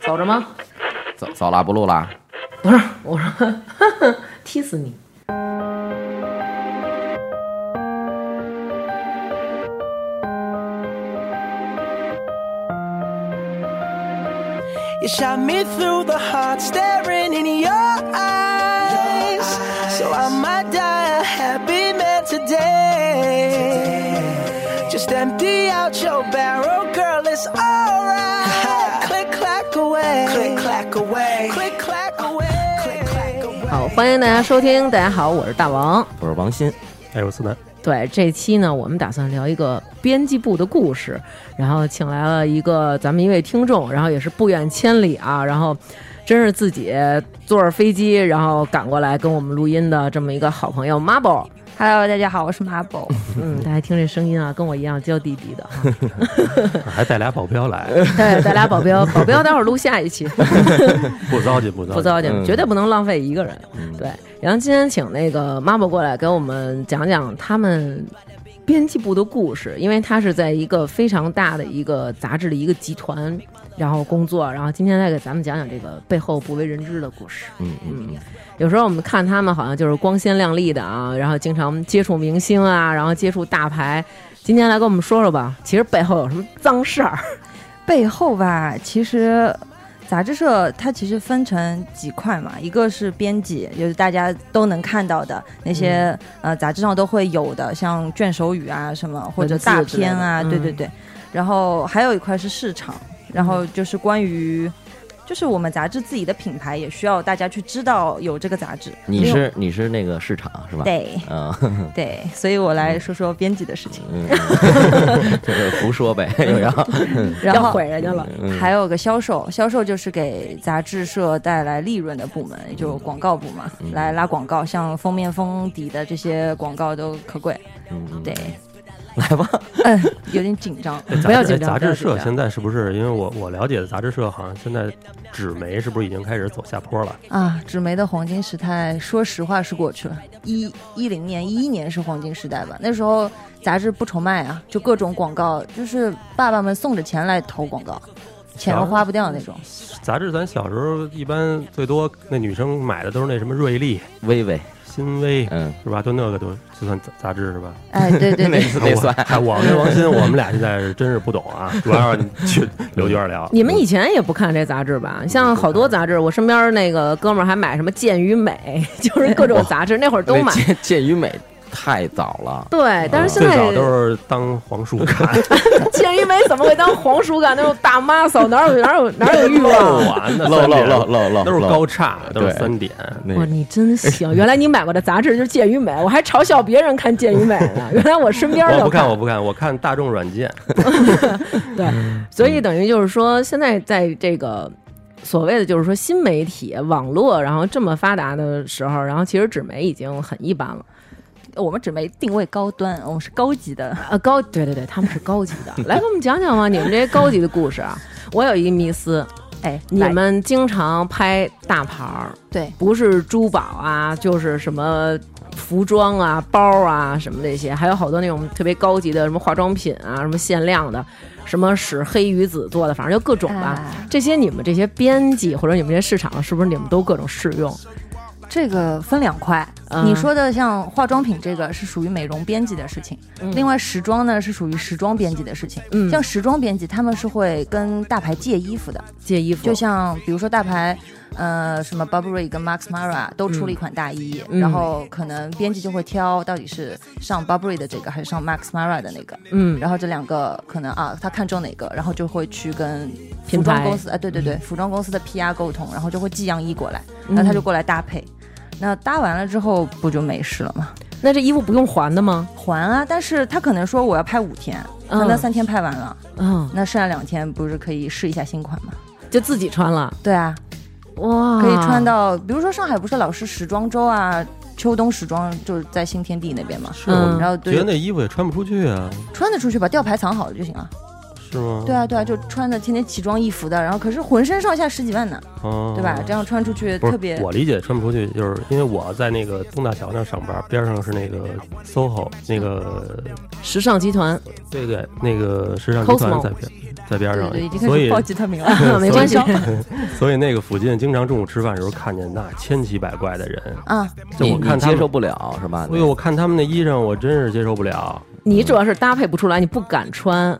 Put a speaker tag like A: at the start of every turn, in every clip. A: 走着吗？
B: 走走啦，不录啦。
A: 不是，我说呵呵踢死你！
C: You shot me through the heart, staring in your eyes. So I might die a happy man today. Just empty out your barrel, girl, it's alright. click clack away, click clack away, click clack away, click clack away.
A: 好，欢迎大家收听。大家好，我是大王。
B: 我是王鑫，
D: 哎，我思南，
A: 对，这期呢，我们打算聊一个编辑部的故事，然后请来了一个咱们一位听众，然后也是不远千里啊，然后真是自己坐着飞机，然后赶过来跟我们录音的这么一个好朋友 Marble。
E: Hello，大家好，我是 Marble。
A: 嗯，大家听这声音啊，跟我一样娇滴 滴的啊。
D: 还带俩保镖 来，
A: 对，咱俩保镖，保镖待会儿录下一期，
D: 不糟践，不
A: 不
D: 糟践。
A: 糟
B: 嗯
A: 践，绝对不能浪费一个人。对，然后今天请那个 Marble 过来给我们讲讲他们编辑部的故事，因为他是在一个非常大的一个杂志的一个集团，然后工作，然后今天再给咱们讲讲这个背后不为人知的故事。
B: 嗯嗯嗯，
A: 有时候我们看他们好像就是光鲜亮丽的啊，然后经常接触明星啊，然后接触大牌。今天来跟我们说说吧，其实背后有什么脏事儿？
E: 背后吧，其实呃杂志社它其实分成几块嘛，一个是编辑，就是大家都能看到的那些、
A: 嗯
E: 呃杂志上都会有的，像卷首语啊什么，或者
A: 文字
E: 大
A: 之类的
E: 片啊，
A: 嗯
E: 对对对。然后还有一块是市场，然后
A: 嗯
E: 就是关于。就是我们杂志自己的品牌，也需要大家去知道有这个杂志。
B: 你是你是那个市场是吧？
E: 对
B: 嗯，
E: 对，所以我
A: 嗯
E: 来说说编辑的事情。
B: 嗯，就是胡说呗，又要
E: 然后嗯
A: 要毁人家了。
E: 还有个销售，销售就是给杂志社带来利润的部门，也就是广告部嘛，来拉广告，像封面、封底的这些广告都可贵。
B: 嗯
E: 对，
B: 来吧，
E: 嗯，有点紧张。
D: 哎杂志
A: 不要紧张
D: 哎杂
A: 不要
D: 志
A: 紧
D: 社
A: 张
D: 现在是不是？因为我我了解的杂志社好像现在纸媒是不是已经开始走下坡了？
E: 啊，纸媒的黄金时代，说实话是过去了。一一零年、一一年是黄金时代吧？那时候杂志不愁卖啊，就各种广告，就是爸爸们送着钱来投广告，钱都花不掉 那种。
D: 杂志咱小时候一般最多那女生买的都是那什么瑞丽、
B: 微微，
D: 新薇
B: 嗯，
D: 是吧？就那个都就算杂杂志是吧？
E: 哎，对 对
B: 那
E: 对，
B: 那算
D: 哎我我跟王鑫，我们俩现在是真是不懂啊，主要是去刘娟聊。啊
A: 你们以前也不看这杂志
D: 嗯
A: 吧？像好多杂志，我身边那个哥们儿还买什么《健与美》， 就是各种杂志，那会儿都
B: 那
A: 买。
B: 健健与美太早了，
A: 对，但是现
D: 最
A: 在
D: 早都
A: 《
D: 是当黄书看，
A: 健与美》怎么会当黄书干？那种大妈嫂哪有哪有哪有 欲望？
D: 晚的
B: 漏
D: 三
B: 漏
D: 点
B: 漏漏漏，
D: 都是
B: 漏
D: 高差，都是
B: 对
D: 三点。
B: 那
A: 哇，你真行！原来你买过的杂志就是《健与美》，我还嘲笑别人看《健与美》呢。原来我身边
D: 我
A: 有
D: 不看，我不看，我看大众软件。
A: 对，
D: 嗯
A: 所以等于就是说，现在在这个所谓的就是说新媒体、网络，然后这么发达的时候，然后其实纸媒已经很一般了。
E: 我们纸媒定位高端，我们是高级的。
A: 啊，高对对对，他们是高级的。 来，给我们讲讲吧，你们这些高级的故事啊。我有一个迷思，
E: 哎，
A: 你
E: 来
A: 们经常拍大牌儿，
E: 对
A: 不是珠宝啊，就是什么服装啊、包啊什么这些，还有好多那种特别高级的什么化妆品啊、什么限量的，什么使黑鱼子做的，反正就各种吧。
E: 啊
A: 这些你们这些编辑或者你们这些市场，是不是你们都各种试用？
E: 这个分两块，
A: 嗯
E: 你说的像化妆品这个是属于美容编辑的事情，
A: 嗯
E: 另外时装呢是属于时装编辑的事情。
A: 嗯
E: 像时装编辑他们是会跟大牌借衣服的，
A: 借衣服，
E: 就像比如说大牌，呃，什么 Burberry 跟 Max Mara 都出了一款大衣，
A: 嗯
E: 然后可能编辑就会挑到底是上 Burberry 的这个还是上 Max Mara 的那个，
A: 嗯，
E: 然后这两个可能啊，他看中哪个，然后就会去跟
A: 品
E: 服
A: 牌嗯
E: 装公司，哎，对对对，服装公司的 PR 沟通，然后就会寄样衣过来，那他就过来搭配。那搭完了之后不就没事了吗？
A: 那这衣服不用还的吗？
E: 还啊，但是他可能说我要拍五天，
A: 嗯
E: 可能三天拍完了，
A: 嗯，
E: 那剩下两天不是可以试一下新款吗？
A: 就自己穿了，
E: 对啊，
A: 哇，
E: 可以穿到，比如说上海不是老是时装周啊，秋冬时装就是在新天地那边嘛，
D: 是我
A: 嗯
E: 然后
D: 觉得
E: 对，
D: 那衣服也穿不出去啊。
E: 穿得出去把吊牌藏好了就行了。
D: 是吗？
E: 对啊，对啊，就穿的天天奇装异服的，然后可是浑身上下十几万呢，
D: 哦，
E: 对吧？这样穿出去
D: 不
E: 特
D: 是
E: 别，
D: 我理解穿不出去，就是因为我在那个东大桥那上班，边上是那个 SOHO 那个，
B: 嗯
A: 时尚集团，
D: 对对，那个时尚集团
A: Cosmo
D: 在边在边
E: 对
D: 上
E: 对，已经，开
D: 所
E: 始
D: 以
E: 报吉他名了。 嗯
A: 没关系哦
E: 所以，
D: 所以那个附近经常中午吃饭的时候看见那千奇百怪的人，
E: 啊，
D: 就
B: 你
D: 我看
B: 你
D: 他
B: 接受
D: 们，哎
B: 不了是吧？
D: 所以我看他们那衣裳我真是接受不了。
E: 嗯
A: 你主要是搭配不出来，你不敢穿，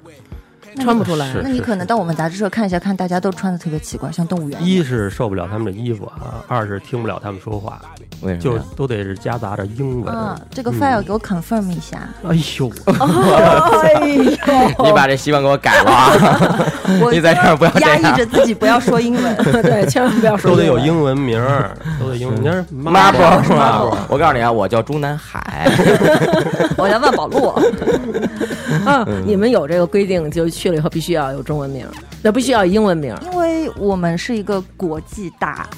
A: 穿不出来。
D: 是
E: 那你可能到我们杂志社看一下，看大家都穿的特别奇怪，像动物园样。
D: 一是受不了他们的衣服啊，二是听不了他们说话，
B: 为什么
D: 就
B: 呀？
D: 都得是夹杂着英文。嗯
E: 啊，这个 file 给我 confirm 一下。
D: 哎呦，
E: 哎呦，
B: 你把这习惯给我改了 啊！
E: 我
B: 你在这儿不要这
E: 压
B: 样
E: 抑着自己不要说英文。
A: 对，千万不要
D: 都得有英文名儿，都得英文。你看
B: Marble 是吧
D: Marble
B: 我告诉你啊，我叫中南 海，
E: 我叫万宝路，
A: 啊！
D: 嗯
A: 你们有这个规定，就去了以后必须要有中文名，那必须要有英文名
E: 因为我们是一个国际大，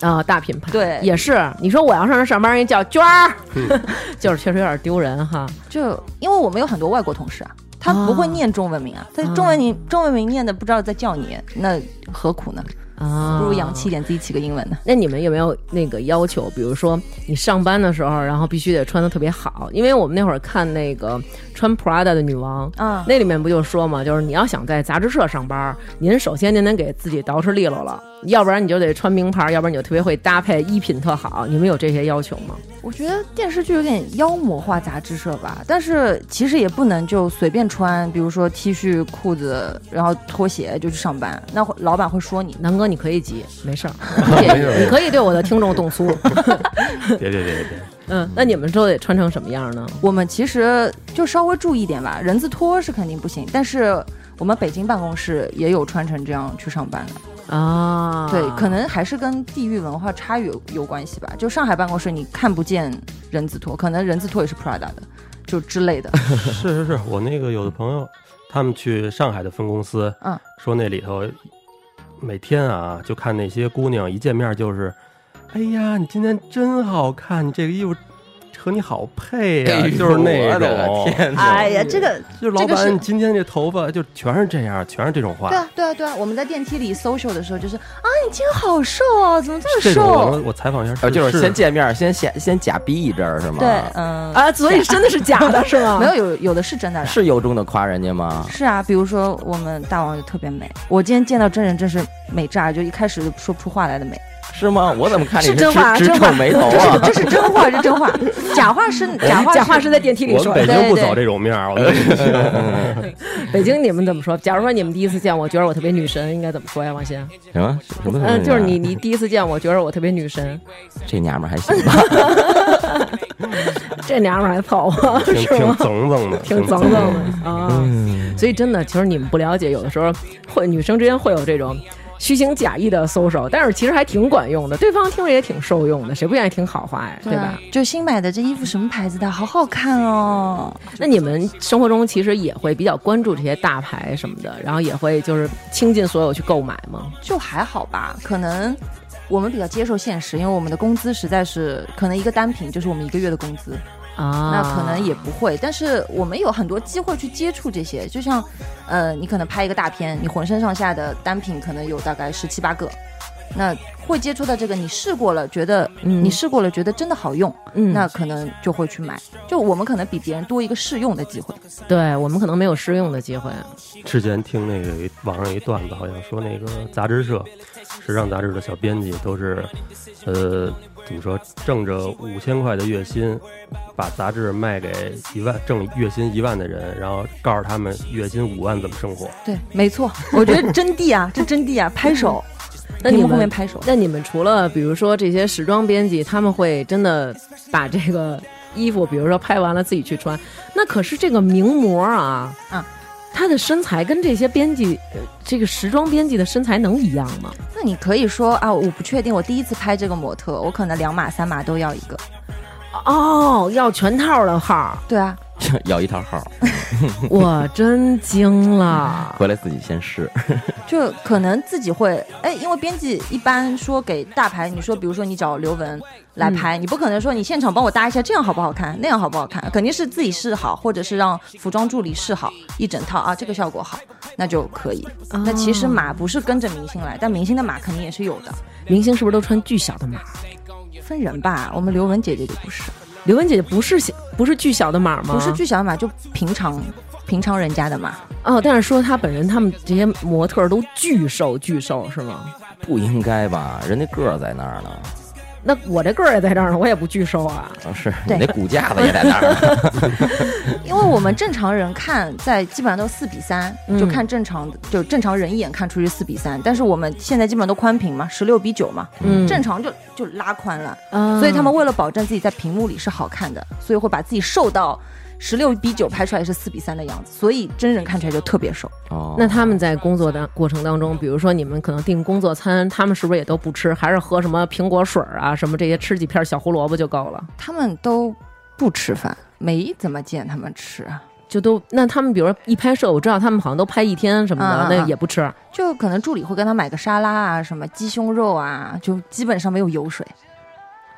A: 啊，大品牌。
E: 对
A: 也是。你说我要上这上班，人家叫娟儿，
D: 嗯
A: 就是确实有点丢人哈。
E: 就因为我们有很多外国同事啊，他不会念中文名啊，他中文名中文名念的不知道在叫你，那何苦呢？
A: 啊，
E: 不如洋气一点，自己起个英文呢。
A: 那你们有没有那个要求？比如说你上班的时候，然后必须得穿的特别好，因为我们那会儿看那个穿 Prada 的女王，
E: 啊
A: 那里面不就说嘛，就是你要想在杂志社上班，您首先您得给自己捯饬利落了，要不然你就得穿名牌，要不然你就特别会搭配，衣品特好。你们有这些要求吗？
E: 我觉得电视剧有点妖魔化杂志社吧，但是其实也不能就随便穿，比如说 T 恤、裤子，然后拖鞋就去上班，那会老板会说你。
A: 南哥，你可以急，没 事儿，你也你可以对我的听众动粗。
D: 别别别别，
A: 嗯，那你们都得穿成什么样呢？
E: 我们其实就稍微注意点吧，人字拖是肯定不行，但是我们北京办公室也有穿成这样去上班的。
A: 啊，
E: 对，可能还是跟地域文化差异有有关系吧。就上海办公室你看不见人字拖，可能人字拖也是 Prada 的，就之类的。
D: 是是是，我那个有的朋友，他们去上海的分公司，
E: 嗯，
D: 说那里头每天啊，就看那些姑娘一见面就是，哎呀，你今天真好看，你这个衣服和你好配啊，就是那
B: 哎我 的
D: 种，
B: 天哪！
E: 哎呀，这个
D: 就是老
E: 这个是
D: 板，你今天这头发就全是这样，全是这种话
E: 对。啊，对啊，对啊。我们在电梯里 social 的时候，就是啊，你今天好瘦哦，怎么这么
D: 这种我
E: 瘦？
D: 能我采访一下，
B: 呃，
D: 是
B: 就是先见面，先先先假逼一阵儿是吗？
E: 对，嗯，
A: 啊，所以真的是假的，是吗？
E: 没有有有的是真的啦。
B: 是由衷的夸人家吗？
E: 是啊，比如说我们大王就特别美，我今天见到真人真是美炸，就一开始说不出话来的美。
B: 是吗？我怎么看你
A: 是真
B: 直
A: 话
B: 直
A: 真话
B: 皱眉 头
E: 这是
B: 啊？
E: 这是真话，这是 真话，假话是哎假话，
A: 假话是在电梯里
D: 我
A: 说
D: 们北。
A: 的
D: 京
E: 对
D: 不
E: 对
D: 走这种面儿，我跟你说，
A: 北京你们怎么说？假如说你们第一次见我，觉得我特别女神，应该怎么说呀，王鑫？
B: 什么什么？
A: 嗯，就是你，你第一次见我，觉得我特别女神，
B: 这娘们儿还行吧？
A: 这娘们儿还凑合，
D: 挺
A: 是
D: 挺
A: 吗？
D: 整整的，
A: 挺脏
D: 整
A: 脏的啊。所以真的，其实你们不了解，有的时候会女生之间会有这种。虚情假意的搜手，但是其实还挺管用的，对方听着也挺受用的，谁不愿意听好话呀，对
E: 对
A: 吧
E: 吧？？就新买的这衣服什么牌子的，好好看哦。
A: 那你们生活中其实也会比较关注这些大牌什么的，然后也会就是倾尽所有去购买吗？
E: 就还好吧，可能我们比较接受现实，因为我们的工资实在是可能一个单品就是我们一个月的工资，
A: 啊，
E: 那可能也不会。但是我们有很多机会去接触这些，就像呃，你可能拍一个大片，你浑身上下的单品可能有大概十七八个，那会接触到这个，你试过了，觉得、
A: 嗯
E: 你试过了，觉得真的好用，
A: 嗯
E: 那可能就会去买。就我们可能比别人多一个试用的机会。
A: 对我们可能没有试用的机会。啊
D: 之前听那个有一网上有一段子，好像说那个杂志社，时尚杂志的小编辑都是，呃，怎么说，挣着五千块的月薪，把杂志卖给一万挣月薪一万的人，然后告诉他们月薪五万怎么生活。
E: 对，没错，我觉得真谛啊，这真谛啊，拍手，
A: 那
E: 屏
A: 你
E: 幕
A: 们
E: 后面拍手。
A: 那你们除了比如说这些时装编辑，他们会真的把这个衣服，比如说拍完了自己去穿，那可是这个名模啊，
E: 啊，
A: 她的身材跟这些编辑，呃这个时装编辑的身材能一样吗？
E: 那你可以说啊，我不确定，我第一次拍这个模特，我可能两码三码都要一个。
A: 哦，要全套的号，
E: 对啊，
B: 要一套号，
A: 我真惊了。
B: 回来自己先试。
E: 就可能自己会，哎，因为编辑一般说给大牌，你说比如说你找刘雯来拍，你不可能说你现场帮我搭一下，这样好不好看，那样好不好看，肯定是自己试好，或者是让服装助理试好一整套啊，这个效果好，那就可以。那其实码不是跟着明星来，但明星的码肯定也是有的，
A: 明星是不是都穿巨小的码？
E: 分人吧。我们刘雯姐姐就不是，
A: 刘雯姐姐不是小，不是巨小的码吗？
E: 不是巨小的码，就平常平常人家的码。
A: 哦，但是说她本人，他们这些模特儿都巨瘦，巨瘦是吗？
B: 不应该吧？人家个儿在那儿呢，
A: 那我这个儿也在这儿呢，我也不巨瘦啊。
B: 啊是
E: 对
B: 你那骨架子也在那儿呢。
E: 因为我们正常人看在基本上都四比三、
A: 嗯
E: 就看正常的，就正常人一眼看出去四比三，但是我们现在基本上都宽屏嘛，十六比九嘛，
A: 嗯
E: 正常就就拉宽了、
A: 啊
E: 所以他们为了保证自己在屏幕里是好看的，所以会把自己瘦到十六比九拍出来是四比三的样子，所以真人看起来就特别瘦。
B: 哦，
A: 那他们在工作的过程当中，比如说你们可能订工作餐，他们是不是也都不吃，还是喝什么苹果水儿啊，什么这些，吃几片小胡萝卜就够了？
E: 他们都不吃饭，没怎么见他们吃，啊
A: 就都那他们比如说一拍摄，我知道他们好像都拍一天什么的，
E: 啊啊啊
A: 那也不吃。
E: 就可能助理会跟他买个沙拉啊，什么鸡胸肉啊，就基本上没有油水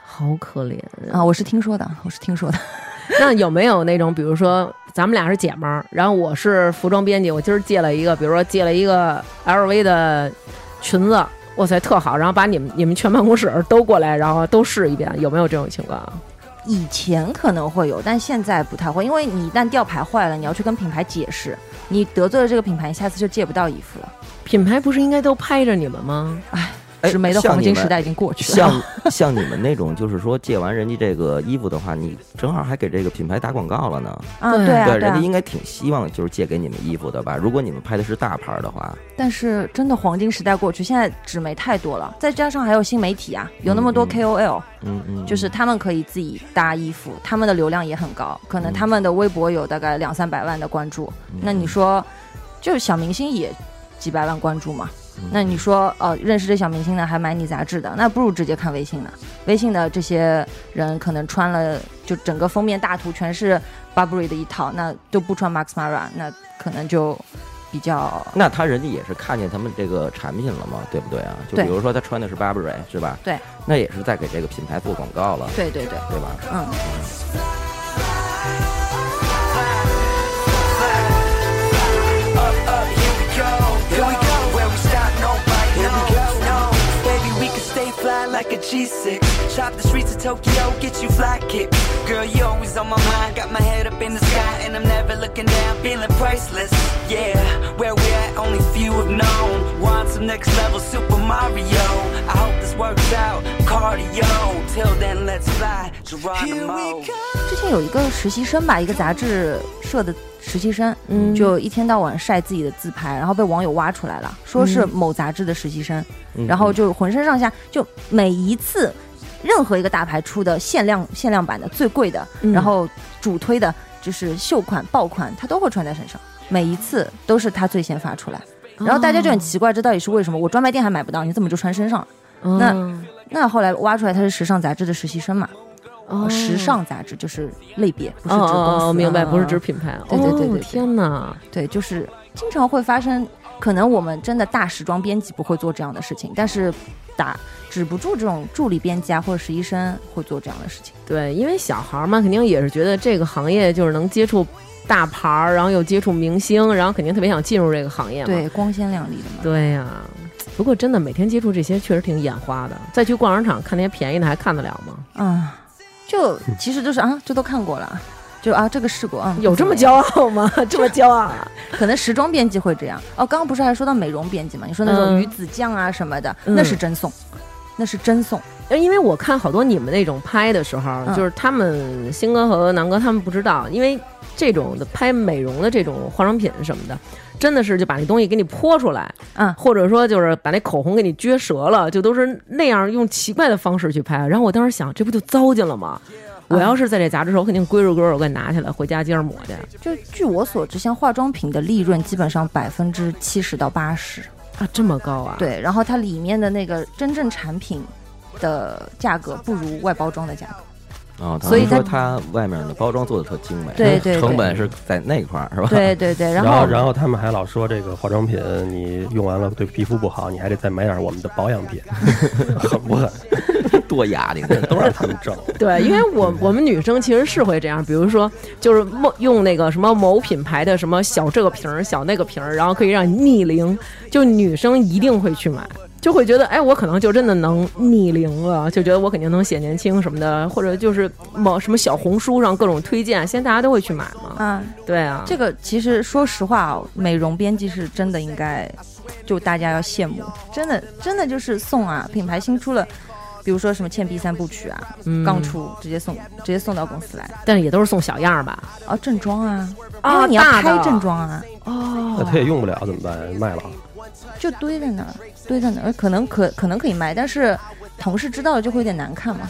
A: 好可怜
E: 啊，！我是听说的，我是听说的。
A: 那有没有那种，比如说咱们俩是姐们儿，然后我是服装编辑，我今儿借了一个，比如说借了一个 LV 的裙子，哇塞，特好，然后把你们你们全办公室都过来，然后都试一遍，有没有这种情况？
E: 以前可能会有，但现在不太会，因为你一旦吊牌坏了，你要去跟品牌解释，你得罪了这个品牌，你下次就借不到衣服了。
A: 品牌不是应该都拍着你们吗？
B: 哎
E: 纸媒的
B: 像
E: 黄
B: 你
E: 金
B: 们
E: 时代已经过去了。
B: 像像你们那种，就是说借完人家这个衣服的话，你正好还给这个品牌打广告了呢。
E: 啊，
A: 对
E: 对啊，对
B: 人
E: 啊
B: 家。应该挺希望就是借给你们衣服的吧？如果你们拍的是大牌的话，
E: 但是真的黄金时代过去，现在纸媒太多了，再加上还有新媒体啊，有那么多
B: 嗯嗯
E: KOL，、
B: 嗯嗯，
E: 就是他们可以自己搭衣服，他们的流量也很高，可能他们的微博有大概两三百万的关注。
B: 嗯
E: 那你说，就是小明星也几百万关注嘛？那你说，哦、认识这小明星呢，还买你杂志的，那不如直接看微信呢。微信的这些人可能穿了，就整个封面大图全是 Burberry 的一套，那都不穿 Max Mara，那可能就比较
B: 那他人家也是看见他们这个产品了嘛，对不对啊？就
E: 对
B: 比如说他穿的是 Burberry 是吧？
E: 对，
B: 那也是在给这个品牌做广告了，
E: 对对对，
B: 对吧？
E: 嗯。
C: Here we go, where we stop, nobody knows. No, baby, we can stay fly like a G6. Chop the streets of Tokyo, get you fly kick. Girl, you always on my mind, got my head up in the sky, and I'm never looking down, feeling priceless. Yeah, where we at, only few have known. Want some next level Super Mario. I hope this works out, cardio. Till then, let's fly, Geronimo. Here we go.
E: 之前有一个实习生吧，一个杂志社的实习生，
A: 嗯
E: 就一天到晚晒自己的自拍，然后被网友挖出来了，说是某杂志的实习生，
B: 嗯
E: 然后就浑身上下就每一次。任何一个大牌出的限量限量版的最贵的，
A: 嗯
E: 然后主推的就是秀款爆款，他都会穿在身上，每一次都是他最先发出来，
A: 哦
E: 然后大家就很奇怪，这到底是为什么？我专卖店还买不到，你怎么就穿身上了？
A: 哦
E: 那那后来挖出来他是时尚杂志的实习生嘛，呃
A: 哦
E: 时尚杂志就是类别，不是
A: 哦
E: 指公司。
A: 哦哦，明白，
E: 啊
A: 不是指品牌。
E: 对对对对对
A: 哦天哪！
E: 对，就是经常会发生。可能我们真的大时装编辑不会做这样的事情，但是打止不住这种助理编辑啊或者实习生会做这样的事情。
A: 对，因为小孩儿嘛，肯定也是觉得这个行业就是能接触大牌儿，然后又接触明星，然后肯定特别想进入这个行业嘛。
E: 对，光鲜亮丽的嘛。
A: 对呀、不过真的每天接触这些确实挺眼花的。再去逛商场看那些便宜的还看得了吗？
E: 嗯，就其实就是啊，这都看过了，就啊这个试过啊，嗯
A: 有这么骄？傲吗？这么骄傲啊？
E: 可能时装编辑会这样。哦，刚刚不是还说到美容编辑嘛？你说那种
A: 嗯
E: 鱼子酱啊什么的，
A: 嗯
E: 那是真送，那是真送。
A: 呃因为我看好多你们那种拍的时候，
E: 嗯
A: 就是他们新哥和南哥他们不知道，因为这种的拍美容的这种化妆品什么的，真的是就把那东西给你泼出来，
E: 嗯
A: 或者说就是把那口红给你撅折了，就都是那样用奇怪的方式去拍。然后我当时想，这不就糟践了吗？我要是在这杂志社，我肯定归着归着，我给拿起来回家接着抹去。
E: 就据我所知，像化妆品的利润基本上百分之七十到八十。
A: 啊，这么高啊？，
E: 对，然后它 里面的那个真正产品的价格不如外包装的价格，
B: 啊，
E: 所以
B: 他们说
E: 它
B: 它外面的包装做的特精美，
E: 对对
B: 成本是在那块儿是吧？
E: 对对 对，然
D: 然
E: 后
D: 然后他们还老说这个化妆品你用完了对皮肤不好，你还得再买点我们的保养品，狠不狠？
B: 多雅你 看，
D: 都让他们挣。
A: 对，因为我我们女生其实是会这样，比如说就是某用那个什么某品牌的什么小这个瓶儿、小那个瓶儿，然后可以让你逆龄，就女生一定会去买。就会觉得，哎，我可能就真的能逆龄了，就觉得我肯定能显年轻什么的，或者就是某什么小红书上各种推荐，现在大家都会去买嘛。
E: 啊，
A: 对啊，
E: 这个其实说实话啊，美容编辑是真的应该，就大家要羡慕，真的真的就是送啊，品牌新出了。比如说什么倩碧三部曲啊，
A: 嗯
E: 刚出直接送，直接送到公司来
A: 但是也都是送小样儿吧？
E: 啊，正装啊，
A: 啊
E: 因为你要
A: 大的
E: 拍正装啊，
A: 哦
D: 那他也用不了怎么办？卖 了，
E: 就堆在那儿，堆在那儿，可能可可能可以卖，但是同事知道了就会有点难看嘛，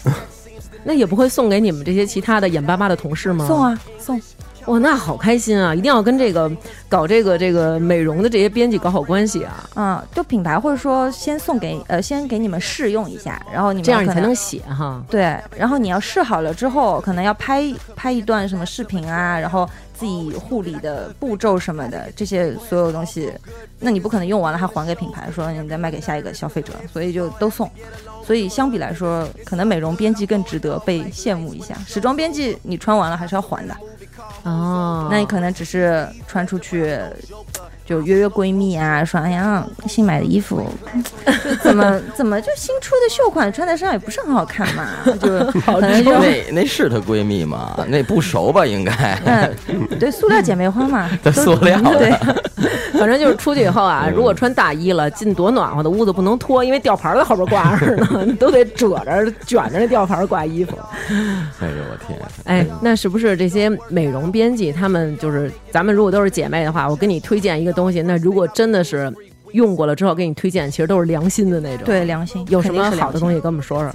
A: 那也不会送给你们这些其他的眼巴巴的同事吗？
E: 送啊送，
A: 哇，那好开心啊！一定要跟这个搞这个这个美容的这些编辑搞好关系啊，
E: 啊，就品牌会说先送给呃先给你们试用一下，然后你们
A: 这样你
E: 可
A: 才能写哈。
E: 对，然后你要试好了之后，可能要拍拍一段什么视频啊，然后自己护理的步骤什么的，这些所有东西，那你不可能用完了还还给品牌，说你再卖给下一个消费者，所以就都送。所以相比来说，可能美容编辑更值得被羡慕一下。时装编辑你穿完了还是要还的，
A: 哦，
E: 那你可能只是穿出去。就约约闺蜜啊，说哎呀，新买的衣服，就怎么怎么就新出的秀款穿在身上也不是很好看嘛， 就可能就
B: 那那是她闺蜜 吗？那不熟吧？应该
E: 嗯，对，塑料姐妹花嘛，
B: 在 塑料
E: 都对
B: 的，
A: 反正就是出去以后啊，如果穿大衣了，进多暖和的屋子不能脱，因为吊牌儿在后边挂着呢， 你都得褶着卷着那吊牌儿挂衣服。
B: 哎呦我 天！
A: 哎，那是不是这些美容编辑他们就是咱们如果都是姐妹的话，我给你推荐一个东西，那如果真的是用过了之后给你推荐，其实都是良心的那种。，
E: 对良心
A: 有什么好的东
E: 西？
A: 西跟我们说说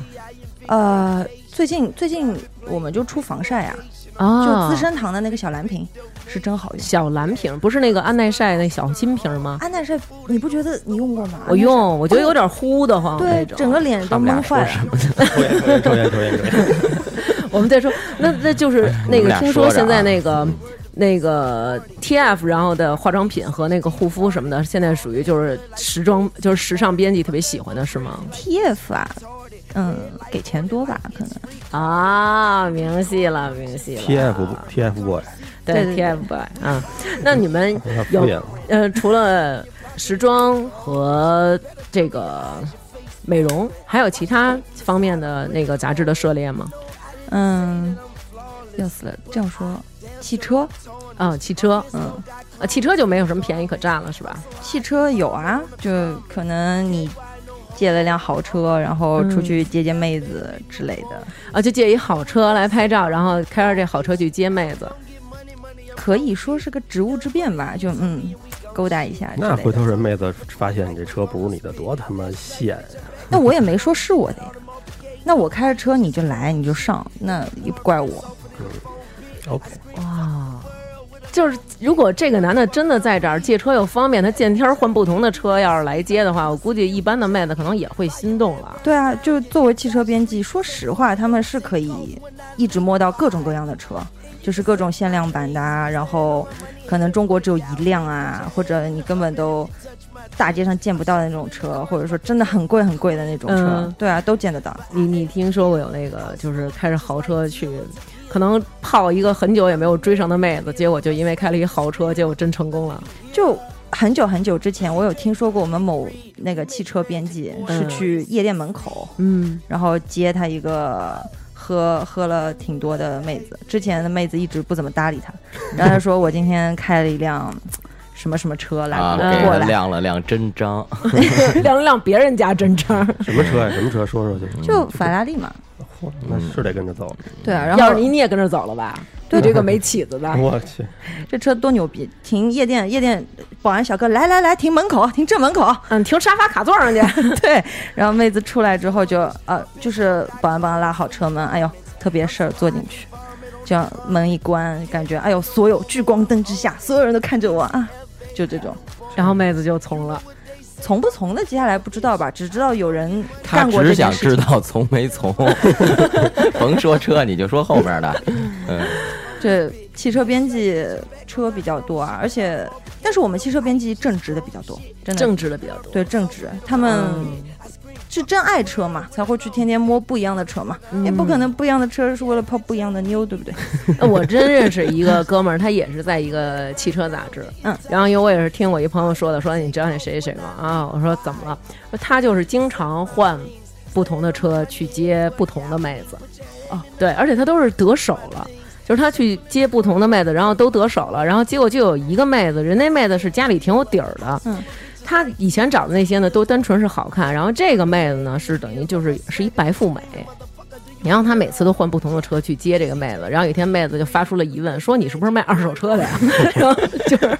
E: 呃，最近最近我们就出防晒啊，
A: 啊
E: 就资生堂的那个小蓝瓶是真好用。
A: 小蓝瓶，不是那个安耐晒那小金瓶吗？
E: 安耐晒，你不觉得你用过吗？
A: 我用，我觉得有
E: 点
A: 点呼的慌那
E: 对，
A: 种。
E: 整个脸
B: 他
E: 都
B: 们俩
E: 闷
B: 说
E: 坏
B: 什
E: 了。
B: 么呢？
D: 抽烟抽烟抽烟抽烟抽烟。
A: 我们再说，那那就是那
B: 我们
A: 个
B: 俩
A: 听
B: 说
A: 说
B: 着啊
A: 现在那个那个 TF，然后的化妆品和那个护肤什么的，现在属于就是时装，就是时尚编辑特别喜欢的是吗？
E: TF 啊，嗯，给钱多吧，可能。
A: 啊，明细了，明细了。
D: TF TF boy
E: 对
A: 对
E: 对
A: TF boy 啊，那你们
D: 太敷
A: 有
D: 衍了。
A: 呃，除了时装和这个美容，还有其他方面的那个杂志的涉猎吗？
E: 嗯，要死了，这样说，汽车，
A: 啊，汽车，
E: 嗯，
A: 啊，汽车就没有什么便宜可占了，是吧？
E: 汽车有啊，就可能你借了辆豪车，然后出去接接妹子之类的，
A: 啊，就借一好车来拍照，然后开着这好车去接妹子。
E: 可以说是个职务之便吧，就嗯。勾搭一
A: 啊
E: 下之
D: 那
E: 类
D: 回
E: 的，
D: 头人妹子发现你这车不是你的，多他妈现啊呀！
E: 那我也没说是我的呀。那我开着车你就来你就上，那也不怪我。
D: OK，
A: 哇，啊就是如果这个男的真的在这儿借车又方便，他见天儿换不同的车，要是来接的话，我估计一般的妹子可能也会心动了。
E: 对啊，就作为汽车编辑，说实话，他们是可以一直摸到各种各样的车，就是各种限量版的啊，然后可能中国只有一辆啊，或者你根本都大街上见不到的那种车，或者说真的很贵很贵的那种车，
A: 嗯
E: 对啊，都见得到。
A: 你你听说过有那个就是开着豪车去，可能泡一个很久也没有追上的妹子，结果就因为开了一豪车，结果真成功了。
E: 就很久很久之前，我有听说过我们某那个汽车编辑是
A: 嗯
E: 去夜店门口，
A: 嗯，
E: 然后接他一个喝喝了挺多的妹子，之前的妹子一直不怎么搭理 他，然后他说我今天开了一辆什么什么车来
B: 啊，
E: 过
A: 嗯
B: 给
E: 过
B: 人
E: 来，
B: 亮了亮真章，
A: 亮了亮别人家真章。
D: 什么车呀？什么车？说说去。
E: 就法拉利嘛，
D: 嚯那是得跟着走。
E: 嗯对啊，然
A: 要
E: 后
A: 是你，你也跟着走了吧？
E: 对
A: 你这个没起子的。
D: 我去，
E: 这车多牛逼，停夜店夜店保安小哥来来来停门口停正门口，
A: 嗯，停沙发卡座 上去。
E: 对，然后妹子出来之后就呃就是保安帮她拉好车门，哎呦特别事儿坐进去。这样门一关，感觉哎呦，所有聚光灯之下，所有人都看着我啊，就这种。
A: 然后妹子就从了，
E: 从不从的，接下来不知道吧，只知道有人
B: 他
E: 干过
B: 只
E: 这件
B: 想
E: 事
B: 知
E: 情。
B: 道从没从， 甭说车，你就说后边 的。嗯，
E: 这汽车编辑车比较多啊，而且，但是我们汽车编辑正直的比较多，真的
A: 政治的比较多。
E: 对正直，他
A: 嗯
E: 们是真爱车嘛，才会去天天摸不一样的车嘛，也不可能不一样的车是为了泡不一样的妞，对不对？
A: 哎我真认识一个哥们儿，他也是在一个汽车杂志，
E: 嗯，
A: 然后因为我也是听我一朋友说的，说你知道那谁谁谁吗？啊，我说怎么了？说他就是经常换不同的车去接不同的妹子，
E: 哦，
A: 对，而且他都是得手了。就是他去接不同的妹子，然后都得手了，然后结果就有一个妹子，人那妹子是家里挺有底儿的，
E: 嗯，
A: 他以前找的那些呢都单纯是好看，然后这个妹子呢是等于就是是一白富美，然后他每次都换不同的车去接这个妹子，然后有一天妹子就发出了疑问，说你是不是卖二手车的呀？ 然后就是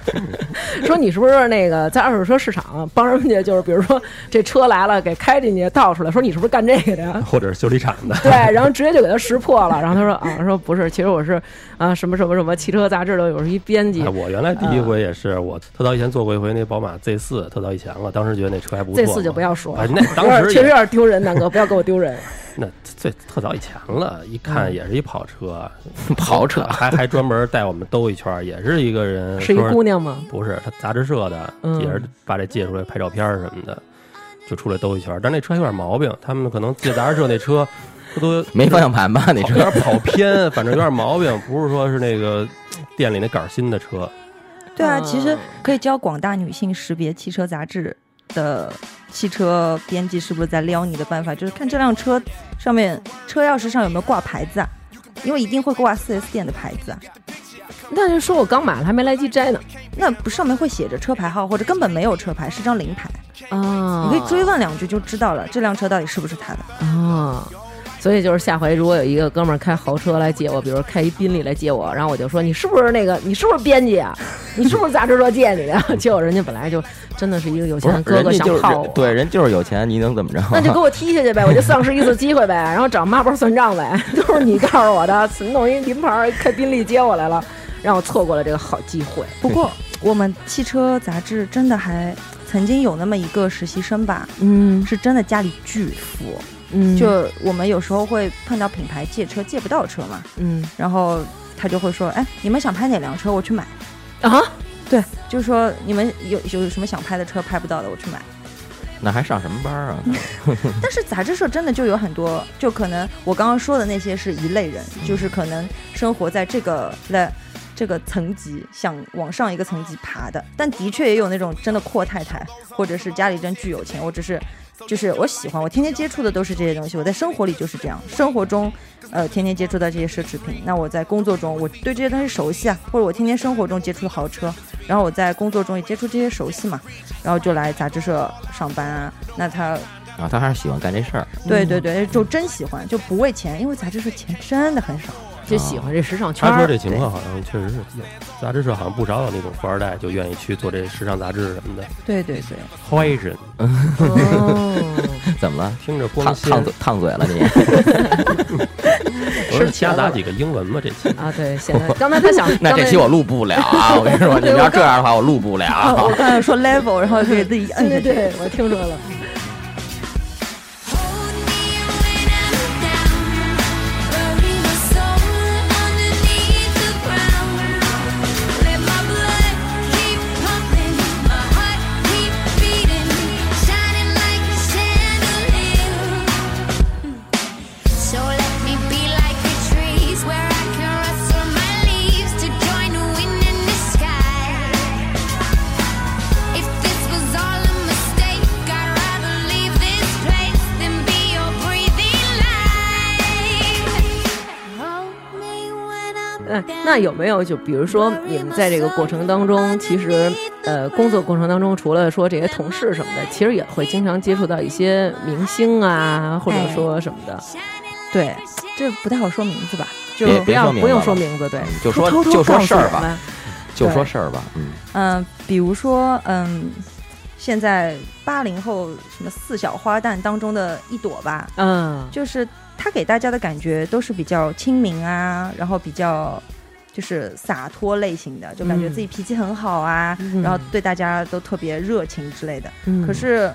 A: 说你是不是那个在二手车市场帮人家，就是比如说这车来了给开进去倒出来，说你是不是干这个的呀？
D: 或者是修理厂 的，
A: 对，然后直接就给他识破了。然后他说啊，说不是，其实我是啊什么什么什么汽车杂志的，我是一编辑
D: 哎，。我原来第一
A: 嗯
D: 回也是，我特早以前坐过一回那宝马 Z 四，特早以前了，当时觉得那车还不错
A: 这
D: 嘛。
A: 次就不要说了
D: 哎，那当
A: 有点
D: 时
A: 确实
D: 也
A: 有点丢人，南哥不要给我 丢人。
D: 那最特早以前了，
A: 嗯
D: 一看也是一跑车，
B: 跑车
D: 还还专门带我们兜一圈儿，也是一个人，
A: 是一
D: 说
A: 姑娘吗？
D: 不是他杂志社的，
A: 嗯
D: 也是把这借出来拍照片儿什么的，就出来兜一圈儿。但那车有点毛病，他们可能借杂志社那车，不都
B: 没方向盘吧？你
D: 跑有
B: 说
D: 点跑偏，反正有点毛病，不是说是那个店里那杆儿新的车。
E: 对啊，
A: 嗯
E: 其实可以教广大女性识别汽车杂志的汽车编辑是不是在撩你的办法，就是看这辆车上面车钥匙上有没有挂牌子啊，因为一定会挂 4S 店的牌子啊，
A: 那就说我刚买了，还没来及摘呢。
E: 那不上面会写着车牌号，或者根本没有车牌，是张临牌，
A: 啊
E: 你可以追问两句就知道了，这辆车到底是不是他的。
A: 啊。所以就是下回如果有一个哥们儿开豪车来接我，比如开一宾利来接我，然后我就说你是不是那个你是不是编辑啊？你是不是杂志社借你的呀？结果人家本来啊就真的是一个有
B: 不
A: 钱
B: 是
A: 的哥哥
B: 人家
A: 想
B: 就是
A: 泡我，
B: 对，人就是有钱，你能怎么着？
A: 那就给我踢下去呗，我就丧失一次机会呗， 然后找妈包算账呗，都是你告诉我的，弄一临牌儿开宾利接我来了，让我错过了这个好机会。
E: 不过 我们汽车杂志真的还曾经有那么一个实习生吧，
A: 嗯
E: 是真的家里巨富，
A: 嗯
E: 就我们有时候会碰到品牌借车借不到车嘛，
A: 嗯
E: 然后他就会说，哎，你们想拍哪辆车，我去买。
A: 啊，
E: 对，就是说你们有有什么想拍的车拍不到的，我去买。
B: 那还上什么班 啊？
E: 但是杂志社真的就有很多，就可能我刚刚说的那些是一类人，就是可能生活在这个类这个层级，想往上一个层级爬的。但的确也有那种真的阔太太，或者是家里真巨有钱，我只是就是我喜欢，我天天接触的都是这些东西。我在生活里就是这样，生活中呃天天接触到这些奢侈品。那我在工作中，我对这些东西熟悉啊，或者我天天生活中接触豪车，然后我在工作中也接触这些熟悉嘛，然后就来杂志社上班啊。那他
B: 啊，他还是喜欢干这事儿。
E: 对对对，就真喜欢，就不为钱，因为杂志社钱真的很少。
A: 就喜啊欢这时尚圈
D: 他说
A: 儿
D: 这情 况好像确实是有，杂志社好像不少有那种富二代就愿意去做这时尚杂志什么的，
E: 对对对，
D: 坏人
A: 哦。
B: 怎么了？
D: 听着
B: 嗯
D: 光
B: 烫
D: 鲜。
B: 烫嘴烫嘴 了你？
D: 我说夹杂几个英文吧，这
B: 嗯
D: 期
A: 啊，对，现在刚才他想，
B: 那这期我录不了啊！我跟你说，你们要这样的话，我录不
A: 啊
E: 哦，我
B: 了。啊
E: 刚才说 level，然后给自己摁
A: 刚才
E: 下
A: 对对
E: 去。
A: 对，我听说了。
F: Hold me when I'm down, bury my soul underneath the ground. Let my blood keep pumping, my heart keep beating, shining like a chandelier. So let me be like the trees where I can rustle my leaves to join the wind in the sky. If this was all a mistake, I'd rather leave this place than be your breathing light. Hold me when I'm
A: 嗯，那有没有就比如说你们在这个过程当中，其实呃，工作过程当中，除了说这些同事什么的，其实也会经常接触到一些明星啊，或者
E: 哎
A: 说什么的，
E: 对，这不太好说名字吧？就
B: 别
A: 不
B: 别
A: 要
B: 说名字
A: 不用
B: 了
A: 说名字，对，
B: 嗯就说
A: 偷偷
B: 就说
A: 告诉
B: 事儿
A: 我
B: 吧
A: 们。
B: 就说事儿吧，嗯，
E: 嗯、比如说嗯、现在八零后什么四小花旦当中的一朵吧，
A: 嗯，
E: 就是她给大家的感觉都是比较亲民啊，然后比较就是洒脱类型的，就感觉自己脾气很好啊，
A: 嗯
E: 然后对大家都特别热情之类的。
A: 嗯
E: 可是，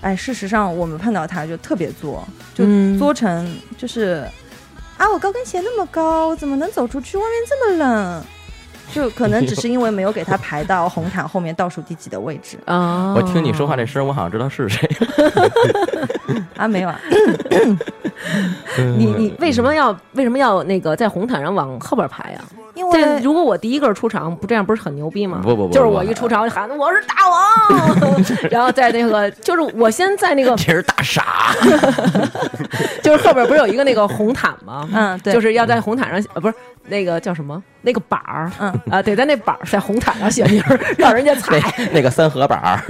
E: 哎，事实上我们碰到他就特别作，就
A: 嗯
E: 作成就是、啊，我高跟鞋那么高，怎么能走出去？外面这么冷。就可能只是因为没有给他排到红毯后面倒数第几的位置
A: 啊，
B: 我听你说话这声儿，我好像知道是谁。
E: 啊，没 有啊，
A: 你
B: 嗯
A: 你为什么要为什么要那个在红毯上往后边排呀？
E: 因为
A: 这如果我第一个出场，不这样不是很牛逼吗？
B: 不不不
A: 就是
B: 不
A: 我一出场我就喊我是大 王，然后在那个就是我先在那个
B: 这是大傻，
A: 就是后边不是有一个那个红毯吗？
E: 嗯对
A: 就是要在红毯上呃不是那个叫什么那个板儿，
E: 嗯
A: 啊得在那板儿在红毯上写名儿，让人家踩。
B: 那那个三合板儿，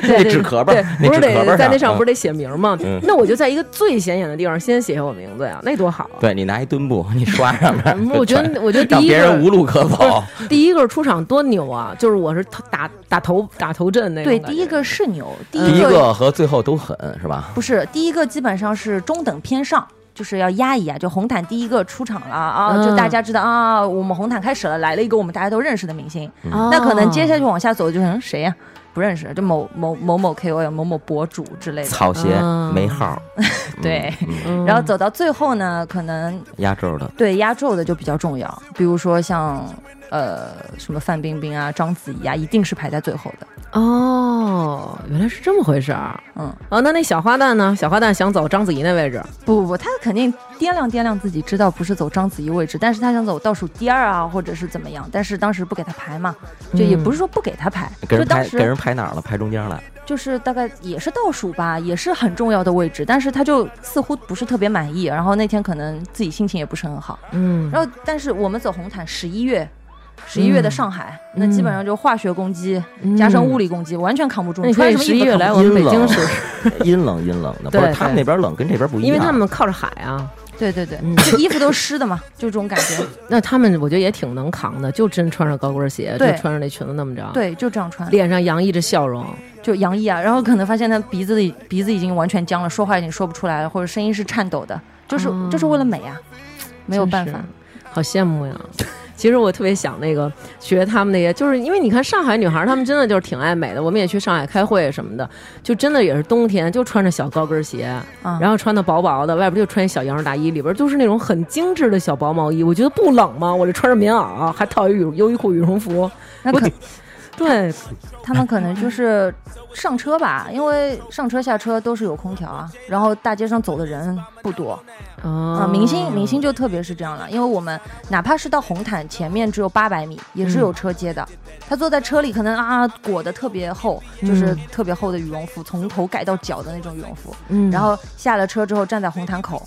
A: 对
B: 那
A: 对
B: 纸壳儿吧
A: 对，
B: 那
A: 不是
B: 纸壳儿吧嗯
A: 得在那
B: 啊
A: 上不是得写名儿吗？那我就在一个最显眼的地方先写下我名字呀，那多好啊！
B: 对你拿一墩布，你刷上面儿
A: 嗯，我觉得我觉得
B: 让
A: 第一
B: 别人
A: 个
B: 无路可走。
A: 第一个出场多牛啊！就是我是打打头打头阵那种
E: 对
A: 感觉
E: 第一个是牛，第
B: 第一
E: 个
B: 个和最后都狠是吧？
E: 不是第一个，基本上是中等偏上，就是要压一压。就红毯第一个出场了啊，
A: 嗯
E: 就大家知道啊，我们红毯开始了，来了一个我们大家都认识的明星。
B: 嗯
A: 哦
E: 那可能接下去往下走就是嗯谁呀、不认识，就某某某某 KOL、某某博主之 类的。
B: 草鞋
A: 啊
B: 没号儿，
E: 对，
A: 嗯
E: 然后走到最后呢，可能
B: 压轴的。
E: 对压轴的就比较重要，比如说像呃什么范冰冰啊、章子怡啊，一定是排在最后的。
A: 哦，原来是这么回事儿。
E: 嗯，
A: 哦，那那小花旦呢？小花旦想走章子怡那位置，
E: 不不不，他肯定掂量掂量自己，知道不是走章子怡位置，但是他想走倒数第二啊，或者是怎么样，但是当时不给他排嘛，就也不是说不给他排，
B: 嗯给
E: 就
B: 人
E: 当
B: 排给
E: 时
B: 人排哪儿了？排中间了。
E: 就是大概也是倒数吧，也是很重要的位置，但是他就似乎不是特别满意，然后那天可能自己心情也不是很好，
A: 嗯，
E: 然后但是我们走红毯十一月。十一月的上海，那基本上就化学攻击、加上物理攻击，完全扛不住。
A: 嗯那你可
E: 穿
A: 以
E: 什么
A: 十一
E: 衣服
A: 月
E: 都扛
A: 来
E: 不
A: 我们北
B: 阴
A: 京
B: 冷
A: 试试，
B: 阴冷阴冷的，不
A: 对
B: 是他们
A: 对
B: 那边冷，跟这边不一样。
A: 因为他们靠着海啊，
E: 住对对对，
A: 嗯
E: 就衣服都湿的嘛，就这种感觉。
A: 那他们我觉得也挺能扛的，就真穿上高跟鞋，就
E: 对
A: 穿上那裙子那么着，，
E: 对，就这样穿。
A: 脸上洋溢着笑容，
E: 就洋溢啊，然后可能发现他鼻子里鼻子已经完全僵了，说话已经说不出来了，或者声音是颤抖的，就是、
A: 哦
E: 就是为了美啊，没有
A: 真
E: 办
A: 是
E: 法。，
A: 好羡慕呀。其实我特别想那个学他们那些，就是因为你看上海女孩儿，她们真的就是挺爱美的。我们也去上海开会什么的，就真的也是冬天，就穿着小高跟鞋，
E: 啊
A: 然后穿的薄薄的，外边就穿一小羊绒大衣，里边就是那种很精致的小薄毛衣。我觉得不冷吗？我这穿着棉袄，啊还套一羽优衣库羽绒服，
E: 那
A: 我
E: 可
A: 就 对，
E: 他们可能就是上车吧，因为上车下车都是有空调啊，然后大街上走的人不多啊。
A: 啊
E: 明星明星就特别是这样了，因为我们哪怕是到红毯前面只有八百米，也
A: 嗯
E: 是有车接的。他坐在车里可能啊裹得特别厚，就是
A: 嗯
E: 特别厚的羽绒服，从头盖到脚的那种羽绒服。
A: 嗯，
E: 然后下了车之后站在红毯口，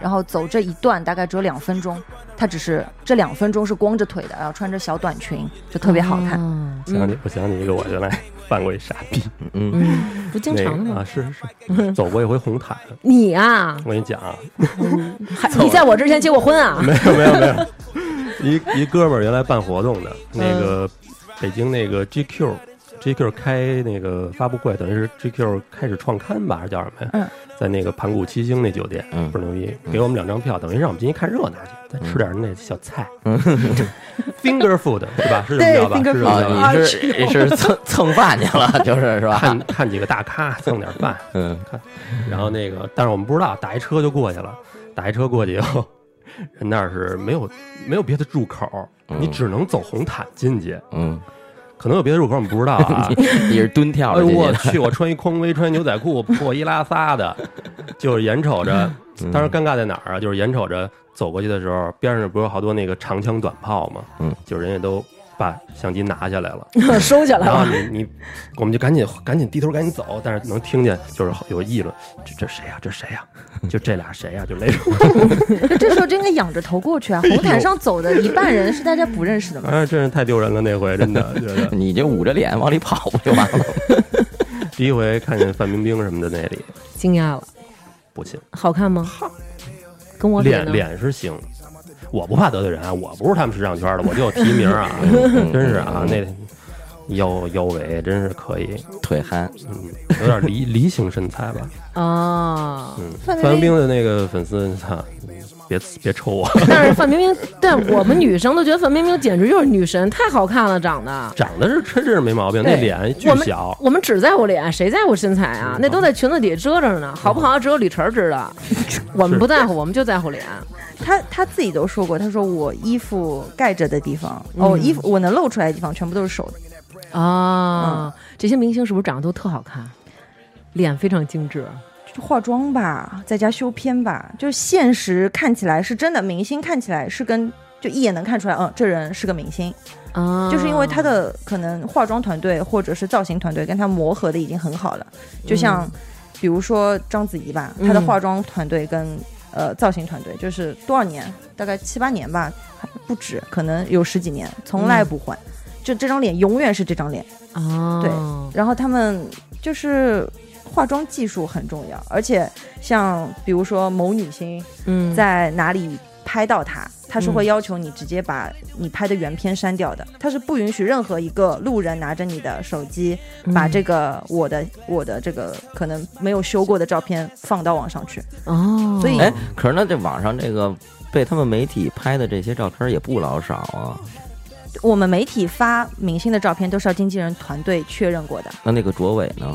E: 然后走这一段大概只有两分钟，他只是这两分钟是光着腿的，然后穿着小短裙，就特别好
A: 哦
E: 看。
A: 看
D: 想起我想起一个我原来犯过一傻逼，
B: 嗯，
A: 嗯，不经
D: 那
A: 常的
D: 个啊
A: 吗？
D: 是是 是，走过一回红毯，
A: 你啊，
D: 我跟你讲啊，
A: 还你在我之前结过婚 啊？
D: 没有没有没有，一一哥们儿原来办活动的，
E: 嗯
D: 那个北京那个 GQ。GQ 开那个发布会，等于是 GQ 开始创刊吧，还是叫什么呀？
E: 嗯
D: 在那个盘古七星那酒店，
B: 嗯
D: 倍儿牛逼，给我们两张票，等于让我们进去看热闹去，再吃点那小菜、finger food 是吧？是这么着吧？是
E: 对
D: 这
E: finger
D: 么
E: food
D: 着吧？
B: 啊，你是你是蹭蹭饭去了，就是是吧？
D: 看 看几个大咖蹭点饭，
B: 啊嗯，
D: 然后那个，但是我们不知道，打一车就过去了，打一车过去以后，人那儿是没有没有别的入口，你只能走红毯进去，
B: 嗯，
D: 可能有别的入口我们不知道啊。
B: 你是蹲跳
D: 哎
B: 着
D: 呦
B: 进去
D: 我
B: 的，
D: 去！我穿一匡威，穿一牛仔裤，破衣拉撒的，就是眼瞅着。
B: 嗯
D: 当时尴尬在哪儿啊？就是眼瞅着走过去的时候，边上不是有好多那个长枪短炮嘛，
B: 嗯，
D: 就是人家都把相机拿下来 了，
A: 收起来
D: 然后
A: 了。
D: 你你，我们就赶紧赶紧低头赶紧走，但是能听见就是有议论，这这谁呀、这谁呀、就这俩谁呀、就那 种。
E: 就这时候就应该仰着头过去啊，
D: 哎
E: 红毯上走的一半人是大家不认识的嘛。
D: 啊，真是太丢人了，那回真的觉 得
B: 你就捂着脸往里跑不就完了吗？
D: 第一回看见范冰冰什么的那里，
A: 惊讶了，
D: 不信，
A: 好看吗？跟我比呢
D: 脸脸是行。
A: 嗯
D: 我不怕得罪人啊，我不是他们时尚圈的，我就提名啊，真是啊，那腰腰围真是可以，
B: 腿憨，
D: 嗯，有点梨梨形身材吧。
A: 哦，
D: 嗯，
E: 范
D: 范
E: 冰
D: 冰冰的那个粉丝，操、嗯别别抽我，
A: 但是范冰 冰，但我们女生都觉得范冰冰简直就是女神，太好看了，长得。
D: 长得是真是没毛病，那
A: 对
D: 脸巨
A: 我们
D: 小，嗯
A: 我们只在乎脸，谁在乎身材啊？那都在裙子底下遮着呢，好不好？只有李晨 知道，我们不在乎，我们就在乎脸。
E: 他他自己都说过，他说我衣服盖着的地方，哦，衣服我能露出来的地方全部都是手。
D: 嗯
A: 哦，这些明星是不是长得都特好看？脸非常精致，
E: 就化妆吧，在家修片吧，就是现实看起来是真的，明星看起来是跟就一眼能看出来，嗯，这人是个明星，
D: 嗯
A: 啊，
E: 就是因为他的可能化妆团队或者是造型团队跟他磨合的已经很好了，就像比如说章子怡吧，她的
A: 嗯
E: 化妆团队跟呃造型团队就是多少年，大概七八年吧，还不止，可能有十几年，从来不换，就这张脸永远是这张脸。
A: 哦，
E: 然后他们就是化妆技术很重要，而且像比如说某女星
A: 对，嗯，
E: 在哪里拍到她，她是会要求你直接把你拍的原片删掉的，她是不允许任何一个路人拿着你的手机
A: 嗯
E: 把这个我的我的这个可能没有修过的照片放到网上去，
A: 哦，
E: 所以
B: 哎，可是呢，这网上这个被他们媒体拍的这些照片也不老少啊。
E: 我们媒体发明星的照片都是要经纪人团队确认过的。
B: 那那个卓伟呢？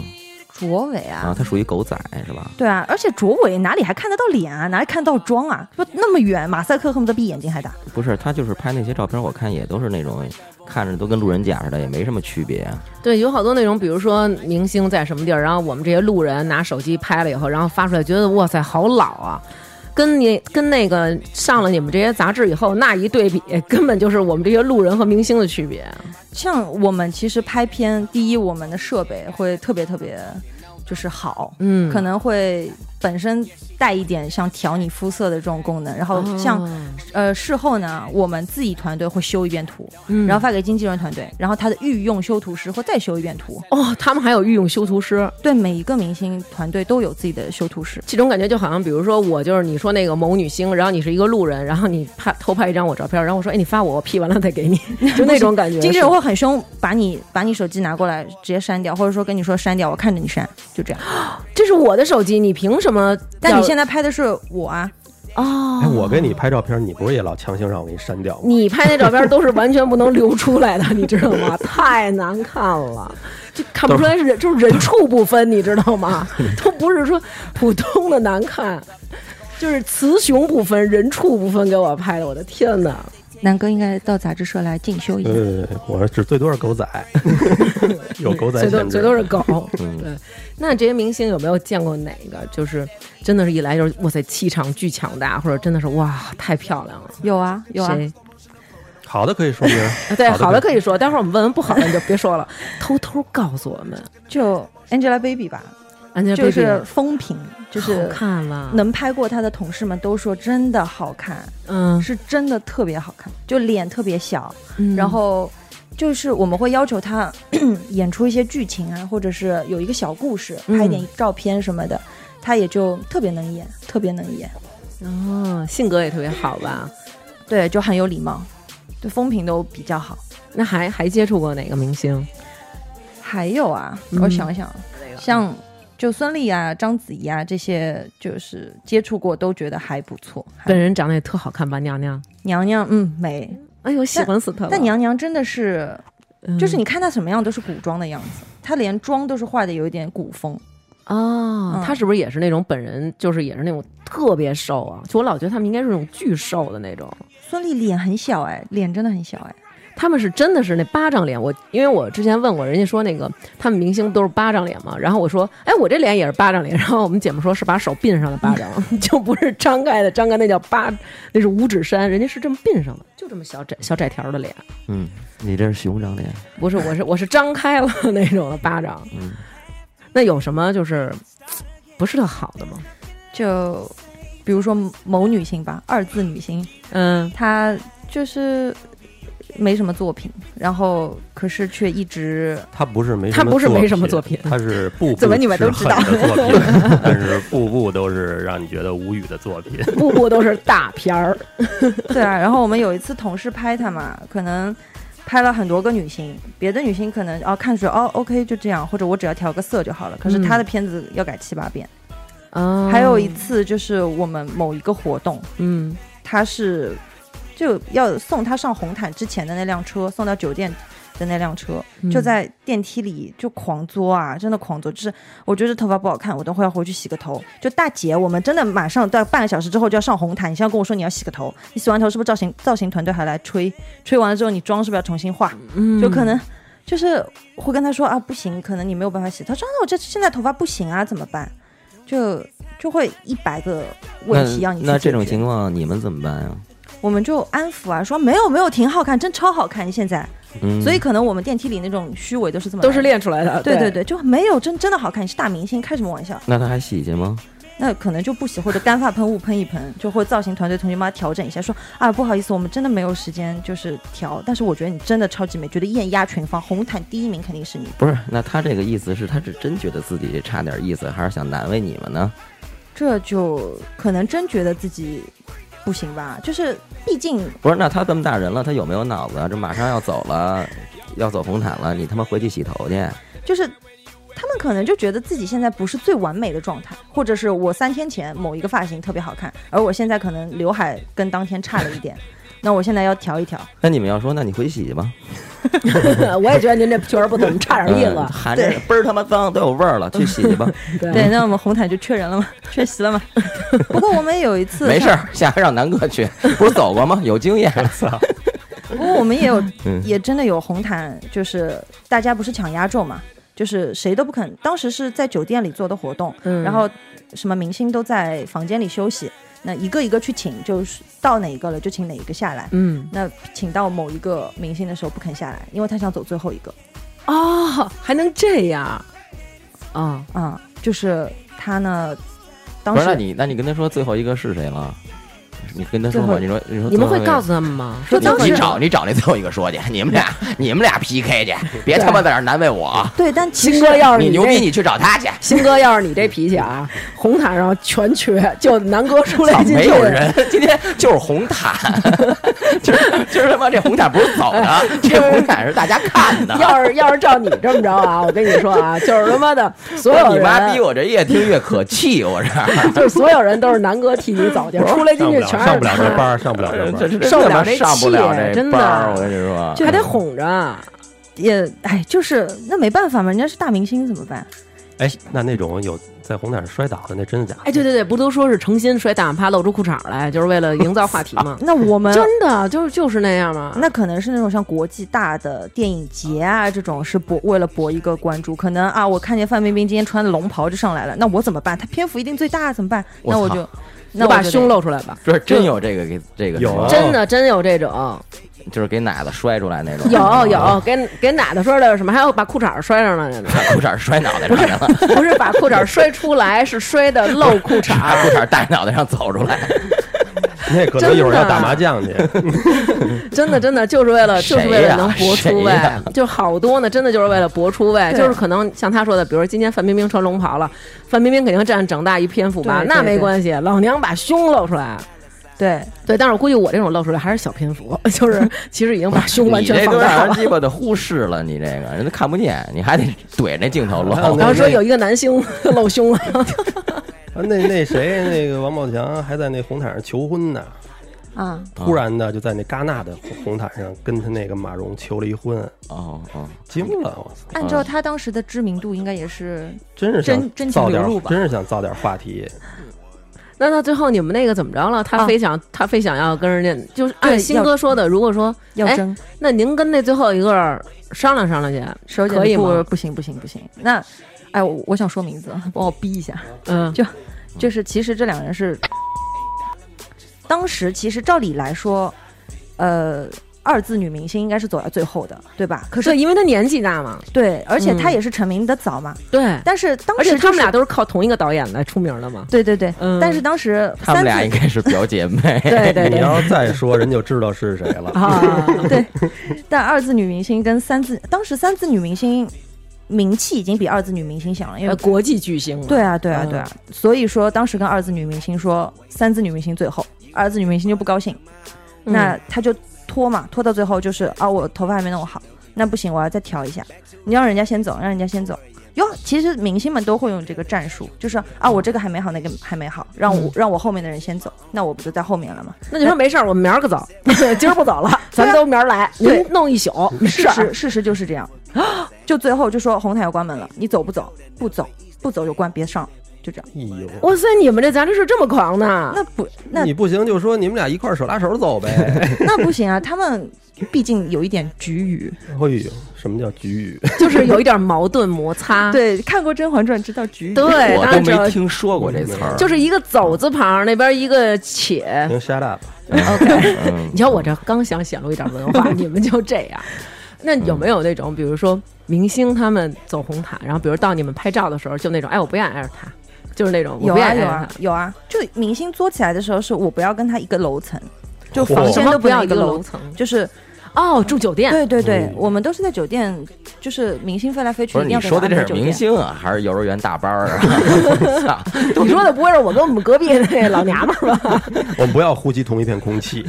E: 卓伟啊
B: 啊，他属于狗仔是吧？
E: 对啊，而且卓伟哪里还看得到脸啊？哪里看得到妆啊？不那么远，马赛克恨不得比眼睛还大。
B: 不是，他就是拍那些照片，我看也都是那种看着都跟路人甲似的，也没什么区别啊。
A: 对，有好多那种，比如说明星在什么地儿，然后我们这些路人拿手机拍了以后，然后发出来，觉得哇塞，好老啊！跟你跟那个上了你们这些杂志以后，那一对比，根本就是我们这些路人和明星的区别。
E: 像我们其实拍片，第一我们的设备会特别特别就是好，
A: 嗯
E: 可能会本身带一点像调你肤色的这种功能，然
A: 哦
E: 后像、呃事后呢，我们自己团队会修一遍图，
A: 嗯
E: 然后发给经纪人团队，然后他的御用修图师会再修一遍图。
A: 哦，他们还有御用修图师，
E: 对每一个明星团队都有自己的修图师。
A: 这种感觉就好像，比如说我就是你说那个某女星，然后你是一个路人，然后你拍偷拍一张我照片，然后我说，哎，你发我，我 P 完了再给你， 就那种感觉。
E: 经纪人会很凶，把你把你手机拿过来直接删掉，或者说跟你说删掉，我看着你删，就这样。
A: 这是我的手机，你凭什么要？
E: 但你现在拍的是我啊，
A: 哦，
D: 哎，我给你拍照片，你不是也老强行让我给你删掉吗？
A: 你拍那照片都是完全不能流出来的，你知道 吗？太难看了，就看不出来是人，就是人畜不分，你知道吗？ 都不是说普通的难看，就是雌雄不分，人畜不分，给我拍的，我的天哪！
E: 南哥应该到杂志社来进修一
A: 呃
E: 下。
D: 对，呃我说只最多是狗仔， 有狗仔
A: 最多
D: 限制
A: 最多是狗，对。那这些明星有没有见过哪个就是真的是一来就是哇塞气场巨强大，或者真的是哇太漂亮了？
E: 有啊有啊，
A: 谁？，
D: 好的可以说明
A: 对，好的
D: 可以
A: 可以说，待会儿我们问问不好的你就别说了，偷偷告诉 我们。
E: 就 Angelababy 吧，
A: Angelababy 啊
E: 就是风评，就是
A: 好看了，
E: 能拍过她的同事们都说真的好看，
A: 嗯，
E: 是真的特别好看，就脸特别小，
A: 嗯
E: 然后。就是我们会要求她 演出一些剧情啊，或者是有一个小故事，
A: 嗯
E: 拍一点照片什么的，她也就特别能演，特别能演，
A: 哦，性格也特别好吧？
E: 对，就很有礼貌，对风评都比较好。
A: 那还还接触过哪个明星？
E: 还有啊，我想想，像就孙俪啊、章子怡啊这些，就是接触过都觉得还不错。还
A: 本人长得也特好看吧，娘娘？
E: 娘娘，嗯，美。
A: 哎呦，喜欢死她了！
E: 但娘娘真的是，
A: 嗯
E: 就是你看她什么样都是古装的样子，她连妆都是画的有一点古风。
A: 哦
E: 嗯，
A: 她是不是也是那种本人就是也是那种特别瘦啊？就我老觉得他们应该是那种巨瘦的那种。
E: 孙俪脸很小哎，脸真的很小哎，
A: 他们是真的是那巴掌脸，我因为我之前问过人家说那个他们明星都是巴掌脸嘛，然后我说哎我这脸也是巴掌脸，然后我们姐们说是把手并上的巴掌，就不是张开的，张开那叫巴，那是五指山，人家是这么并上的，就这么小窄小窄条的脸。
B: 嗯，你这是熊掌脸，
A: 不是，我是我是张开了那种的巴掌。
B: 嗯，
A: 那有什么就是不是特好的吗？
E: 就比如说某女星吧，二字女星，
A: 嗯，
E: 她就是没什么作品，然后可是却一直
D: 他不是没
A: 他不是没什么作品
D: 他 是步步
E: 怎么你们都知道
D: 是狠的作品，但是步步都是让你觉得无语的作品。
A: 步步都是大片儿。
E: 对啊，然后我们有一次同事拍他嘛，可能拍了很多个女星，别的女星可能啊看出来哦，OK 就这样，或者我只要调个色就好了。可是她的片子要改七八遍。
A: 啊，
E: 还有一次就是我们某一个活动，
A: 嗯
E: 她是就要送她上红毯之前的那辆车，送到酒店的那辆车，
A: 嗯
E: 就在电梯里就狂作啊，真的狂作。就是我觉得头发不好看，我等会儿要回去洗个头。就大姐，我们真的马上到半个小时之后就要上红毯，你现在跟我说你要洗个头，你洗完头是不是造型造型团队还来吹？ 吹完了之后你妆是不是要重新化？
A: 嗯
E: 就可能就是会跟他说啊，不行，可能你没有办法洗。他说啊那我这现在头发不行啊，怎么办？就就会一百个问题让你去
B: 那那
E: 解
B: 这种
E: 决
B: 情况你们怎么办呀、啊
E: 我们就安抚啊，说没有没有，挺好看，真超好看现在。
B: 嗯，
E: 所以可能我们电梯里那种虚伪都是这么
A: 都是
E: 来的。
A: 练出来的，
E: 对对对，
A: 对，
E: 就没有真真的好看，你是大明星，开什么玩笑？
B: 那他还洗去吗？
E: 那可能就不洗，或者干发喷雾喷一喷，就或者造型团队重新帮他调整一下，说啊不好意思，我们真的没有时间就是调，但是我觉得你真的超级美，觉得艳压群芳，红毯第一名肯定是你。
B: 不是，那他这个意思是他是真觉得自己差点意思，还是想难为你们呢？
E: 这就可能真觉得自己不行吧，就是毕竟
B: 不是，那他这么大人了，他有没有脑子啊？这马上要走了，要走红毯了，你他妈回去洗头去。
E: 就是他们可能就觉得自己现在不是最完美的状态，或者是我三天前某一个发型特别好看，而我现在可能刘海跟当天差了一点，那我现在要调一调。
B: 那你们要说，那你回去洗去吧。
A: 我也觉得您这确实不怎么，差点意
B: 嗯
A: 思。
B: 含着倍儿他妈脏，都有味 儿了，去洗去吧。
E: 对，那我们红毯就缺人了嘛，缺 席了嘛。不过我们有一次，
B: 没事，儿，下回让南 哥去，不是走过吗？有经验。
D: 操，
E: 不过我们也有
B: 嗯，
E: 也真的有红毯，就是大家不是抢压轴嘛，就是谁都不肯。当时是在酒店里做的活动，
A: 嗯
E: 然后什么明星都在房间里休息，那一个一个去请，就是到哪一个了就请哪一个下来。
A: 嗯
E: 那请到某一个明星的时候不肯下来，因为他想走最后一个
A: 哦，还能这样啊？
E: 啊、就是他呢，当
B: 不是，那
E: 时
B: 你那你跟他说最后一个是谁了？你跟他说
E: 最
B: 吧，
E: 后
B: 你说你说
A: 你们
B: 最
A: 会
B: 后一个
A: 告诉他们吗？
E: 说
A: 说
B: 你
E: 当
B: 你
E: 时
B: 找你找那最后一个说去，你们俩你们俩 PK 去，别他妈在那儿难为我。
E: 对，但其
A: 新
E: 实
A: 哥要是
B: 你牛
A: 这
B: 逼，你去找他去。
A: 新哥要是你这脾气啊，红毯上全缺，就南哥出
B: 操
A: 来进去
B: 啊没有人， 今天就是红毯， 今儿今儿他妈这红毯不是走
A: 哎
B: 的，这红毯是大家看的。
A: 要是要是照你这么着啊，我跟你说啊，就是他妈的所
B: 我
A: 有
B: 说你妈逼
A: 人，
B: 我这越听越可气，我这
D: 哎
A: 就是所有人都是南哥替你走去，出来进
D: 上不
A: 去
D: 了，
A: 全
D: 上
A: 是
D: 不了
A: 他
D: 这班儿，上不了这班儿。
B: 这
A: 受不了这
B: 上不了
A: 气哎
B: 这
A: 真
B: 班儿
A: 的
B: 我跟你说，
A: 就还得哄着。
E: 也哎，就是那没办法嘛，人家是大明星怎么办？？
D: 哎，那那种有在红毯上摔倒的，那真的假的？
A: 哎，对对对，不都说是诚心摔大碗趴露出裤衩来，就是为了营造话题吗
E: 那我们
A: 真的就是就是嗯那样吗？
E: 那可能是那种像国际大的电影节啊，这种是博为了博一个关注，可能啊，我看见范冰冰今天穿的龙袍就上来了，那我怎么办？她篇幅一定最大，怎么办？
B: 我
E: 那我
B: 操
E: 就，那
A: 那
E: 我
A: 把
E: 就
A: 胸
E: 得，
A: 露出来吧。
B: 不是真有这个给这个
D: 有啊
A: 真的真有这种，
B: 就是给奶子摔出来那种，
A: 有有给给奶奶摔的什么，还有把裤衩摔上来 的呢，
B: 把裤衩摔脑袋上去了，
A: 不是把裤衩摔出来，是摔的露裤衩。
B: 把裤衩带脑袋上走出来，
D: 那可能一会儿要打麻将去，啊
A: 真的，真的就是为了，就是为了能博出
B: 谁
A: 位，
B: 呀
A: 就好多呢，真的就是为了博出位，
E: 对
A: 就是可能像他说的，比如今天范冰冰穿龙袍了，范冰冰肯定占整大一篇幅吧，
E: 对对
A: 那没
E: 对
A: 关系，老娘把胸露出来。
E: 对，
A: 对，但是我估计我这种露出来还是小篇幅， 就是其实已经把胸完
B: 你这
A: 全
B: 都
A: 放
B: 让
A: 大
B: 人
A: 了。
B: 鸡巴的忽视了，你这个人都看不见，你还得怼那镜头
D: 然后
B: 了。
A: 然后说有一个男星露胸了，
D: 啊那那谁，那个王宝强还在那红毯上求婚呢，
E: 啊，
D: 突然的就在那戛纳的红红毯上跟他那个马蓉求了一婚，
B: 哦哦，
D: 惊了，我操！
E: 按照她当时的知名度，应该也是
D: 真是
E: 真
D: 想
E: 真情
D: 造
E: 流露
D: 点，
E: 吧
D: 真是想造点话 题。
A: 那到最后你们那个怎么着了？他
E: 啊
A: 非想他非想要跟人家，就是按
E: 对
A: 新
E: 要
A: 哥说的，如果说
E: 要
A: 哎
E: 争，
A: 那您跟那最后一个商量商量去，
E: 手
A: 可以
E: 不
A: 吗
E: 不行不行不行，那，哎，我我想说名字， 帮我逼一下，
A: 嗯，
E: 就是其实这两人是，当时其实照理来说，呃，二字女明星应该是走在最后的，对吧？可是
A: 对，因为他年纪大嘛，
E: 对，而且她
A: 嗯
E: 也是成名的早嘛，
A: 对。
E: 但是当
A: 而
E: 时
A: 且他
E: 就
A: 们
E: 是
A: 俩都是靠同一个导演来出名的嘛。
E: 对对对，
A: 嗯
E: 但是当时
B: 他们俩
E: 三
B: 应
E: 字
B: 该是表姐妹。
A: 对 对
D: 你
A: 对
D: 要再说，人就知道是谁了。
A: 啊，
E: 对，但二字女明星跟三字，当时三字女明星名气已经比二字女明星响了，因为
A: 呃， 国际巨星了。
E: 对啊对啊
A: 嗯
E: 对啊，所以说当时跟二字女明星说三字女明星最后，二字女明星就不高兴，
A: 嗯
E: 那他就拖嘛，拖到最后就是啊，我头发还没弄好，那不行，我要再调一下。你让人家先走，让人家先走。哟，其实明星们都会用这个战术，就是啊，我这个还没好，那个还没好，让
A: 嗯
E: 我、让我后面的人先走，那我不就在后面了吗？
A: 那就说没事儿，我们明儿个走， 今儿不走了， 咱们都明儿来，
E: 对
A: 您弄一宿，
E: 事
A: 是
E: 实事实就是这样， 就最后就说红毯要关门了，你走不走？不走，不走就关，别上，就这样。
B: 哎呦，
A: 哇塞，你们这杂志社这么狂呢？
E: 那不那
B: 你不行就说你们俩一块儿手拉手走呗。
E: 那不行啊，他们毕竟有一点局语。
D: 哎呦，什么叫局 域？
A: 就是有一点矛盾摩擦。
E: 对，看过《甄嬛传》知道局语。
A: 对，
B: 我都
A: 当然知道
B: 没听说过这词儿，
A: 就是一个走字旁，那边一个
E: 哎
A: 且。
D: 您 shut up，
B: 嗯
A: 你瞧我这刚想显露一点文 化，你们就这样。那有没有那种，比如说明星他们走红毯，然后比如到你们拍照的时候，就那种，哎，我不愿意挨着他，就是那种，我
E: 有
A: 不愿
E: 啊
A: 意
E: 有
A: 挨着
E: 啊
A: 他。
E: 有啊，就明星作起来的时候，是我不要跟他一个楼层，
A: 哦
E: 就房
D: 嚯
A: 什
E: 间
A: 么
E: 都
A: 不
E: 能
A: 要一
E: 一个
A: 个楼
E: 楼层，
A: 层？
E: 就是
A: 哦，住酒店。
E: 对对对
D: 嗯，
E: 我们都是在酒店，就是明星飞来飞去，
B: 不
E: 一
B: 是
E: 定
B: 你
E: 要给他
B: 说的
E: 安排
B: 这是
E: 酒
B: 明
E: 店。
B: 星啊，还是幼儿园大班儿 啊？
A: 你说的不会是我跟我们隔壁的那老娘们儿 吧？
D: 我们不要呼吸同一片空 气。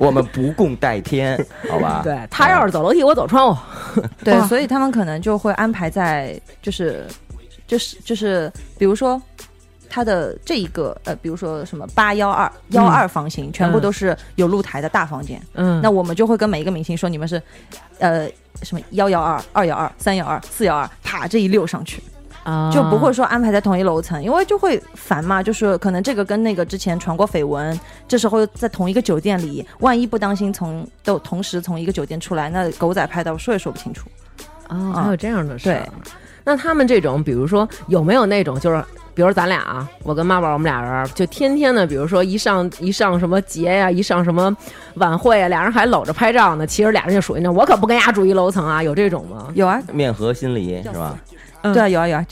B: 我们不共戴天，好吧？
A: 对他要是走楼梯，我走窗户。
E: 对
A: 哇，
E: 所以他们可能就会安排在就是就是就是，比如说。他的这一个呃，比如说什么八幺二幺二房型，全部
A: 嗯
E: 都是有露台的大房间。
A: 嗯，
E: 那我们就会跟每一个明星说，你们是，呃，什么幺幺二、二幺二、三幺二、四幺二，啪这一溜上去，
A: 啊
E: 就不会说安排在同一楼层，因为就会烦嘛。就是可能这个跟那个之前传过绯闻，这时候又在同一个酒店里，万一不当心从都同时从一个酒店出来，那狗仔拍到说也说不清楚。
A: 哦，
E: 啊
A: 还有这样的事儿
E: 对。
A: 那他们这种，比如说有没有那种，就是比如咱俩啊，我跟妈宝，我们俩人儿就天天的，比如说一上一上什么节呀、一上什么晚会啊，俩人还搂着拍照呢。其实俩人就属于那，我可不跟丫住一楼层啊，有这种吗？
E: 有啊，
B: 面和心离是吧？
A: 嗯
E: 对啊，有啊，有 啊。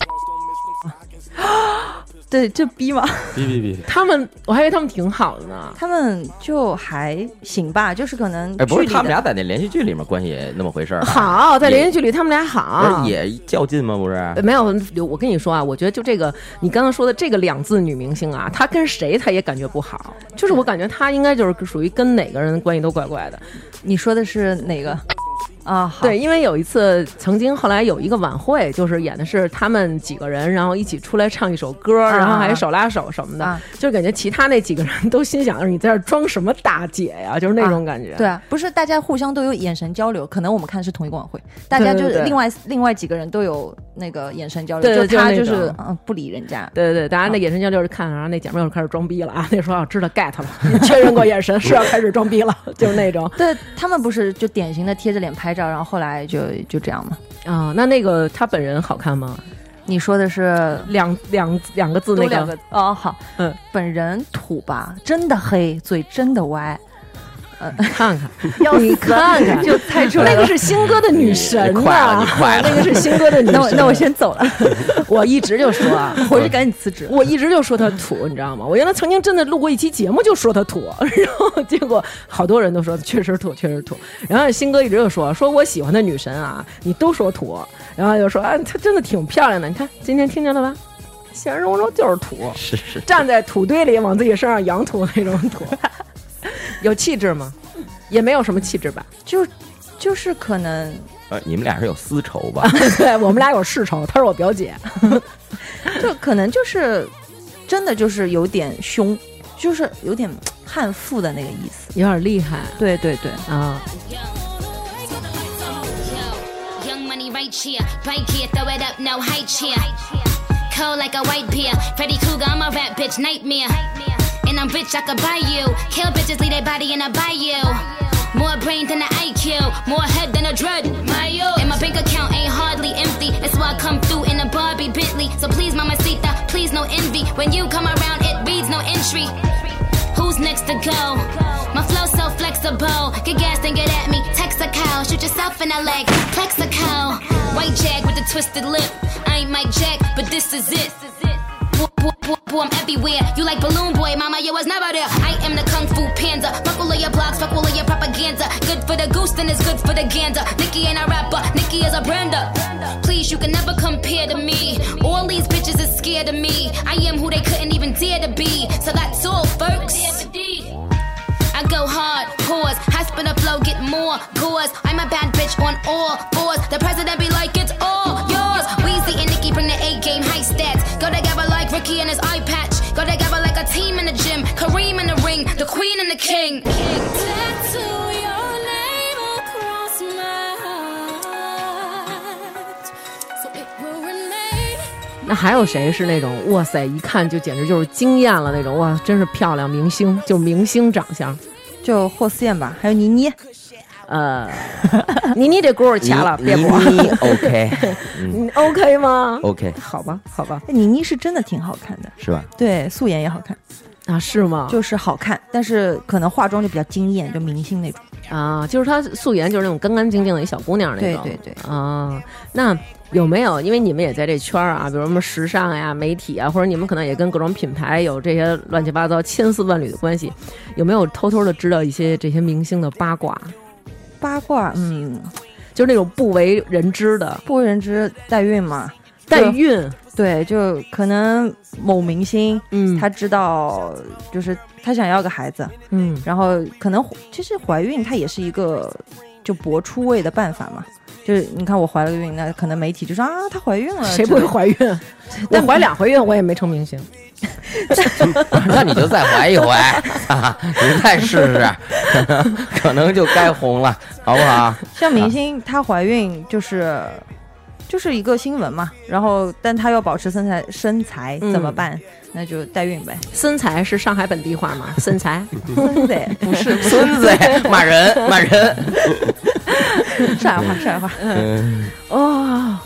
E: 对，这逼嘛，
D: 哔哔哔，
A: 他们，我还以为他们挺好的呢。
E: 他们就还行吧，就是可能
B: 哎，不是，
E: 距离
B: 他们
E: 的
B: 俩在那连续剧里面关系也那么回事儿吧，
A: 好，在
B: 也
A: 连续剧里他们俩好
B: 不是。也较劲吗？不是，
A: 呃没有，刘我跟你说啊，我觉得就这个，你刚刚说的这个两字女明星啊，她跟谁她也感觉不好，就是我感觉她应该就是属于跟哪个人关系都怪怪的。
E: 你说的是哪个啊？好
A: 对，因为有一次，曾经后来有一个晚会，就是演的是他们几个人，然后一起出来唱一首歌，
E: 啊
A: 然后还手拉手什么的，
E: 啊
A: 就是感觉其他那几个人都心想：你在这儿装什么大姐呀？就是那种感觉。
E: 对啊，不是大家互相都有眼神交流，可能我们看是同一个晚会，大家就
A: 对对
E: 是
A: 对
E: 另外另外几个人都有那个眼神交流，
A: 对对
E: 就他
A: 就
E: 就是
A: 那
E: 是
A: 种
E: 嗯不理人家，
A: 对对对，大家那眼神交流就看，然后那姐妹又开始装逼了啊！那时候啊知道 get 了，确认过眼神是要开始装逼了，就是那种
E: 对他们不是就典型的贴着脸拍照，然后后来就就这样嘛。
A: 啊、那那个她本人好看吗？
E: 你说的是
A: 两两两个字
E: 都
A: 那
E: 两个哦好，
A: 嗯，
E: 本人土吧，真的黑，嘴真的歪，
A: 看 看，你看 看，
E: 就猜出来
A: 那
E: 了
A: 个。是新歌的女神
B: 你
A: 呐、
B: 快了，你快了，
A: 那个是新歌的女神。
E: 那我那我先 走了，
A: 我一直就说啊，
E: 回去赶紧辞职。
A: 我一直就说她土，你知道吗？我原来曾经真的录过一期节目就说她土， 然后结果好多人都说确实土，确实土。然后新哥一直就说说我喜欢的女神啊，你都说土，然后就说啊，她真的挺漂亮的，你看今天听见了吧？现实生活中就是土，
B: 是是，
A: 站在土堆里往自己身上扬土那种土， 有气质吗？也没有什么气质吧。
E: 就就是可能
B: 呃，你们俩是有私仇吧？
A: 对我们俩有世仇，她是我表姐。
E: 就可能就是真的就是有点凶，就是有点悍妇的那个意思。
A: 有点厉害
E: 对对对，
A: 啊！
F: Yo, Young money right here, right here, throw it up, no high cheer. Cold like a white beer, Freddy Krueger, I'm a rap bitch, nightmare. And I'm rich, I could buy you. Kill bitches, leave their body in a bayou. More brain than an IQ, more head than a drug. And my bank account ain't hardly empty. That's why I come through in a Barbie Bentley. So please, Mama Sita, please no envy. When you come around, it reads no entry. Who's next to go? My flow so flexible. Get gassed and get at me. Texaco. Shoot yourself in the leg. Plexico. White jag with the twisted lip. I ain't Mike Jack, but this is it. Boom, boom, boom, boom, I'm everywhere. You like balloon boy, mama, you was never there. I am the kung fu panda. Fuck all of your blogs, fuck all of your propaganda. Good for the goose, then it's good for the gander. Nikki ain't a rapper, Nikki is a brander. Please, you can never compare to me. All these bitches is scared of me. I am who they couldn't even dare to be. So that's all, folks. I go hard, pause, high spin a flow Go together like a team in the gym. Kareem in the ring, the queen and the king. Tattoo your name across my heart. So it will remain.
A: 那还有谁是那种哇塞，一看就简直就是惊艳了那种哇，真是漂亮明星，就明星长相。
E: 就霍思燕吧，还有倪妮，哎
A: 呃，你你这锅儿 掐了，别
B: 你
A: 播，
B: 你 OK，嗯
A: 你 OK 吗？
B: OK
A: 好吧，好吧，
E: 哎倪妮是真的挺好看的，
B: 是吧？
E: 对，素颜也好看，
A: 啊，是吗？
E: 就是好看，但是可能化妆就比较惊艳，就明星那种。
A: 啊，就是她素颜就是那种干干净净的一小姑娘那
E: 对
A: 种。
E: 对对
A: 啊，那有没有？因为你们也在这圈儿啊，比如什么时尚呀、媒体啊，或者你们可能也跟各种品牌有这些乱七八糟、千丝万缕的关系，有没有偷偷的知道一些这些明星的八卦？
E: 八卦，嗯，
A: 就是那种不为人知的
E: 不为人知代孕嘛，
A: 代
E: 就
A: 孕，
E: 对，就可能某明星
A: 嗯，
E: 他知道，就是他想要个孩子，
A: 嗯
E: 然后可能其实怀孕它也是一个就搏出位的办法嘛。就是你看我怀了个孕，那可能媒体就说啊，她怀孕了，
A: 谁不会怀孕？我怀两回孕，我也没成明星。
B: 那你就再怀一回啊，你再试试，可能可能就该红了，好不好？
E: 像明
A: 啊
E: 星她怀孕就是就是一个新闻嘛，然后但她要保持身材身材
A: 嗯
E: 怎么办？那就代孕 呗。
A: 身材是上海本地话吗？身 材
E: 对， 不是
B: 孙子骂人骂人，
E: 上海话，上海话。
B: 嗯，
A: 哦，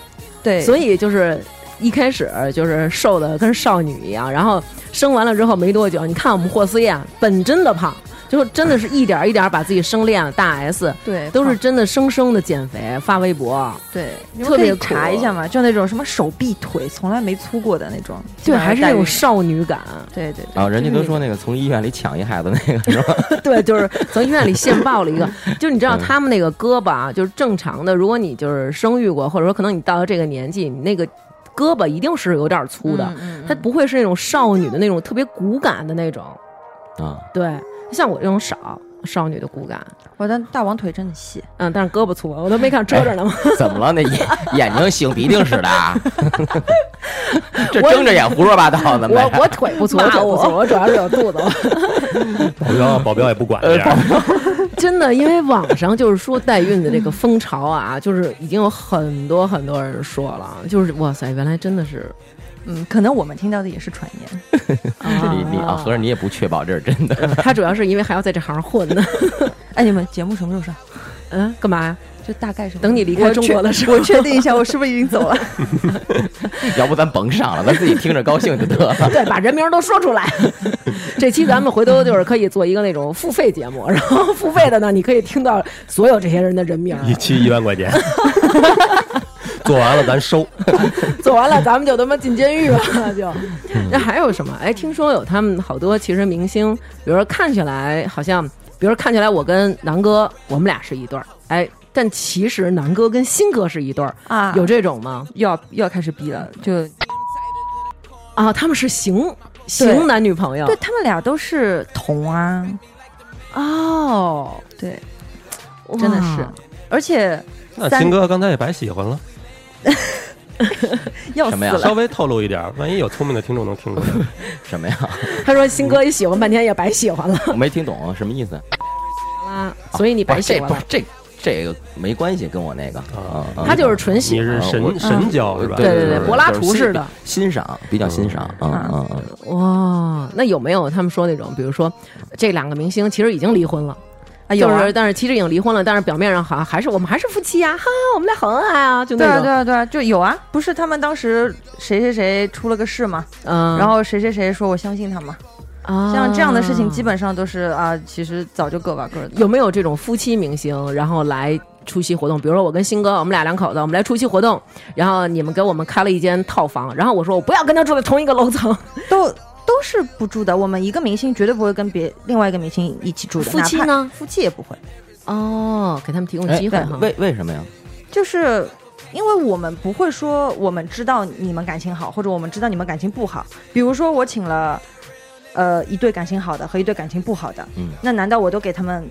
E: 对，
A: 所
E: 以
A: 以就是一开始就是瘦的跟少女一样，然后生完了之后没多久，你看我们霍思燕本真的胖，就真的是一点儿一点儿把自己生练了大 S，
E: 对
A: 都是真的生生的减肥，发微博，
E: 对，你们
A: 特
E: 可以
A: 别
E: 查
A: 苦啊
E: 一下嘛，就那种什么手臂腿从来没粗过的那种，基
A: 对，
E: 本上
A: 还是
E: 代
A: 那种
E: 孕
A: 少女感，
E: 对对
B: 然
E: 对，
B: 后啊人家都说那个从医院里抢一孩子那个是吧？
A: 对，就是从医院里现抱了一个，就是你知道
B: 嗯
A: 他们那个胳膊啊，就是正常的，如果你就是生育过，或者说可能你到了这个年纪，你那个胳膊一定是有点儿粗的，
E: 嗯嗯
A: 它不会是那种少女的那种特别骨感的那种。
B: 啊，
A: 对，像我这种少少女的骨感，
E: 我的大王腿真的细，
A: 嗯，但是胳膊粗，我都没看遮着呢
E: 哎
A: 嘛。
B: 怎么了？那眼眼睛擤鼻涕似的 啊，这睁着眼胡说八道的呗
A: 我。我腿不粗，我
E: 骂
A: 腿不粗，
E: 我
A: 我主要是有肚子。
D: 保镖保镖也不管这样，
E: 呃
A: 真的，因为网上就是说代孕的这个风潮啊，就是已经有很多很多人说了，就是哇塞，原来真的是
E: 嗯，可能我们听到的也是传言。
B: 你你啊，合着你也不确保这是真的。
A: 他主要是因为还要在这行混呢。
E: 哎，你们节目什么时候上？
A: 嗯，干嘛呀？
E: 就大概是
A: 等你离开中国的时候
E: 我确定一下，我是不是已经走 了？
B: 要不咱甭上了，咱自己听着高兴就得了。
A: 对，把人名都说出来。这期咱们回头就是可以做一个那种付费节目，然后付费的呢，你可以听到所有这些人的人名儿。
D: 一期一万 块钱，做完了咱收。
A: 做完了，咱们就他妈进监狱了，就。那还有什么？哎，听说有他们好多，其实明星，比如说看起来好像，比如说看起来我跟南哥，我们俩是一对儿，哎，但其实南哥跟新哥是一对儿
E: 啊
A: 有这种吗？
E: 又要又要开始逼了，就
A: 啊，他们是行行男女朋友
E: 对他们俩都是同啊，
A: 哦，
E: 对，
A: 哇
E: 真的是，而且
D: 那
E: 三
D: 秦哥刚才也白喜欢了，
E: 要死
B: 什么呀
E: 了
D: 稍，微透露一点儿，万一有聪明的听众能听出来。
B: 什么呀？
A: 他说新哥一喜欢半天也白喜 欢了
B: 我没听懂什么意思。
A: 啦，所以你白
B: 不是
A: 喜
B: 这
A: 欢
B: 不
A: 了
B: 是。这这个没关系，跟我那个
D: 啊
B: 嗯
A: 他就是纯
D: 你
A: 喜欢，
D: 是
B: 我
D: 神神交是吧？
A: 对对对
B: 哦就是
A: 柏拉图式的
B: 欣赏，比较欣赏，嗯嗯嗯，
A: 哇！那有没有他们说那种，比如说这两个明星其实已经离婚了？
E: 啊有啊
A: 就是，但是其实已经离婚了，但是表面上好像还是我们还是夫妻呀、 哈，我们俩很恩爱啊，就
E: 对
A: 那
E: 啊
A: 种，
E: 对啊对啊，就有啊，不是他们当时谁谁谁出了个事嘛，
A: 嗯，啊
E: 然后谁谁谁说我相信他嘛，像这样的事情基
A: 本
E: 本上都是啊，其实早就各玩各的。
A: 有没有这种夫妻明星，然后来出席活动？比如说我跟新哥，我们俩两口子，我们来出席活动，然后你们给我们开了一间套房，然后我说我不要跟他住在同一个楼层，
E: 都都是不住的，我们一个明星绝对不会跟别另外一个明星一起住的，
A: 夫妻
E: 哪怕
A: 呢
E: 夫妻也不会。
A: 哦，给他们提供机会
B: 哎
A: 哈。
B: 为为什么呀？
E: 就是因为我们不会说我们知道你们感情好，或者我们知道你们感情不好。比如说我请了，呃，一对感情好的和一对感情不好的，
B: 嗯
E: 那难道我都给他们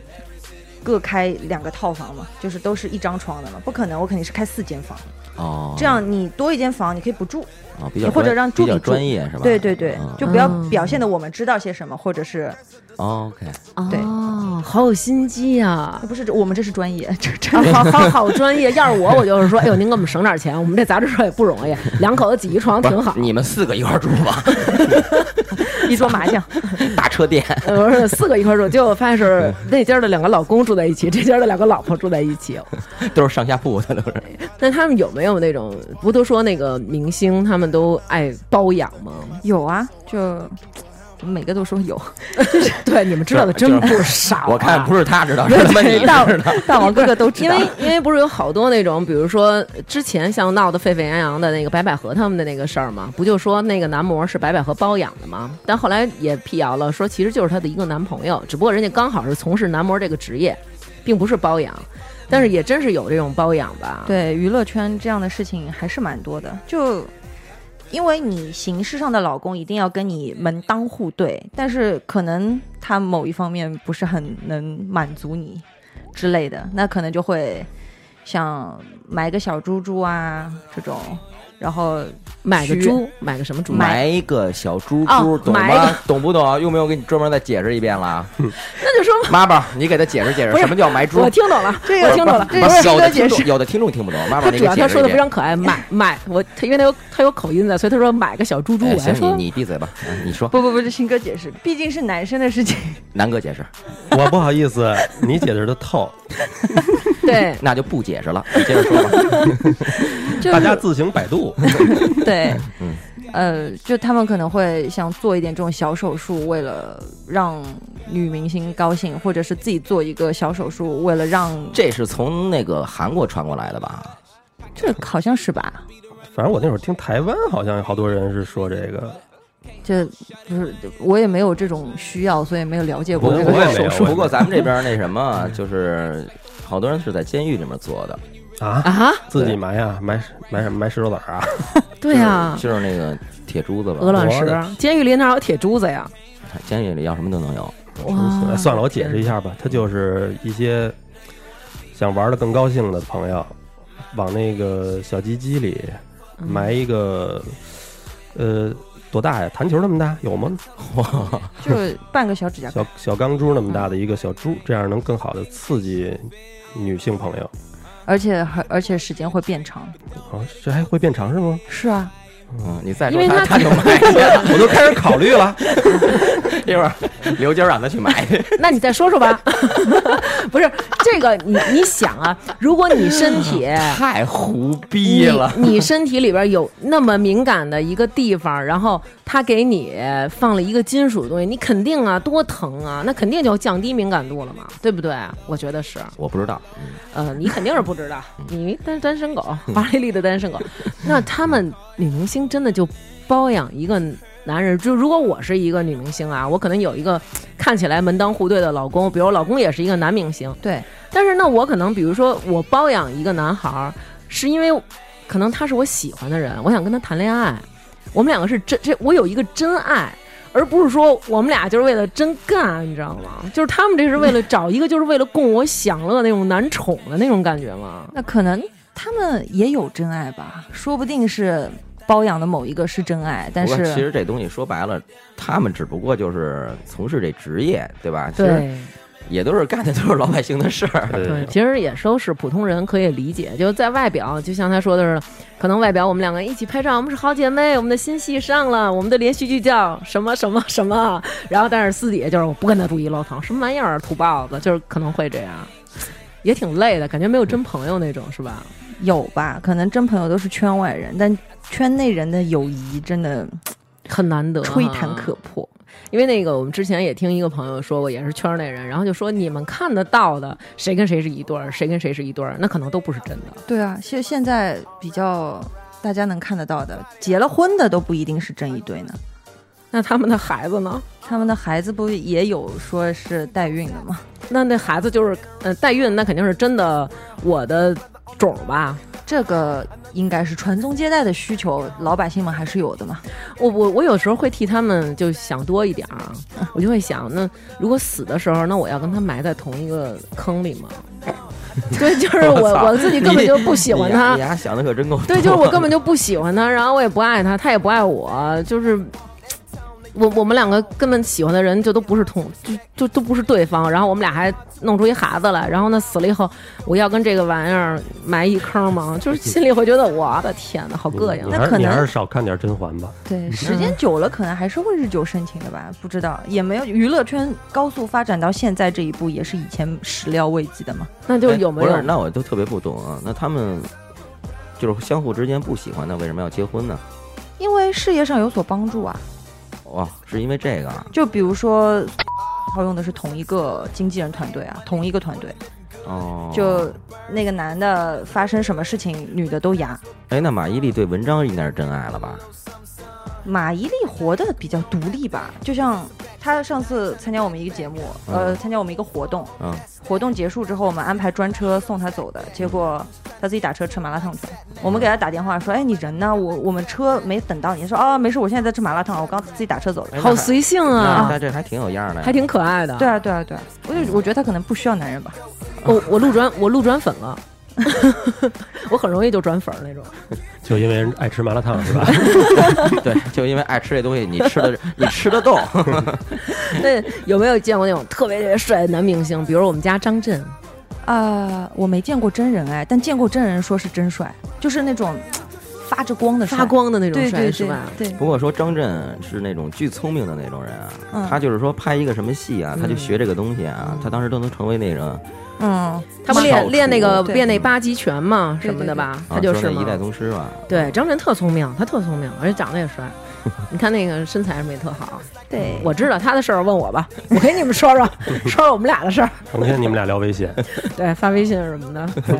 E: 各开两个套房嘛，就是都是一张床的嘛，不可能，我肯定是开四间房，
B: 哦，
E: 这样你多一间房你可以不住，
B: 啊，比较
E: 或者
B: 专
E: 让助
B: 比较
E: 理
B: 专
E: 住
B: 业是吧？
E: 对对对，
B: 嗯
E: 就不要
A: 嗯
E: 表现的我们知道些什么，或者是
B: 哦 OK，
E: 对
A: 哦，好有心机啊！
E: 呃不是我们这是专业，这这
A: 啊， 好好好专业。要是我，我就是说，哎呦，您给我们省点钱，我们这杂志社也不 容易，两口子挤一床
B: 不是
A: 挺好。
B: 你们四个一块儿住吧，
E: 一桌麻 将，
B: 大车店。
A: 呃，不是四个一块住，结果发现是那家的两个老公住在一起，这家的两个老婆住在一 起。
B: 都是上下铺的，都是。
A: 那他们有没有那种，不都说那个明星他们都爱包养吗？
E: 有啊，就怎么每个都说有，
A: 对，你们知道的
B: 就
A: 真
B: 是
A: 不少啊、
B: 我看不是他 知道，是他妈你知 道。
E: 大王哥哥都知
A: 因
E: 道
A: 为。因为不是有好多那种，比如说之前像闹得沸沸扬扬的那个白百合他们的那个事儿嘛，不就说那个男模是白百合包养的吗？但后来也辟谣了，说其实就是她的一个男朋友，只不过人家刚好是从事男模这个职业，并不是包养。但是也真是有这种包养吧？，
E: 对娱乐圈这样的事情还是蛮多的，就因为你形式上的老公一定要跟你门当户对，但是可能他某一方面不是很能满足你之类的，那可能就会像买个小猪猪啊这种，然后
A: 买个
E: 许
A: 猪，买个什么猪？
B: 买一个小猪猪，
A: 哦
B: 懂
A: 买一
B: 吗
A: 个？
B: 懂不懂？用不用给你专门再解释一遍了？
A: 那就说
B: 妈宝，你给他解释解释，
A: 不是
B: 什么叫埋猪
A: 我？听懂了，
E: 这
A: 我听懂了。
B: 不是有
E: 这个应
B: 的
E: 该
B: 听
E: 解
B: 众
E: 释
B: 有的听众听不懂，妈宝，
A: 他
B: 你
A: 主
B: 给
A: 要
B: 解
A: 他
B: 释
A: 说
B: 一
A: 的非
B: 遍。
A: 常可爱，买买我他因为他有他有口音在，所以他说买个小猪猪，
B: 哎
A: 我还
B: 行，
A: 说
B: 你你闭嘴吧，嗯你说，
E: 不不不，这新哥解释，毕竟是男生的事情，
B: 南哥解释，
D: 我不好意思，你解释的 透，
A: 对
B: 那就不解释了，你接着说吧。
E: 就
D: 大
E: 是
D: 家自行百度。
E: 对，呃，就他们可能会想做一点这种小手术，为了让女明星高兴，或者是自己做一个小手术，为了让
B: 这是从那个韩国传过来的吧？
E: 这好像是吧？
D: 反正我那会儿听台湾好像有好多人是说这个，
E: 这不是我也没有这种需要，所以没有了解过
D: 我
E: 这
D: 我也
E: 个
D: 没
E: 手
D: 有
E: 术。
B: 不过咱们这边那什么，就是好多人是在监狱里面做的，
D: 啊，
A: 啊，
D: 自己埋呀，埋埋埋石头子儿啊，
A: 对啊呀，
B: 就是那个铁珠子吧，
A: 鹅卵
D: 我的
A: 石，啊监狱里哪有铁珠子呀？
B: 监狱里要什么都能有。
A: 哇
D: 算了，我解释一下吧，他就是一些想玩的更高兴的朋友，往那个小鸡鸡里
A: 嗯
D: 埋一个，呃，多大呀？弹球那么大有吗？
E: 就半个小指甲盖。
D: 小小钢珠那么大的一个小猪，这样能更好的刺激女性朋友。
E: 而且还而且时间会变长。
D: 啊，这还会变长是吗？
E: 是啊，
B: 嗯，你再
A: 因
B: 说
A: 为
B: 他他
A: 他
B: 就买去了，
D: 我都开始考虑 了。
B: 一会儿刘娟让他去买去。
A: 那你再说说吧。 不是这个，你你想啊，如果你身 体
B: 太胡逼
A: 你。
B: 了
A: 你身体里边有那么敏感的一个地方，然后他给你放了一个金属的东西，你肯定啊多疼啊，那肯定就降低敏感度了嘛，对不对？我觉得是，
B: 我不知道，
A: 呃，你肯定是不知道，你单单身狗，巴黎丽的单身狗，那他们女明星真的就包养一个。男人就如果我是一个女明星啊，我可能有一个看起来门当户对的老公，比如我老公也是一个男明星，
E: 对，
A: 但是呢，我可能比如说我包养一个男孩儿，是因为可能他是我喜欢的人，我想跟他谈恋爱，我们两个是真这，我有一个真爱。而不是说我们俩就是为了真干，啊你知道吗？就是他们这是为了找一个，就是为了供我享乐那种男宠的那种感觉吗？
E: 那可能他们也有真爱吧，说不定是包养的某一个是真爱，但
B: 不过
E: 是
B: 其实这东西说白了，他们只不过就是从事这职业，对吧？其实
A: 对
B: 也都是干的都是老百姓的事儿。
A: 对，其实也都是普通人可以理解，就是在外表，就像他说的是，可能外表我们两个一起拍照，我们是好姐妹，我们的新戏上了，我们的连续剧叫什么什么什么，然后但是私底下就是我不跟他住一楼层，什么玩意儿土包子，就是可能会这样，也挺累的，感觉没有真朋友那种，是吧？
E: 有吧？可能真朋友都是圈外人，但圈内人的友谊真的
A: 很难得、啊
E: 吹弹可。破。
A: 因为那个我们之前也听一个朋友说过，也是圈内人，然后就说你们看得到的谁跟谁是一对儿，谁跟谁是一对儿，那可能都不是真的。
E: 对啊，其实现在比较大家能看得到的，结了婚的都不一定是真一对呢。
A: 那他们的孩子呢？
E: 他们的孩子不也有说是代孕的吗？
A: 那那孩子就是，呃，代孕那肯定是真的我的种儿吧？
E: 这个应该是传宗接代的需求，老百姓们还是有的嘛。
A: 我我我有时候会替他们就想多一点儿啊，我就会想，那如果死的时候，那我要跟他埋在同一个坑里吗？ 对，就 是我
B: 操
A: 我自己根本就不喜欢
B: 你呀
A: 他
B: 你，丫想的可真够多。
A: 对，就是我 根本就不喜欢他，然后我也不爱他，他也不爱我，就是我我们两个根本喜欢的人就都不是同，就就都不是对方，然后我们俩还弄出一孩子来，然后呢死了以后，我要跟这个玩意儿埋一坑吗？就是心里会觉得我的天哪，好膈应
D: 嗯你
E: 那
A: 啊。
D: 还
E: 可
D: 是你还
E: 能
D: 是少看点甄嬛吧。
E: 对，时间久了可能还是会日久生情的吧，不知道，也没有娱乐圈高速发展到现在这一步，也是以前始料未及的嘛。
A: 那就有没
B: 哎不
A: 有
B: 是，？那我就特别不懂啊。那他们就是相互之间不喜欢，那为什么要结婚呢？
E: 因为事业上有所帮助啊，
B: 哇，哦是因为这个啊？
E: 就比如说， 他用的是同一个经纪人团队啊，同一个团队，
B: 哦，
E: 就那个男的发生什么事情，女的都压。
B: 哎，那马伊琍对文章应该是真爱了吧？
E: 马伊琍活得比较独立吧，就像她上次参加我们一个节目，呃，
B: 嗯
E: 参加我们一个活动，
B: 嗯，
E: 活动结束之后，我们安排专车送她走的，结果她自己打车吃麻辣烫去了。
B: 嗯
E: 我们给她打电话说：“哎，你人呢？我我们车没等到你。”她说：“哦，没事，我现在在吃麻辣烫，我刚自己打车走的。
B: 哎
A: 好随性
B: 那
A: 啊，
B: 那这还挺有样儿的呀，
A: 还挺可爱的。”
E: 嗯对啊，对啊，对啊，我就我觉得她可能不需要男人吧。
A: 我我路转我路转粉了， 我很容易就转粉儿那种。
D: 就因为人爱吃麻辣烫是 吧？
B: 对，就因为爱吃这东西，你吃 的你吃得动，
E: 嗯
A: 那有没有见过那种特别特别帅的男明星？比如我们家张震，
B: 嗯
E: 啊，我没见过真人哎，但见过真人说是真帅，就是那种发着光的帅
A: 发光的那种
E: 对
A: 帅
E: 对
A: 是
E: 对
A: 吧？
E: 对，
B: 不过说张震是那种巨聪明的那种人啊，
E: 嗯
B: 他就是说拍一个什么戏啊，他就
A: 嗯
B: 学这个东西啊，他当时都能成为那啊种
E: 嗯，
A: 他不
B: 少
A: 练
B: 出
A: 练那个
E: 对
A: 练那八极拳嘛
E: 对
A: 什么的吧？
B: 啊，
A: 他就
B: 说
A: 是
B: 那
A: 嘛
B: 一。代宗师吧。
A: 对，张震特聪明，他特聪明，而且长得也帅。你看那个身材什么也特好，
E: 对，
A: 我知道他的事儿，问我吧，我给你们说 说说说我们俩的事儿。
D: 成天你们俩聊危险，
A: 对，发微信什么的。对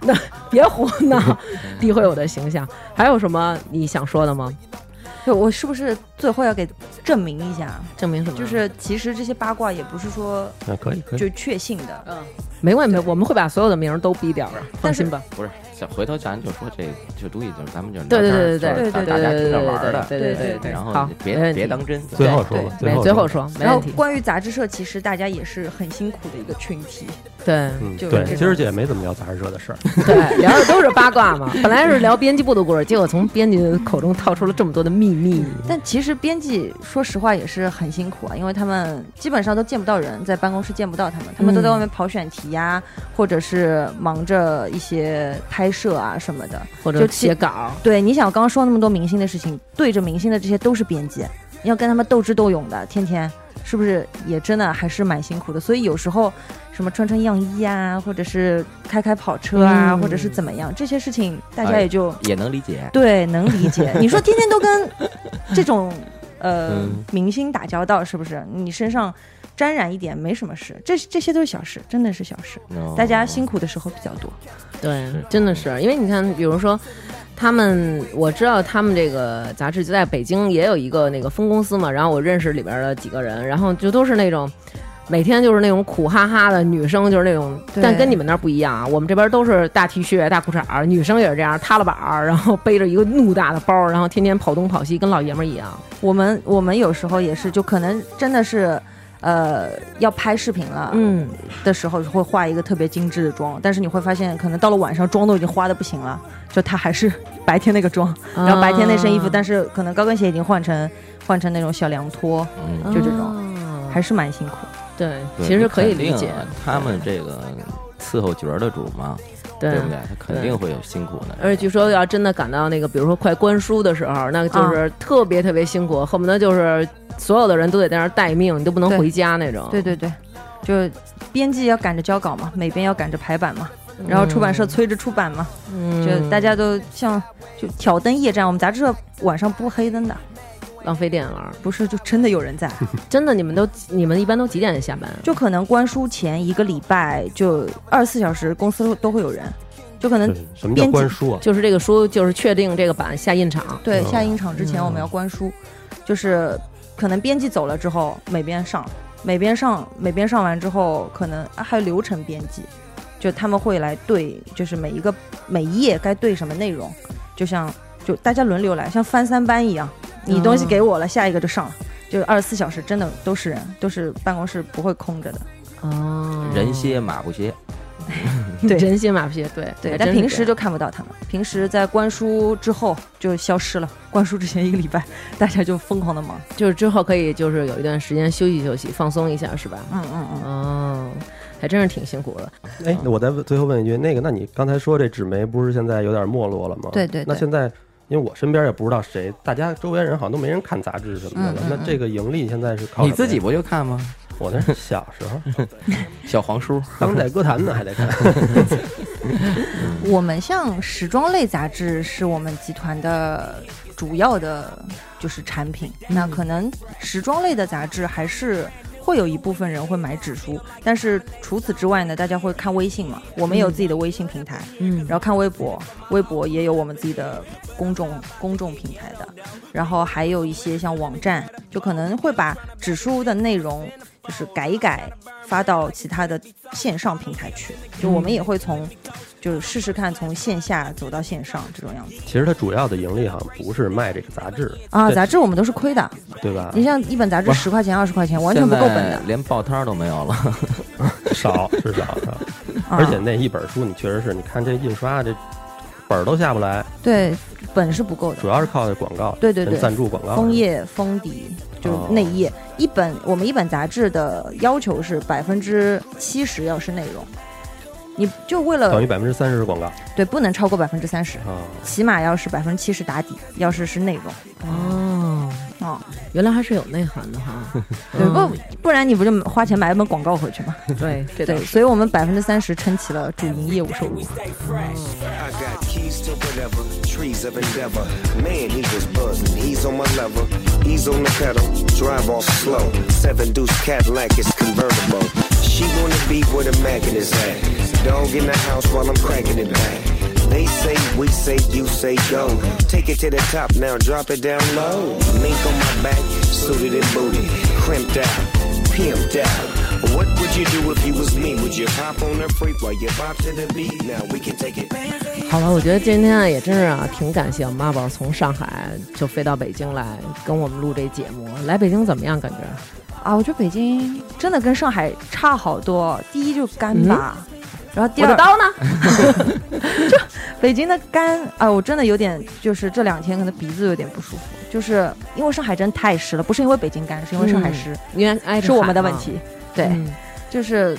A: 那别胡闹，诋毁我的形象。还有什么你想说的吗？
E: 对我是不是最后要给证明一下？
A: 证明什么？
E: 就是其实这些八卦也不是说
D: 啊，可以可以。
E: 就确信的，
A: 没关系，没我们会把所有的名儿都逼掉的，放
E: 但是
A: 心吧。
B: 不是，想回头咱就说这这东西，就是咱们就是
A: 对
B: 聊天
A: 对
B: 儿
A: 对
B: 就是
E: 对对
B: 大大家听着玩儿的，
A: 对
E: 对
A: 对对对
B: 然
A: 好
B: 后
A: 没
B: 别
A: 问
B: 别
A: 题
B: 当真，
D: 最后说吧，
A: 对，
D: 后最
A: 最后说，没
E: 然后
A: 问题。
E: 关于杂志社，其实大家也是很辛苦的一个群体。
A: 对
D: 嗯，
E: 就是
D: 对
E: 这，
D: 今儿
E: 种
D: 姐没怎么聊杂志社的事儿，
A: 对，聊的都是八卦嘛。本来是聊编辑部的故事，结果从编辑口中套出了这么多的秘密。
E: 但其实编辑说实话也是很辛苦啊，因为他们基本上都见不到人，在办公室见不到他们，他们
A: 嗯
E: 都在外面跑选题呀、或者是忙着一些拍摄啊什么的。
A: 或者
E: 就
A: 写稿，
E: 对，你想我刚刚说那么多明星的事情，对着明星的这些都是编辑，你要跟他们斗智斗勇的，天天是不是也真的还是蛮辛苦的？所以有时候什么穿穿样衣啊，或者是开开跑车啊，
A: 嗯
E: 或者是怎么样，这些事情大
B: 哎
E: 家也就、
B: 也能理解。
E: 对能理解。你说天天都跟这种呃、
B: 嗯
E: 明星打交道，是不是？你身上沾染一点没什么事，这这些都是小事，真的是小事。
B: 哦
E: 大家辛苦的时候比较多，
A: 对
B: 是，
A: 真的是，因为你看，比如说。他们我知道，他们这个杂志就在北京也有一个那个分公司嘛，然后我认识里边的几个人，然后就都是那种每天就是那种苦哈哈的女生，就是那种，
E: 对
A: 但跟你们那儿不一样啊，我们这边都是大 T 恤、大裤衩儿，女生也是这样，塌了板儿，然后背着一个怒大的包，然后天天跑东跑西，跟老爷们儿一样。
E: 我们我们有时候也是，就可能真的是，呃，要拍视频了，，
A: 嗯，
E: 的时候会化一个特别精致的妆，但是你会发现，可能到了晚上妆都已经花的不行了，就她还是白天那个妆，
A: 嗯啊
E: 然后白天那身衣服，但是
A: 是
E: 可能高跟鞋已经换成换成那种小凉拖，
A: 啊
B: 嗯，
E: 就这种
A: 种
E: 还是蛮辛苦。
A: 啊对，
B: 对
A: 其实可以理
B: 肯定
A: 解
B: 啊，他们这个伺候角儿的主嘛，
A: 对
B: 不对？他肯定会有辛苦的。
A: 而且据说要真的赶到那个，比如说快关书的时候，那
E: 啊
A: 就是特别特别辛苦，恨不得就是所有的人都得在那儿待命，你都不能
E: 对
A: 回家那种。
E: 对对对，就编辑要赶着交稿嘛，美编要赶着排版嘛，然后出版社催着出版嘛，
A: 嗯，
E: 就大家都像就挑灯夜战。我们杂志社晚上不黑灯的，
A: 嗯浪费电了。
E: 不是就真的有人在。
A: 真的，你们都你们一般都几点下班？啊
E: 就可能关书前一个礼拜就二十四小时公司都会有人，就可能
D: 对，什么叫
E: 编辑
D: 关书啊？
A: 就是这个书，就是确定这个版下印厂。
E: 对
D: 嗯
E: 下印厂之前我们要关书，就是可能编辑走了之后美编上，美编上美编上完之后可能、啊还有流程编辑，就他们会来对，就是每一个每一页该对什么内容，就像就大家轮流来，像翻三班一样，你东西给我了，下一个就上了。就二十四小时，真的都是人，都是办公室不会空着的。
A: 哦，
B: 人歇马不歇，
E: 对
A: 人心马屁，对
E: 对，
A: 还
E: 但
A: 真是
E: 平时
A: 这
E: 就看不到他们，平时在关书之后就消失了。关书之前一个礼拜，大家就疯狂的忙。
A: 样就是之后可以就是有一段时间休息休息，放松一下，是吧？
E: 嗯嗯嗯，
A: 哦，还真是挺辛苦的。
D: 哎，那我再问最后问一句，那个，那你刚才说这纸媒不是现在有点没落了吗？
E: 对对对
D: 那现在，因为我身边也不知道谁，大家周围人好像都没人看杂志什么的了。
E: 嗯嗯嗯
D: 那这个盈利现在是靠
B: 你
D: 什么
B: 自己
D: 呀？
B: 不就看吗？
D: 我那是小时 候，
B: 小黄书，
D: 当代歌坛呢还得 看。
A: 嗯
E: 我们像时装类杂志是我们集团的主要的就是产品，那
A: 嗯
E: 可能时装类的杂志还是。会有一部分人会买纸书，但是除此之外呢，大家会看微信嘛？我们也有自己的微信平台，
A: 嗯
E: 然后看微博，微博也有我们自己的公众公众平台的，然后还有一些像网站，就可能会把指数的内容就是改一改，发到其他的线上平台去。就我们也会从，就是试试看从线下走到线上这种样子
D: 其实它主要的盈利好像不是卖这个杂志，
E: 啊。
D: 对啊
E: 杂志我们都是亏的，
D: 对吧？
E: 你像一本杂志
B: 不是
E: 十块钱二十块钱，完全不够本
B: 现
E: 的
B: 在。连报摊儿都没有了。
D: 少是少是少，
E: 啊
D: 而且那一本书你确实是，你看这印刷这本儿都下不来，
E: 对本是不够的
D: 主。要是靠这广告，
E: 对对对
D: 人赞助广告。
E: 封页、封底，就是内页。一本我们一本杂志的要求是百分之七十要是内容，你就为
D: 等
E: 了
D: 于啊百分之三十是广告啊、
E: 对不能超过百分之三十，起码要是百分之七十打底，要是是内容
A: 哦，
E: 哦，
D: 嗯
A: 原来还是有内涵的哈。
E: 对不不然你不就花钱买一本广告回去吗？
A: 嗯对，这倒
E: 对，
A: 是
E: 所以我们百分之三十撑起了主营业务收入。
G: I got keys to whatever, trees of endeavor. Man, he was buzzing. He's on my level. He's on the pedal. Drive off slow. Seven deuce Cadillac is convertible. She wanna be where the magnet is at. Dog in the house while I'm cracking it back. They say, we say, you say, go. Take it to the top now, drop it down low. Mink on my back, suited and booted. Crimped out, pimped out. What would you do if you was me? Would you hop on the freak while you bop to the beat? Now we can take it back.
A: 好了，我觉得今天啊也真是啊，挺感谢我们妈宝从上海就飞到北京来跟我们录这节目。来北京怎么样？感觉？
E: 啊，我觉得北京真的跟上海差好多。第一就是干吧，
A: 嗯
E: 然后第二
A: 刀呢？
E: 北京的干啊，我真的有点，就是这两天可能鼻子有点不舒服，就是因为上海真太湿了，不是因为北京干，是因为上海湿，
A: 因为嗯挨着
E: 是我们的
A: 海
E: 问
A: 嘛。
E: 题。对，
A: 嗯
E: 就是，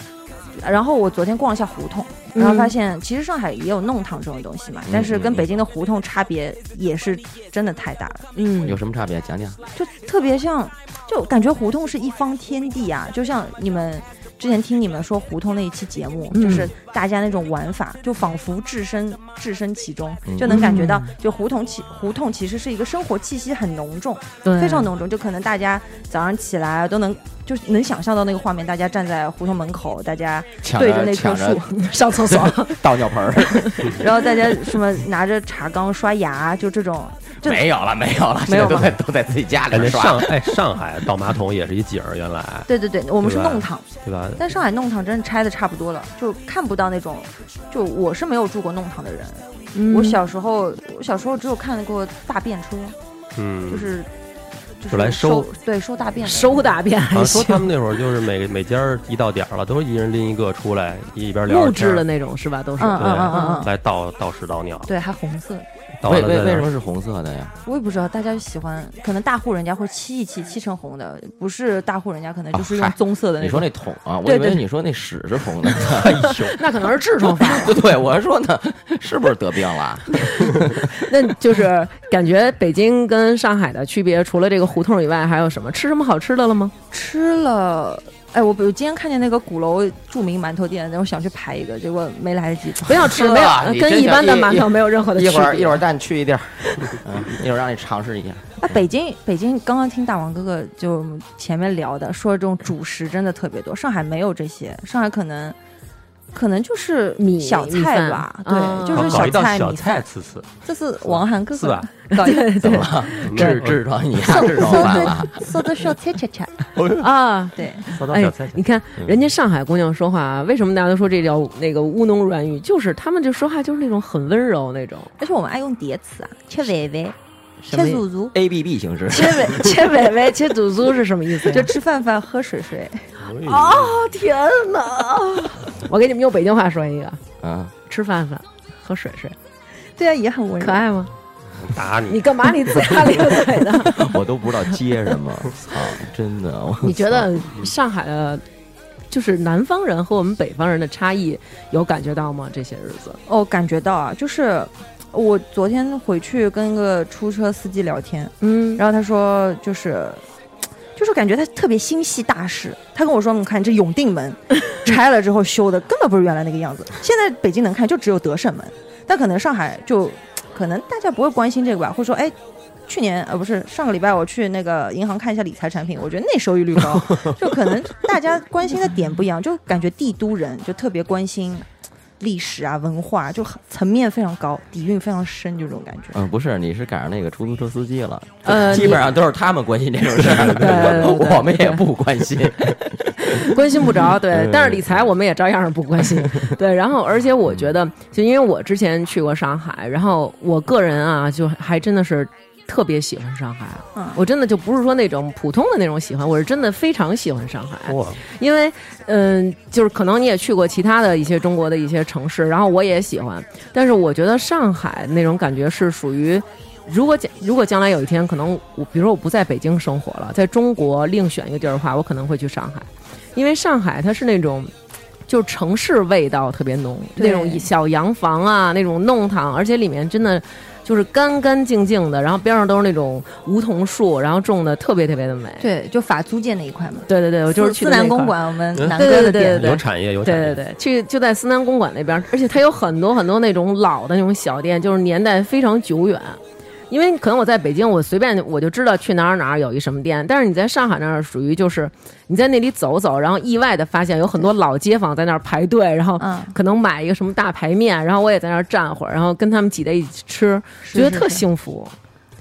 E: 然后我昨天逛了一下胡同，
A: 嗯
E: 然后发现其实上海也有弄堂这种东西嘛，但是跟北京的胡同差别也是真的太大了，
B: 有
A: 嗯，
B: 什么差别？讲讲。
E: 就特别像，就感觉胡同是一方天地啊，就像你们。之前听你们说胡同那一期节目，
A: 嗯
E: 就是大家那种玩法，就仿佛置身置身其中，就能感觉到，就胡同其胡同其实是一个生活气息很浓重，
A: 对，
E: 非常浓重，就可能大家早上起来都能就是能想象到那个画面，大家站在胡同门口，大家
B: 抢
E: 对着
B: 着
E: 那棵
B: 抢着
E: 树，
A: 上厕所。
B: 倒尿盆儿，
E: 然后大家什么拿着茶缸刷牙，就这种，就
B: 没有了，没有了，
E: 没
B: 现
E: 有
B: 在都
E: 吗
B: 在都在自己家里
D: 哎，那
B: 边刷
D: 上。哎上海倒马桶也是一景儿，原来
E: 对对对，我们是
D: 对吧
E: 弄堂，
D: 对吧？
E: 但上海弄堂真的拆的差不多了，就看不到那种，就我是没有住过弄堂的人，我小时候我小时候只有看过大便车，
D: 嗯，
E: 就是就是
D: 就来
E: 收
D: 收
E: 对收大便的
A: 收大便
D: 好
A: 还
D: 像啊说
A: 行，
D: 他们那会儿就是每每家儿一到点儿了，都一人拎一个出来，一边聊
A: 木
D: 着天
A: 质
D: 儿
A: 的，那种是吧？都是。
E: 嗯嗯
D: 对，
E: 嗯嗯嗯，
D: 来倒倒屎倒尿，
E: 对，还红色，
D: 倒
B: 为
D: 完了
B: 为
D: 再
B: 为什
D: 么？
B: 么是红色的呀？
E: 我也不知道，大家就喜欢，可能大户人家会漆一漆，漆成红的，不是大户人家可能就是
B: 啊
E: 用
B: 嗨
E: 棕色的
B: 你
E: 种。
B: 说那桶啊，我
E: 对
B: 以为
E: 对
B: 你说那屎是红的。
A: 那可能是 痔疮犯，
B: 对对，我说呢，是不是得病了？
A: 那就是感觉北京跟上海的区别，除了这个胡同以外，还有什么？吃什么好吃的了吗？
E: 吃了，哎，我我今天看见那个鼓楼著名馒头店，然后想去排一个，结果没来得及。
A: 不要吃，
B: 是
A: 没
B: 啊
A: 有呃
B: 你
A: 跟
B: 真
A: 一
B: 想
A: 般的
B: 一
A: 馒头
B: 一
A: 没有任何的区
B: 一
A: 别。
B: 会儿一会儿带你去一地儿，嗯，一会儿让你尝试一下。
E: 啊，北京，北京刚刚听大王哥哥就我们前面聊的，说这种主食真的特别多，上海没有这些，上海可能可能就是
A: 米
E: 小
A: 米
E: 菜
A: 饭
E: 吧，
A: 啊
E: 对，就
D: 搞
E: 是
D: 搞一道
E: 菜
D: 小
E: 米
D: 菜
E: 饭。
D: 吃吃，
E: 这是王涵哥
D: 是
E: 哥
D: 吧？嗯
E: 搞一个
B: 怎么了？痔痔疮，你还痔疮犯了？
E: 说的小菜吃吃，
A: 啊。
E: 对，
D: 烧到
A: 哎
D: 小菜，嗯吃
A: 你看人家上海姑娘说话啊，为什么大家都说这叫那个乌侬软语？就是她们就说话就是那种很温柔那种，
E: 但是我们爱用叠词啊，切伟伟，
A: 什
E: 切
A: 么意
E: 乳乳，
B: A B B 形式，
A: 切尾切尾尾切祖祖是什么意思呀？
E: 就吃饭饭喝水水。
D: 哎
A: 哦天哪！我给你们用北京话说一个：
B: 啊，
A: 吃饭饭，喝水水，
E: 对啊，也很温
A: 可
E: 柔。
A: 爱吗？
D: 打
A: 你
D: 你，
A: 干嘛你自己咧个嘴呢？
B: 我都不知道接什么，操，啊真的，我
A: 你觉得上海的，就是南方人和我们北方人的差异有感觉到吗？这些日子
E: 哦，感觉到啊，就是我昨天回去跟一个出租车司机聊天，
A: 嗯
E: 然后他说就是。就是感觉他特别心系大事，他跟我说：“你看这永定 门拆了之后修的，根本不是原来那个样子。现在北京能看就只有德胜门，但可能上海就可能大家不会关心这个吧，会说哎。”去年呃不是上个礼拜我去那个银行看一下理财产品，我觉得那收益率 高，就可能大家关心的点不一样，就感觉帝都人就特别关心历史啊文化，就很层面非常高，底蕴非常深，就这种感觉。
B: 嗯，不是，你是赶上那个出租车司机了，
A: 呃
B: 基本上都是他们关心这种事儿，
A: 对对对
B: 我们也不关心。
A: 关心不着，对
B: 嗯。
A: 但是理财我们也照样是不关心，对。然后，而且我觉得，就因为我之前去过上海，然后我个人啊，就还真的是。特别喜欢上海
E: 嗯，
A: 我真的就不是说那种普通的那种喜欢，我是真的非常喜欢上海。
D: 哇，
A: 因为，嗯，就是可能你也去过其他的一些中国的一些城市，然后我也喜欢，但是我觉得上海那种感觉是属于，如果将如果将来有一天可能我，比如说我不在北京生活了，在中国另选一个地儿的话，我可能会去上海，因为上海它是那种。就是城市味道特别浓，那
E: 对
A: 种小洋房啊，那种弄堂，而且里面真的就是干干净净的，然后边上都是那种梧桐树，然后种的特别特别的美。
E: 对，就法租界那一块嘛。
A: 对对对，我就是去
E: 思
A: 的那
E: 南公
A: 块儿嗯
E: 馆，我们南
A: 对
E: 哥
A: 对
E: 的
A: 对
E: 店。
D: 嗯有产业有产
A: 对对
D: 业，
A: 对，去就在思南公馆那边，而且它有很多很多那种老的那种小店，就是年代非常久远。因为可能我在北京，我随便我就知道去哪儿哪儿有一什么店，但是你在上海那儿属于就是你在那里走走，然后意外的发现有很多老街坊在那儿排队，然后
E: 嗯
A: 可能买一个什么大排面，然后我也在那儿站会儿，然后跟他们挤在一起吃，觉得
E: 是
A: 特
E: 是
A: 幸福，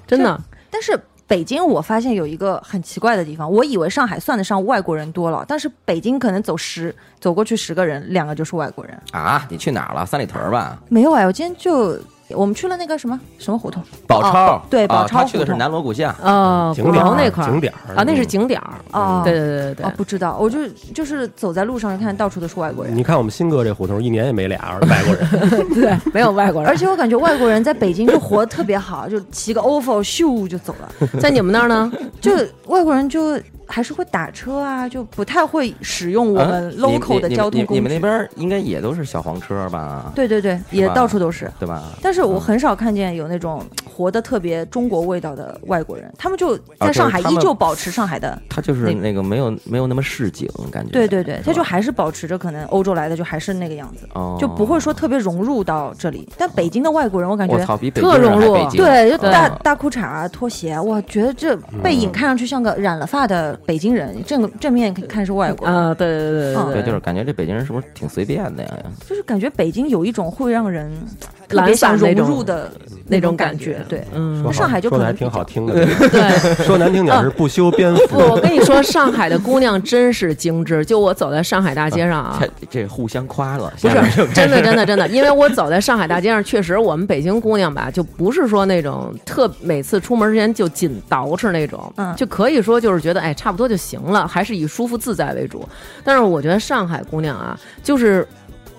A: 真的。
E: 但是北京，我发现有一个很奇怪的地方，我以为上海算得上外国人多了，但是北京可能走十走过去十个人，两个就是外国人。
B: 啊，你去哪儿了？三里屯儿吧，
E: 没有啊，我今天就我们去了那个什么什么胡同
B: 宝超
E: 哦，对
B: 啊
E: 宝
B: 他
E: 超
B: 去的是
E: 胡同
B: 南锣鼓巷，
A: 呃，
D: 景
A: 鼓
D: 点
A: 楼
D: 儿
A: 那块儿
D: 景点儿嗯
A: 啊，那是景点儿。
E: 哦，
A: 嗯对对对对对
E: 哦，不知道，我就就是走在路上就看到处都是外国人
D: 你，看我们新哥这胡同一年也没俩外国人，
A: 对，没有外国人
E: 而。且我感觉外国人在北京就活得特别好，就骑个 OFO 咻就走了。
A: 在你们那儿呢？
E: 就外国人就还是会打车啊，就不太会使用
A: 啊
B: 嗯
E: 我们 local 的交通
B: 你
E: 工
B: 们你们你们那
E: 具。
B: 边儿应该也都是小黄车吧？
E: 对对对，
B: 是
E: 也
B: 吧
E: 到处都是。
B: 对吧？
E: 但是我很少看见有那种活得特别中国味道的外国人，他们就在上海
B: 啊就是他
E: 依
B: 们
E: 旧保持上海的，
B: 他就是那个没有没有那么市井感觉，
E: 对对对，他
B: 是
E: 就
B: 吧
E: 还是保持着可能欧洲来的就还是那个样子，
B: 哦
E: 就不会说特别融入到这里。但北京的外国人，我感
B: 我
E: 觉
B: 操，比北
A: 特
B: 京人
A: 融
B: 还
A: 入
B: 北京
E: 对，就大
B: 啊
E: 大裤衩啊、拖鞋啊，我觉得这背影看上去像个染了发的北京人，正正面看是外国人，
A: 啊，对对对
E: 嗯
A: 对
B: 对，就是感觉这北京人是不是挺随便的呀？
E: 就是感觉北京有一种会让人特
A: 懒
E: 别想
A: 散
E: 融
A: 那种
E: 入的
A: 那种
E: 种
A: 感
E: 觉
A: 觉，
E: 对。
A: 嗯
D: 说好
E: 上海就
D: 说的
E: 可
D: 还
E: 能
D: 挺
E: 比较嗯
D: 好听的，
A: 对。
D: 说难听点儿是不修边
A: 不，我
D: 幅，
A: 跟你说，上海的姑娘真是精致。就我走在上海大街上啊
B: 这，这互相夸了，
A: 不
B: 下面
A: 是真的，真的，真的，因为我走在上海大街上，确实我们北京姑娘吧，就不是说那种特每次出门之前就紧捯饬那种，
E: 嗯
A: 就可以说就是觉得哎差不多就行了，还是以舒服自在为主。但是我觉得上海姑娘啊，就是。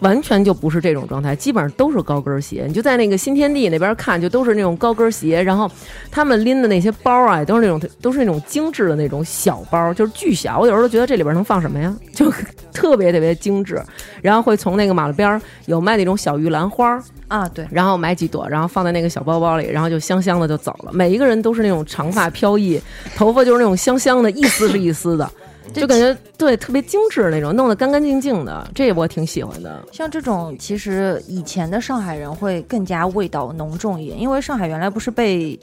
A: 完全就不是这种状态，基本上都是高跟鞋。你就在那个新天地那边看，就都是那种高跟鞋，然后他们拎的那些包啊，也都是那种都是那种精致的那种小包，就是巨小。我有时候都觉得这里边能放什么呀？ 就特别特别精致。然后会从那个马路边儿有卖那种小玉兰花儿，
E: 啊，对，
A: 然后买几朵，然后放在那个小包包里，然后就香香的就走了。每一个人都是那种长发飘逸，头发就是那种香香的，一丝是一丝的，就感觉对特别精致那种，弄得干干净净的，这我挺喜欢的。
E: 像这种，其实以前的上海人会更加味道浓重一点，因为上海原来不是被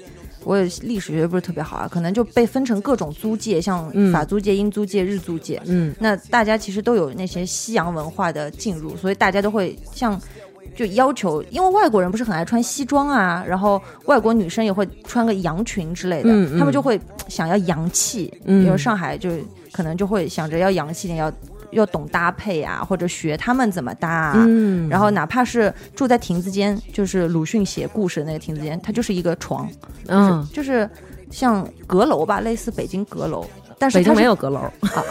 E: 我也历史学得不是特别好啊，可能就被分成各种租界，像
A: 嗯
E: 法租界、英租界、日租界。
A: 嗯，
E: 那大家其实都有那些西洋文化的进入，所以大家都会像就要求，因为外国人不是很爱穿西装啊，然后外国女生也会穿个洋裙之类的，
A: 嗯嗯
E: 他们就会想要洋气。
A: 嗯
E: 比如上海就可能就会想着要洋气一点，要要懂搭配啊，或者学他们怎么搭、啊。
A: 嗯，
E: 然后哪怕是住在亭子间，就是鲁迅写故事的那个亭子间，它就是一个床，
A: 嗯，
E: 就是像阁楼吧，类似北京阁楼，但是
A: 北
E: 它
A: 京
E: 是
A: 没有阁楼，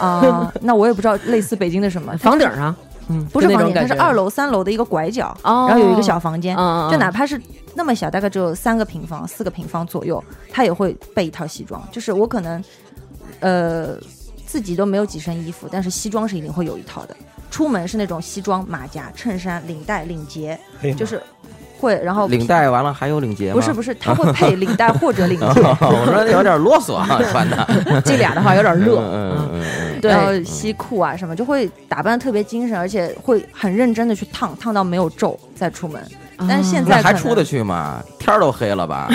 E: 啊、 啊那我也不知道类似北京的什么，
A: 房顶上， 嗯，
E: 不是
A: 就那
E: 房
A: 种
E: 顶，它
A: 感
E: 是
A: 觉
E: 二，楼、三楼的一个拐角，
A: 哦，
E: 然后有一个小房间，
A: 嗯，嗯，
E: 就哪怕是那么小，大概只有三个平方、四个平方左右，他也会备一套西装。就是我可能，呃，自己都没有几身衣服，但是西装是一定会有一套的。出门是那种西装、马甲、衬衫、领带、领结，
D: 哎呀妈
E: 就是会，然后
B: 领带完了还有领结吗？
E: 不是不
B: 是，
E: 是，他会配领带或者领结，
B: 我说有点啰嗦啊，穿的
A: 这俩的话有点热，
E: 啊
B: 嗯嗯嗯
A: 对
E: 然后西裤啊什么，就会打扮得特别精神，而且会很认真的去烫，烫到没有皱再出门。
A: 嗯，
E: 但是现
B: 嗯，那
E: 在
B: 还
E: 可能
B: 出得去吗？天儿都黑了 吧？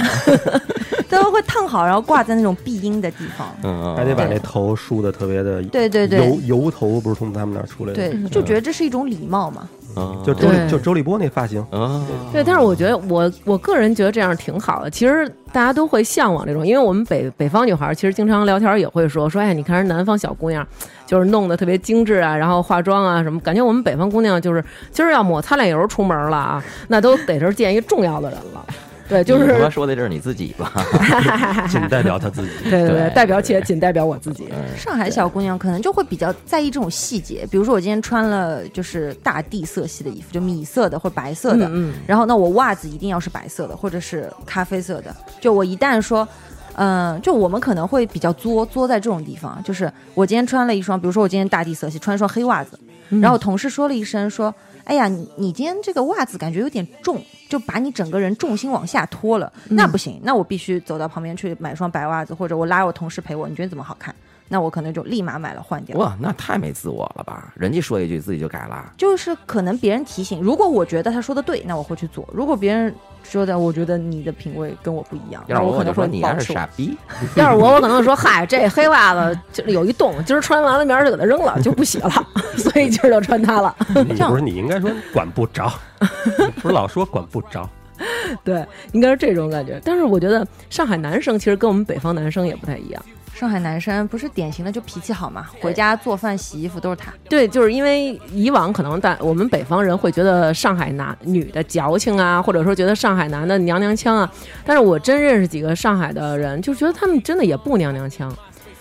E: 都会烫好，然后挂在那种避阴的地方。
B: 嗯，
D: 还得把
E: 对
D: 那头梳的特别的，
E: 对对对
D: 油油头不是从他们那儿出来的，
E: 对，就觉得这是一种礼貌嘛。
B: 嗯
D: 就周立
A: 对
D: 就周立波那发 型，
B: 嗯，
A: 对，但是我觉得我我个人觉得这样挺好的。其实大家都会向往这种，因为我们北北方女孩儿其实经常聊天儿也会说说，哎，你看人南方小姑娘，就是弄得特别精致啊，然后化妆啊什么，感觉我们北方姑娘就是今儿要抹擦脸油出门了啊，那都得是见一重要的人了。对，就
B: 你他妈
A: 是
B: 说的这是你自己 吧？
D: 仅代表他自己。
A: 对对
B: 对
A: 对，代表且仅代表我自己。
E: 上海小姑娘可能就会比较在意这种细节，比如说我今天穿了就是大地色系的衣服，就米色的或白色的，
A: 嗯
E: 然后那我袜子一定要是白色的或者是咖啡色的。就我一旦说，嗯、就我们可能会比较作作在这种地方，就是我今天穿了一双，比如说我今天大地色系，穿一双黑袜子，
A: 嗯，
E: 然后同事说了一声说：“哎呀，你你今天这个袜子感觉有点重，就把你整个人重心往下拖了。
B: 嗯
E: 那不行，那我必须走到旁边去买双白袜子，或者我拉我同事陪我。你觉得怎么好看？那我可能就立马买了换掉。
B: 哇，那太没自我了吧？人家说一句自己就改了，
E: 就是可能别人提醒，如果我觉得他说的对，那我会去做；如果别人说的，我觉得你的品味跟我不一样，
B: 要
E: 那
B: 是
E: 我
B: 我
E: 可
B: 就
E: 能
B: 说
E: 会
B: 你
E: 保
B: 那
E: 守
B: 是。傻逼。 哎
A: 要是我，我可能说，嗨，这黑袜子就是有一洞，今儿穿完了，明儿就给它扔了，就不洗了， 所以今儿就穿它了。
D: 你不是你应该说管不 着，不是老说管不着，
A: 对，应该是这种感觉。但是我觉得上海男生其实跟我们北方男生也不太一样。
E: 上海男生不是典型的就脾气好嘛，回家做饭、洗衣服都是他。
A: 对，就是因为以往可能在我们北方人会觉得上海男女的矫情啊，或者说觉得上海男的娘娘腔啊。但是我真认识几个上海的人，就觉得他们真的也不娘娘腔，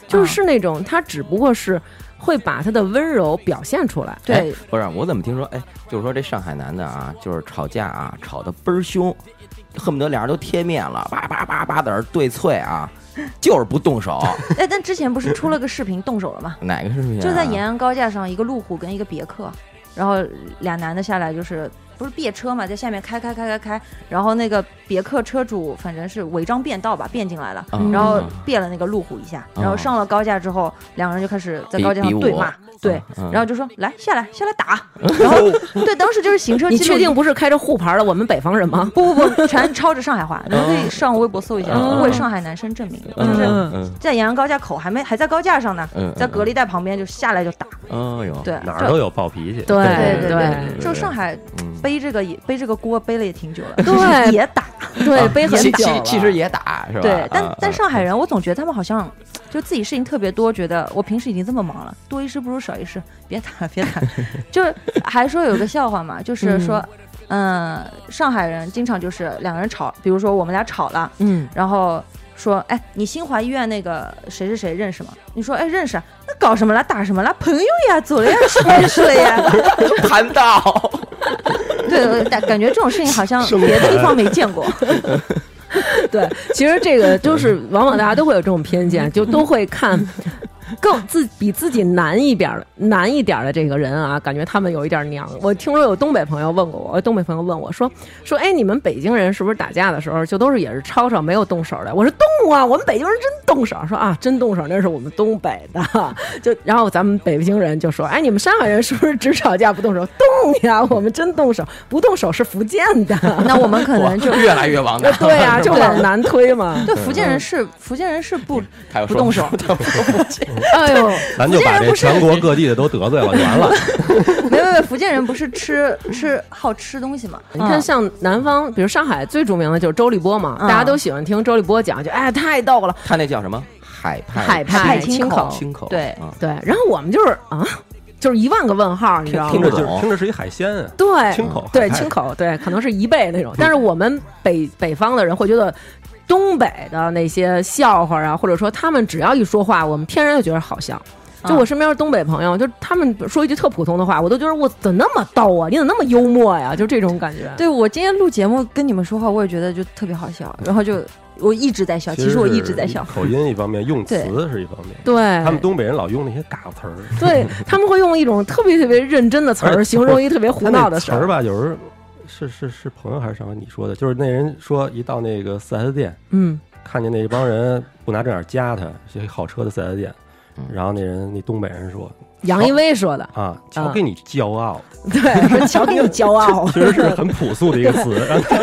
A: 就
E: 啊
A: 是那种他只不过是会把他的温柔表现出来。
E: 对
B: 哎，不是我怎么听说？哎，就是说这上海男的啊，就是吵架啊，吵得倍儿凶，恨不得俩人都贴面了，叭叭叭叭在那儿对脆啊，就是不动手。
E: 哎，但之前不是出了个视频动手了吗？
B: 哪个视频、啊？
E: 就在延安高架上，一个路虎跟一个别克，然后俩男的下来就是不是别车嘛，在下面开开开开开，然后那个别克车主反正是违章变道吧，变进来了。
B: 嗯，
E: 然后别了那个路虎一下，
B: 嗯
E: 然后上了高架之后，两个人就开始在高架
B: 比
E: 上
B: 比
E: 对
B: 武
E: 骂，对，
B: 嗯
E: 然后就说来下来下来打，然后 对，当时就是行车
A: 你
E: 记录仪，
A: 确定不是开着沪牌的我们北方人吗？
E: 不不不，全抄着上海话，你们可以上微博搜一下
B: 嗯，
E: 为上海男生证明，
B: 嗯
E: 就是
B: 嗯
E: 在延安高架口还没还在高架上呢
B: 嗯嗯，
E: 在隔离带旁边就下来就打，
B: 嗯，哎呦，
E: 对，
D: 哪
E: 这
D: 儿都有暴脾气。
A: 对
E: 对
A: 对
E: 嗯对，就上海
B: 嗯，
E: 背这个也背这个锅背了也挺久了，
A: 对
E: 也打。
A: 对，背很
B: 啊其
A: 久
B: 其
A: 了
B: 其实也打是吧？
E: 对，但
B: 嗯
E: 但
B: 嗯
E: 上海人，我总觉得他们好像就自己事情特别多，觉得我平时已经这么忙了，多一事不如少一事，别打别打。就是还说有个笑话嘛，就是说，嗯，上海人经常就是两个人吵，比如说我们俩吵了，
A: 嗯，
E: 然后说，哎，你新华医院那个谁谁谁认识吗？你说，哎，认识啊。那搞什么啦？打什么啦？朋友呀，走了呀，吃饭去了呀。
B: 嗯盘道，
E: 对，我感感觉这种事情好像别的地方没见过。
A: 对，其实这个就是往往大家都会有这种偏见，就都会看更自比自己难一点儿难一点儿的这个人啊，感觉他们有一点娘。我听说有东北朋友问过我，东北朋友问我说说，哎，你们北京人是不是打架的时候就都是也是吵吵没有动手的？我说动啊，我们北京人真动手。说啊，真动手那是我们东北的。 就然后咱们北京人就说，哎，你们上海人是不是只吵架不动手？动呀，我们真动手，不动手是福建的。
E: 那我们可能就啊
B: 越来越王道。
A: 对 呀、就往南推嘛。
E: 对福建人是福建人是不
B: 还有
E: 不
B: 说
E: 动手，哎呦，
D: 咱
E: 福
D: 就
E: 建
D: 把
E: 人
D: 这
E: 不是
D: 全国各地的都得罪了，完 了。
E: 没没没，福建人不是吃吃好吃东西嘛？
A: 你看，像南方，比如上海最著名的就是周立波嘛，
E: 嗯
A: 大家都喜欢听周立波讲，就哎太逗了，
B: 他那叫什么海派
A: 海
E: 海
A: 派
E: 派清
A: 口
E: 口，
B: 清口
E: 对
B: 啊
A: 对，然后我们就是啊，就是一万个问号，你知道
D: 听
A: 吗
D: 着
B: 不？
D: 就是
B: 懂
D: 听着是一海鲜啊，
A: 对，
D: 清口嗯
A: 对
D: 海派
A: 清口，对，可能是一倍那种，但是我们北北方的人会觉得。东北的那些笑话啊，或者说他们只要一说话，我们天然就觉得好笑。
E: 嗯
A: 就我身边的东北朋友，就他们说一句特普通的话，我都觉得我怎么那么逗啊？你怎么那么幽默呀？就这种感觉。
E: 对我今天录节目跟你们说话，我也觉得就特别好笑，然后就我一直在笑，其实我一直在笑
D: 是。口音一方面，用
E: 对
D: 词是一方面。
A: 对，
D: 他们东北人老用那些嘎词儿，
A: 对他们会用一种特别特别认真的词
D: 而
A: 儿
D: 且
A: 形容一特别胡
D: 他
A: 闹
D: 那
A: 的
D: 词儿
A: 吧。
D: 吧，有时候是是是朋友还是上回你说的，就是那人说一到那个四 S 店，
A: 嗯，
D: 看见那帮人不拿正眼夹他，是一好车的四 S 店，
A: 嗯
D: 然后那人那东北人说
A: 杨一威说的，
D: 啊，瞧给你骄傲，
A: 对，说瞧给你 骄傲。
D: 其实是很朴素的一个词，让他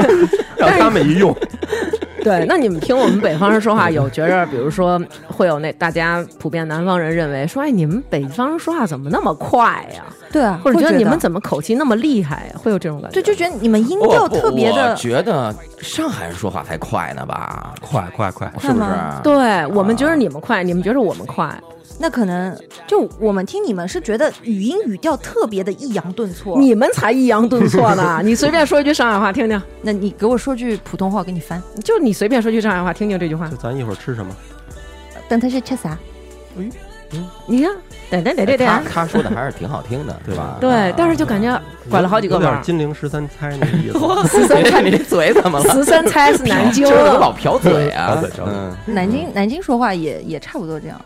D: 让他们一用，
A: 对，那你们听我们北方人说话，有觉着，比如说会有那大家普遍南方人认为说，哎，你们北方人说话怎么那么快呀？
E: 对啊，
A: 或者
E: 会
A: 觉
E: 觉
A: 得你们怎么口气那么厉害呀？会有这种感
E: 对
A: 觉吗。
E: 就觉得你们音
B: 我
E: 调
B: 不
E: 特别
B: 我
E: 的
B: 觉得上海人说话才快呢吧？
D: 快快快！
B: 是不是？
E: 吗
A: 对我们觉得你们快，你们觉得我们快，
E: 那可能就我们听你们是觉得语音语调特别的抑扬顿挫。
A: 你们才抑扬顿挫呢。你随便说一句上海话听听，
E: 那你给我说句普通话，我给你翻。
A: 就你随便说句上海话听听这句话
D: 就，咱一会儿吃什么？
E: 等他是吃啥？
A: 你看，得得得得
B: 哎他
A: 得。
B: 他说的还是挺好听的，对吧？
A: 对，但是就感觉拐了好几个
D: 有
A: 弯
D: 点
A: 儿。
D: 金陵十三钗那意思。啊
A: 十三
B: 哎
A: 钗，
B: 你这嘴怎么了？
A: 十三钗是南京
B: 就是我老
A: 啊。
B: 瓢嘴啊
D: 瓢嘴瓢！嘴
B: 嗯，
E: 南京南京说话也也差不多这样。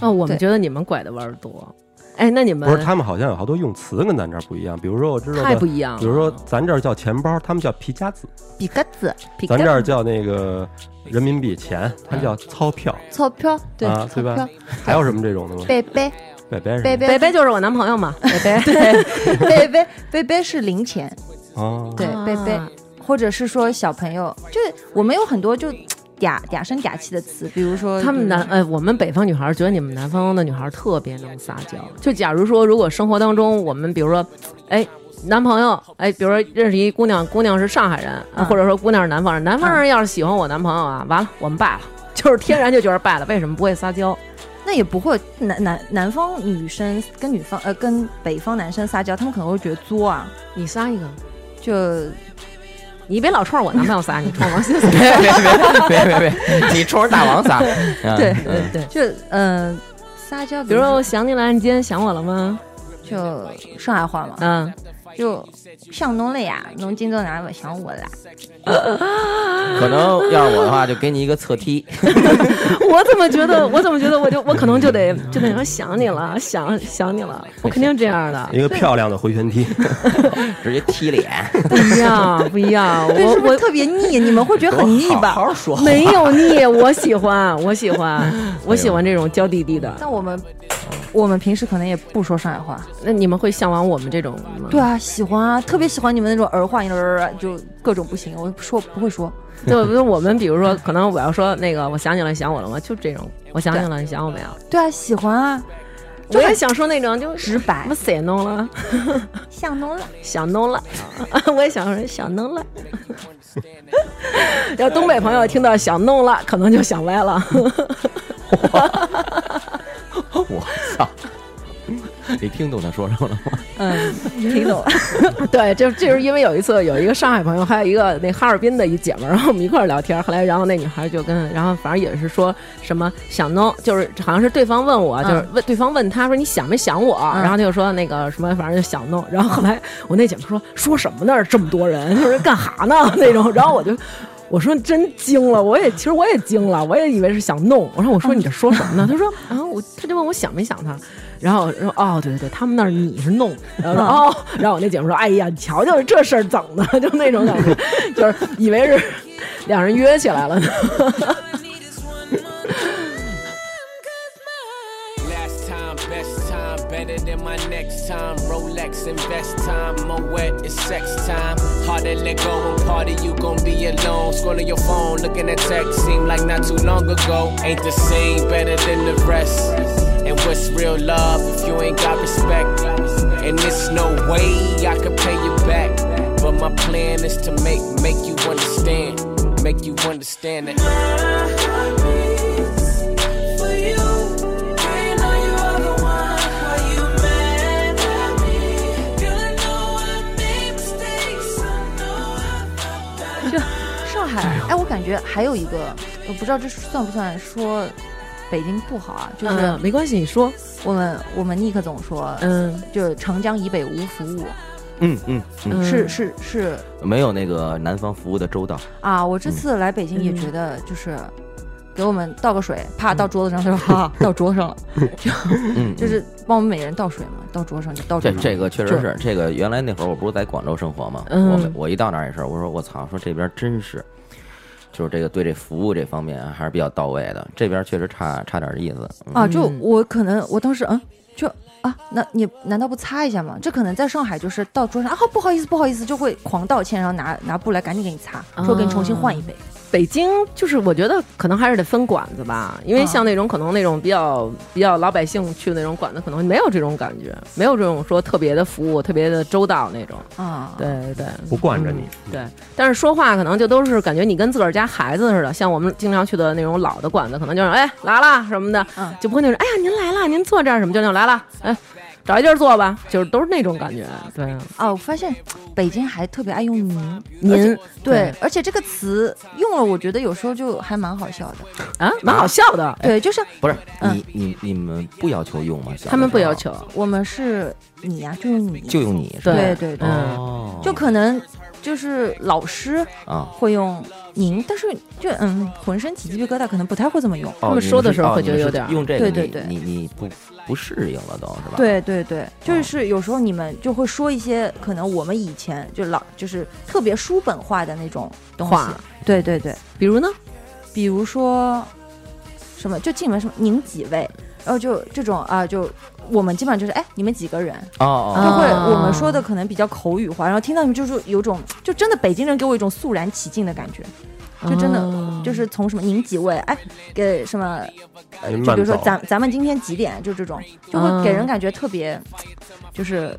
A: 哦，我们
E: 对
A: 觉得你们拐的弯儿多。哎，那你们
D: 不是，他们好像有好多用词跟咱这儿不一样，比如说我知道
A: 太
D: 的
A: 不，一样
D: 比
A: 了。
D: 如说咱这儿叫钱包，他们叫皮夹子，
E: 比格子，比
D: 咱
E: 格
D: 这儿叫那个人民币钱，他们叫钞票，
E: 钞票，对
D: 啊，
E: 钞
D: 对吧
E: 票，？
D: 还有什么这种的吗？
E: 贝贝
D: 拜拜
E: 贝
D: 是
E: 贝
A: 北北就是我男朋友嘛，北北
E: 对，贝贝贝贝是零钱，
D: 吗？哦，
E: 对
A: 啊，
E: 贝贝，或者是说小朋友，就是我们有很多就嗲嗲声嗲气的词，比如说
A: 他们南哎，我们北方女孩儿觉得你们南方的女孩儿特别能撒娇。就假如说，如果生活当中我们比如说，哎。男朋友，哎，比如说认识一姑娘，姑娘是上海人，啊
E: 嗯
A: 或者说姑娘是南方人，南方人要是喜欢我男朋友啊，完了，我们败了， 就是天然就觉得败了。为什么不会撒娇？
E: 那也不会南南南方女生跟女方呃跟北方男生撒娇，他们可能会觉得作啊，
A: 你撒一个，
E: 就
A: 你别老冲着我男朋 友撒，你冲着王鑫撒。
B: 别别别别别别，你冲着大王撒！
A: 对
B: 对
A: 对对，
E: 就嗯、呃撒娇，
A: 比如说我想你了，你今天想我了吗？
E: 就上海话嘛，
A: 嗯，
E: 就想侬了呀，侬今朝哪不想我啦？
B: 可能要是我的话，就给你一个侧踢。
A: 我怎么 觉得，我怎么觉得，我就我可能就得就得说想你了，想想你了，我肯定这样的，
D: 一个漂亮的回旋踢，
B: 直接踢脸，
A: 不一样，不 一样，
E: 对，
A: 我
E: 是不是
A: 我
E: 特啊别腻？你们会觉得很腻吧？
B: 好好说话。
A: 没有腻，我喜欢，我 喜欢，我喜欢这种娇滴滴的。
E: 但我们我们平时可能也不说上海话。
A: 那你们会向往我们这种吗？
E: 对啊，喜欢啊，特别喜欢你们那种儿化音儿，啊就各种不行，我说不会说。
A: 就比如我们，比如说，可能我要说那个，我想你了，你想我了吗？就这种，我想你了，你想我没有？
E: 对啊，喜欢啊，
A: 我也想说那种，就
E: 直白
A: 我，谁弄了？
E: 像侬了。
A: 想弄了， 我也想说想弄了。 要东北朋友听到想弄了，可能就想歪了。
B: 我操！你听懂他说什么了吗？
E: 嗯， 听懂了。
A: 对，就这是因为有一次有一个上海朋友，还有一个那哈尔滨的一姐们儿，然后我们一块儿聊天儿。后来，然后那女孩就跟，然后反正也是说什么想弄，就是好像是对方问我，就是问对方问他说你想没想我，
E: 嗯
A: 然后他就说那个什么，反正就想弄。 然后后来我那姐们说说什么呢？这么多人，就是干哈呢那种。然后我就。我说真惊了，我也其实我也惊了，我也以为是想弄。我说我说你这说什么 呢？他说啊我他就问我想没想他，然后说哦对对对，他们那儿你是 弄，然后说哦，然后我那姐们说哎呀你瞧瞧这事儿整的， 就那种感觉，就是以为是两人约起来了呢。
H: Last time, best time, better than my next time. Rolex, invest time. Moet, it's sex time. Hard to let go and party, you gon' be alone. Scrolling your phone, looking at text, seem like not too long ago. Ain't the same, better than the rest. And what's real love if you ain't got respect? And it's no way I could pay you back. But my plan is to make, make you understand, make you understand that.
E: 上海，哎，我感觉还有一个，我不知道这算不算说北京不好啊？就是
A: 嗯，没关系，你说，
E: 我们、我们尼克总说，
A: 嗯
E: 就是长江以北无服务，
B: 嗯嗯嗯，
A: 嗯
E: 是是是
B: 没有那个南方服务的 周到，
E: 啊！我这次来北京也觉得就是。给我们倒个水，啪倒桌子上，他说哈哈倒桌上了，
B: 嗯，
E: 就
B: 嗯
E: 是帮我们每人倒水嘛，倒桌上就倒桌
B: 这
E: 上。
B: 这个确实
E: 就是
B: 这个。原来那会儿我不是在广州生活嘛，
A: 嗯
B: 我每我一到那儿也是，我说我操，说这边真是，就是这个对这服务这方面啊还是比较到位的，这边确实差差点意思。嗯
E: 啊，就
A: 嗯
E: 我可能我当时嗯，就啊，那你难道不擦一下吗？这可能在上海就是到桌上啊，不好意思，不好意思，就会狂道歉，然后拿拿布来赶紧给你擦，说给你重新换一杯。
A: 北京就是我觉得可能还是得分馆子吧，因为
E: 啊
A: 像那种可能那种比较比较老百姓去的那种馆子，可能没有这种感觉，没有这种说特别的服务、特别的周到那种。
E: 啊，
A: 对对对，
D: 不惯着你。
A: 对，但是说话可能就都是感觉你跟自个儿家孩子似的，像我们经常去的那种老的馆子，可能就是哎来啦什么的，
E: 嗯
A: 就不会那种哎呀您来啦，您坐这儿什么就那种来啦，哎找一地儿坐吧，就是都是那种感觉。对，
E: 啊，我发现北京还特别爱用您，而
A: 您
E: 且对，而且这个词用了，我觉得有时候就还蛮好笑的。
A: 啊，蛮好笑的，
E: 对，就是
B: 不是
E: 嗯
B: 你你你们不要求用吗？小的
A: 他们不
B: 时候
A: 要，求，
E: 我们是你呀、就用你，
B: 就用你是吧？
E: 对对对，
A: 嗯
B: 哦，
E: 就可能就是老师
B: 啊。
E: 会用您，但是就嗯，浑身起鸡皮疙瘩，可能不太会这么用。
B: 他
A: 们说的时候会觉得有点儿
B: 用这个
E: 对
B: 哦你，
E: 对对
B: 你你不不适应了都是吧？，
E: 对对对，就
B: 哦
E: 是有时候你们就会说一些可能我们以前就老就是特别书本化的那种东西
A: 话。
E: 对对对，
A: 比如呢，
E: 比如说什么就进门什么您几位，然后就这种啊，就我们基本上就是哎你们几个人，
B: 哦哦
E: 就
A: 啊
B: 哦，
E: 会我们说的可能比较口语化，然后听到你们就是有种就真的北京人给我一种肃然起敬的感觉，就真的
A: 哦
E: 就是从什么您几位哎给什么呃
D: 您
E: 就比如
D: 哎慢
E: 说
D: 走
E: 咱咱们今天几点，啊就这种，就会给
A: 嗯
E: 人感觉特别，就是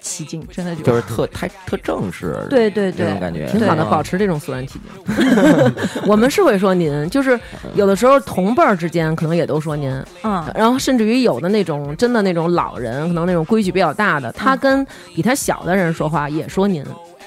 E: 起劲，真的就
B: 就是特太特正式，
E: 对对对啊
B: 这种感觉
A: 嗯挺好的，
B: 嗯
A: 保持这种肃然起敬。 我们是会说您，就是有的时候同辈儿之间可能也都说您，
E: 嗯
A: 然后甚至于有的那种真的那种老人，可能那种规矩比较大的，
E: 嗯
A: 他跟比他小的人说话也说您，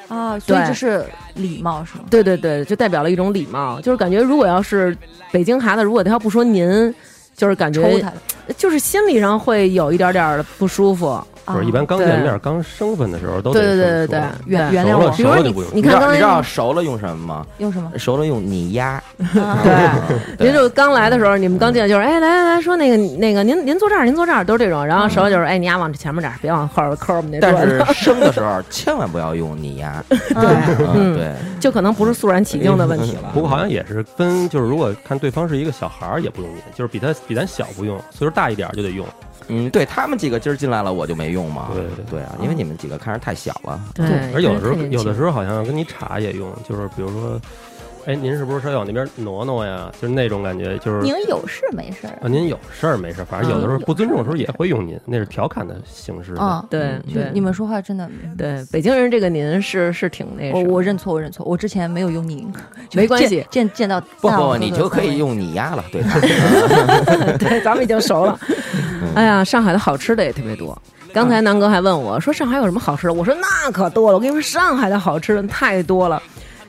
E: 啊，所以
A: 对
E: 这是礼貌是吗？
A: 对对对，就代表了一种礼
D: 嗯
A: 貌，就是感觉如果要是北京孩子，如果他要不说您，就是感
E: 抽
A: 觉
E: 他
A: 就是心理上会有一点点儿的不舒服。
E: 啊
D: 就是一般刚见面、刚生分的时候都得
A: 对对
D: 这么说
A: 对
D: 啊
A: 对
E: 原原
D: 熟
E: 谅
D: 了
E: 我
A: 比如
D: 熟了
A: 你
D: 就不用
A: 你
B: 你
A: 看
B: 知
A: 刚
B: 道你知道
A: 才
B: 熟了用什么吗？
E: 用什么？
B: 熟了用你呀，
E: 啊
A: 对。
B: 对
A: 您就刚来的时候，你们刚进来
D: 嗯
A: 就是，哎，来来来说那个那个，您您坐这儿，您坐这儿，都是这种。
D: 嗯
A: 然后手里就是，哎，你丫往前面点儿，别往后边抠我们那桌
B: 但
A: 子。
B: 是生的时候千万不要用你呀，
A: 对，
B: 嗯，对，
A: 就可能不是肃然起敬的问题了。
D: 不过好像也是跟就是，如果看对方是一个小孩儿，也不用你，就是比他比咱小不用，岁数大一点儿就得用。
B: 嗯，对他们几个今儿进来了，我就没用嘛，
D: 对对
B: 对啊，因为你们几个看着太小了，
A: 对
D: 嗯而有的时候有的时
A: 候，
D: 候好像跟你查也用，就是比如说，哎，您是不是稍微往那边挪挪呀？就是那种感觉，就是
E: 您有事没事儿
A: 嗯
D: 啊，您有事儿没事儿，反正有的时候不尊重的时候也会用您，那是调侃的形式。
E: 啊？
A: 对
E: 就
A: 对
E: 你
D: 嗯
E: 们说话真的，
A: 对北京人这个您是是挺那
E: 我
A: 什么
E: 我认错，我认错，我之前没有用 您，就
A: 没关
E: 见
A: 系
E: 见见到
B: 不
E: 大王
B: 不，
E: 哥
B: 你
E: 哥
B: 就
E: 三
B: 可以
E: 位
B: 用你呀了，对吧，
A: 对，咱们已经熟了。
E: 嗯
A: 哎呀，上海的好吃的也特别多。刚才南哥还问我说上海有什么好吃的，我说那可多了。我跟你说，上海的好吃的太多了，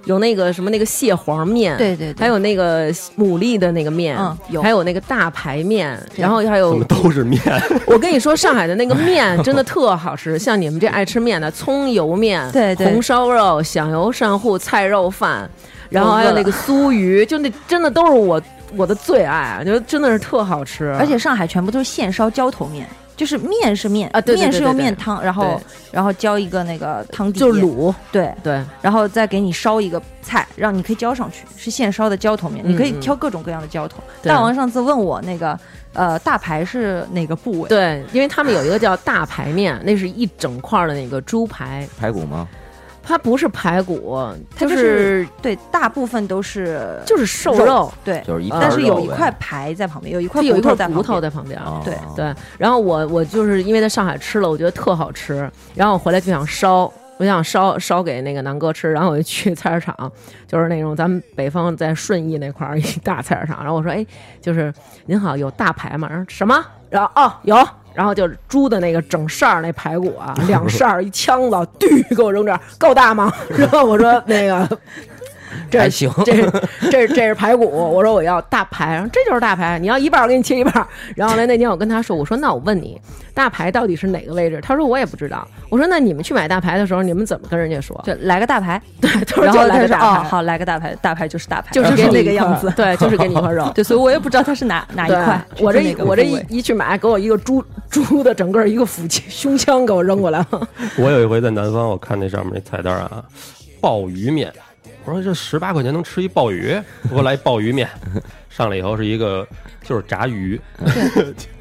A: 有那个什么那个蟹黄面，
E: 对对对
A: 还有那个牡蛎的那个面，
E: 嗯有
A: 还有那个大排面，
E: 对
A: 然后还
D: 怎
A: 有
D: 么都是面，
A: 我跟你说，上海的那个 面真的特好吃，像你们这爱吃面的，葱油面、
E: 对对
A: 红烧肉、响油鳝糊、菜肉饭，然后还有
E: 我饿
A: 那
E: 了
A: 个酥鱼，就那真的都是我我的最爱，我觉得真的是特好吃，
E: 而且上海全部都是现烧浇头面，就是面是面
A: 啊对对
E: 面是
A: 对对
E: 用
A: 对
E: 面汤，然后
A: 对
E: 然后浇一个那个汤底，
A: 就是卤，
E: 对，
A: 对，
E: 然后再给你烧一个菜，让你可以浇上去，是现烧的浇头面，
A: 嗯
E: 你可以挑各种各样的浇头。
A: 对
E: 大王上次问我那个呃大排是哪个部位，
A: 对，因为他们有一个叫大排面，那是一整块儿的那个猪排，
B: 排骨吗？
A: 它不是排骨，
E: 它
A: 就
E: 就是对，大部分都是
A: 就是瘦
E: 肉
A: 肉，
E: 对，
B: 就是一块
E: 但是有
B: 肉
E: 一
B: 呗
E: 块排在旁边，有一
A: 它
E: 块
A: 有一
E: 骨
A: 块
E: 头在
A: 骨
E: 旁
A: 头
E: 边。
A: 在旁边。
B: 哦
E: 对
A: 对，然后我我就是因为在上海吃了，我觉得特好吃，然后我回来就想烧，我想烧烧给那个南哥吃，然后我就去菜市场，就是那种咱们北方在顺义那块儿一大菜市场，然后我说哎，就是您好有大排吗？然后什么？然后哦有。然后就是猪的那个整扇儿那排 骨啊，两扇儿一枪子， 嘟给我扔这儿，够大吗？ 然后我说 那个，这
B: 还行
A: 这是 这是这是排骨，我说我要大排，然后这就是大排，你要一半儿我给你切一半儿。然后呢，那天我跟他说，我说那我问你，大排到底是哪个位置？他说我也不知道。我说那你们去买大排的时候，你们怎么跟人家说？
E: 就来个大排，
A: 对，他
E: 然
A: 说
E: 后
A: 就来
E: 他
A: 个
E: 说
A: 大
E: 哦，
A: 排，
E: 好，来个大排，大排就是大排，
A: 就是给
E: 那
A: 你
E: 个
A: 一块
E: 样子。
A: 对，就是给你一块肉
E: 。对，所以我也不知道它是哪哪一
A: 对
E: 块。
A: 我这
E: 就是
A: 一
E: 那个
A: 我这
E: 部
A: 一
E: 位
A: 一去买，给我一个猪 猪的整个一个腹肌胸腔给我扔过来了，
D: 我有一回在南方，我看那上面那菜单啊，鲍鱼面，我说这十八块钱能吃一鲍鱼，给我来一鲍鱼面。上来以后是一个就是炸鱼，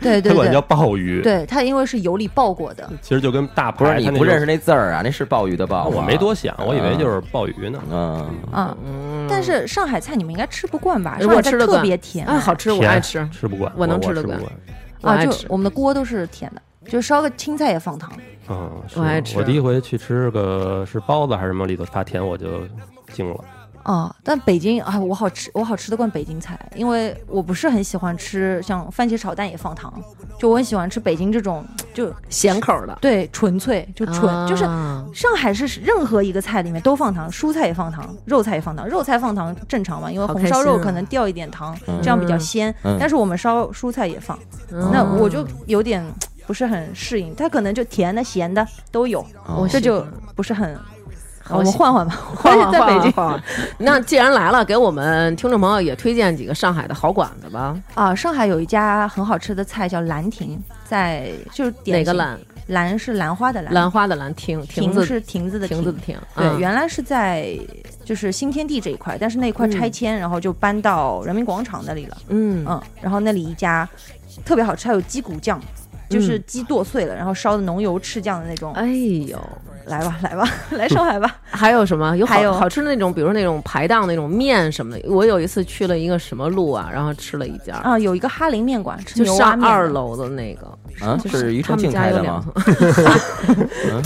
E: 对
D: 它
E: 对
D: 管叫
E: 对，
D: 鲍鱼，
E: 对它因为是油里爆过的，
D: 其实就跟大排
B: 不是你
D: 它哎那
B: 不
D: 种哦
B: 认识那字儿啊？那是鲍鱼的鲍啊，
D: 我没多想，我以为就是鲍鱼呢。
B: 嗯，
E: 嗯，但是上海菜你们应该吃不惯吧？上
A: 我
E: 海菜
A: 吃的
E: 特别甜
A: 啊，好吃，我爱吃，
D: 吃不惯，
A: 我能
D: 吃
A: 吃得
D: 不
A: 惯
D: 惯。
A: 我
E: 啊，
A: 爱
E: 就
A: 吃
E: 我。们的锅都是甜的，就烧个青菜也放糖。
D: 嗯，是
A: 我爱吃
D: 我第一回去吃个是包子还是什么，里头发甜，我就惊了。
E: 啊、但北京啊，我好吃，我好吃得惯北京菜，因为我不是很喜欢吃像番茄炒蛋也放糖，就我很喜欢吃北京这种，就
A: 咸口的，
E: 对纯粹就纯、就是
A: 啊
E: 上海是任何一个菜里面都放糖，蔬菜也放糖，肉菜也放糖。肉菜放糖正常嘛，因为
A: 好
E: 红
A: 开
E: 烧肉
A: 心啊
E: 可能掉一点糖，这样比较鲜。
B: 嗯
E: 但是我们烧蔬菜也放，
A: 嗯
E: 那我就有点不是很适应。它可能就甜的、咸的都有，
A: 嗯我
E: 这
A: 喜
E: 就
A: 欢
E: 不是很。
A: 好
E: 我们
A: 喜
E: 换换吧，
A: 换换
E: 在北京
A: 换换换那既然来了，给我们听众朋友也推荐几个上海的好馆子吧。
E: 啊，上海有一家很好吃的菜叫兰亭，在就是典
A: 哪个
E: 型
A: 兰？
E: 兰是兰花的兰，
A: 兰花的兰，亭亭
E: 亭
A: 子
E: 是亭子的
A: 亭子的亭。
E: 对，
A: 嗯
E: 原来是在就是新天地这一块，但是那块拆迁，然后就搬到人民广场那里了。
A: 嗯
E: 嗯，然后那里一家特别好吃，还有鸡骨酱，就是鸡剁碎了，然后烧的浓油赤酱的那种。
A: 哎呦，
E: 来吧，来吧， 来上海吧。
A: 还有什么？有好
E: 还有
A: 好吃的那种，比如那种排档那种面什么的。我有一次去了一个什么路啊，然后吃了一家，
E: 啊，有一个哈林面馆，吃
A: 就
E: 牛蛙
A: 上
E: 面的。
A: 二楼的那个，
B: 啊，
A: 就是
B: 于
A: 他
B: 重
A: 们
B: 庆
A: 家
B: 开
A: 有
B: 的
A: 两
B: 吗？
A: 层，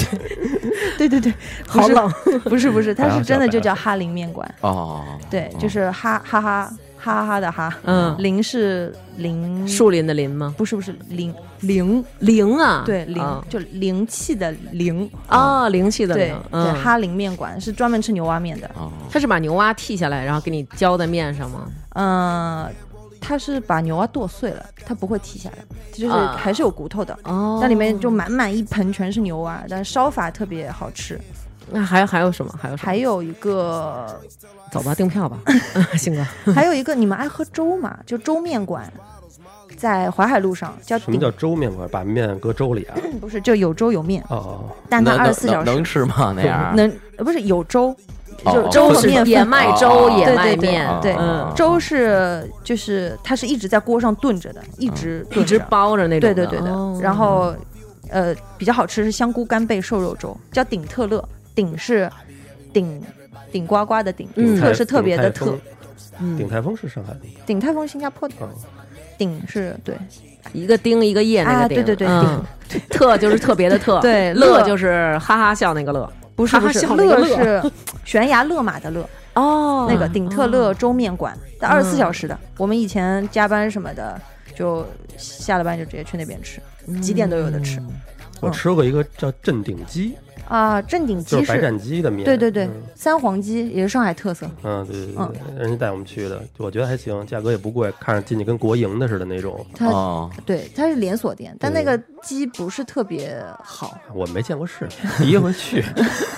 E: 对对 对，
A: 好冷。
E: 不是嗯不是，它
D: 还好
E: 是真的
D: 小白
E: 就叫哈林面馆。
B: 哦，
E: 对，就是哈哈哈哈哈的哈，
A: 嗯
E: 林是林，
A: 树啊林的林吗？
E: 不是不是林灵，
A: 灵啊，
E: 对灵、
A: 啊
E: 就灵气的灵。
A: 啊，灵气的
E: 对
A: 灵。
E: 对，
A: 嗯，哦
E: 哈林面馆是专门吃牛蛙面的。
A: 他是把牛蛙剔下来，然后给你浇在面上吗？
E: 嗯，它是把牛蛙剁碎了，它不会剔下来，就是
A: 啊
E: 还是有骨头的。
A: 哦
E: 那里面就满满一盆全是牛蛙，但烧法特别好吃。
A: 那还还有什么？还有什么？
E: 还有一个，
A: 走吧，订票 吧，啊信哥。
E: 还有一个，你们爱喝粥吗？就粥面馆，在淮海路上叫
D: 什么
E: 鼎，
D: 叫粥面馆？把面搁粥里啊？
E: 不是就有粥有面，
D: 哦，
E: 但它
B: 能
E: 二十四
B: 能
E: 小时
B: 能吃吗？那样
E: 能呃不是有粥，
D: 啊
B: 哦
E: 就
B: 哦
E: 粥和
B: 是
E: 面
A: 也
E: 粉。
A: 卖粥，
B: 哦
A: 也
E: 对
A: 卖
E: 对对
A: 面，
E: 对
D: 啊
A: 嗯，
E: 粥是就是它是一直在锅上炖着的，一直
D: 啊
A: 一
E: 炖
A: 直
E: 着。
A: 包着那
E: 对
A: 种的。
E: 对对的。
A: 哦
E: 然后，呃，比较好吃是香菇干贝瘦肉粥，叫顶特乐。顶是顶顶呱呱的顶，
A: 嗯
E: 特是特别的
D: 顶
E: 特
D: 泰。丰。顶泰丰是上海的
E: 顶泰丰新加坡的
D: 哦
E: 顶是对
A: 一个丁一个叶那
E: 啊
A: 个丁，
E: 对对对
A: 嗯特就是特别的 特，
E: 对
A: 乐
E: 乐
A: 就是哈哈笑那个乐，
E: 不是
A: 哈哈
E: 不是
A: 笑那个乐
E: 是悬崖勒马的勒，
A: 哦
E: 那个顶特乐粥面馆，但二十四小时的。我们以前加班什么的，就下了班就直接去那边吃，几点都有的吃
D: 我吃过一个叫镇鼎鸡，
E: 啊。正鼎
D: 就
E: 鸡
D: 是白
E: 是，
D: 斩鸡的面。
E: 对对对
D: 嗯，
E: 三黄鸡也是上海特色。
D: 嗯，对对对对，人家带我们去的，我觉得还行，价格也不贵，看着进去跟国营的似的那种，
E: 它
B: 哦，
E: 对，它是连锁店，但那
D: 对
E: 个鸡不是特别好。
D: 我没见过世面，第一回去。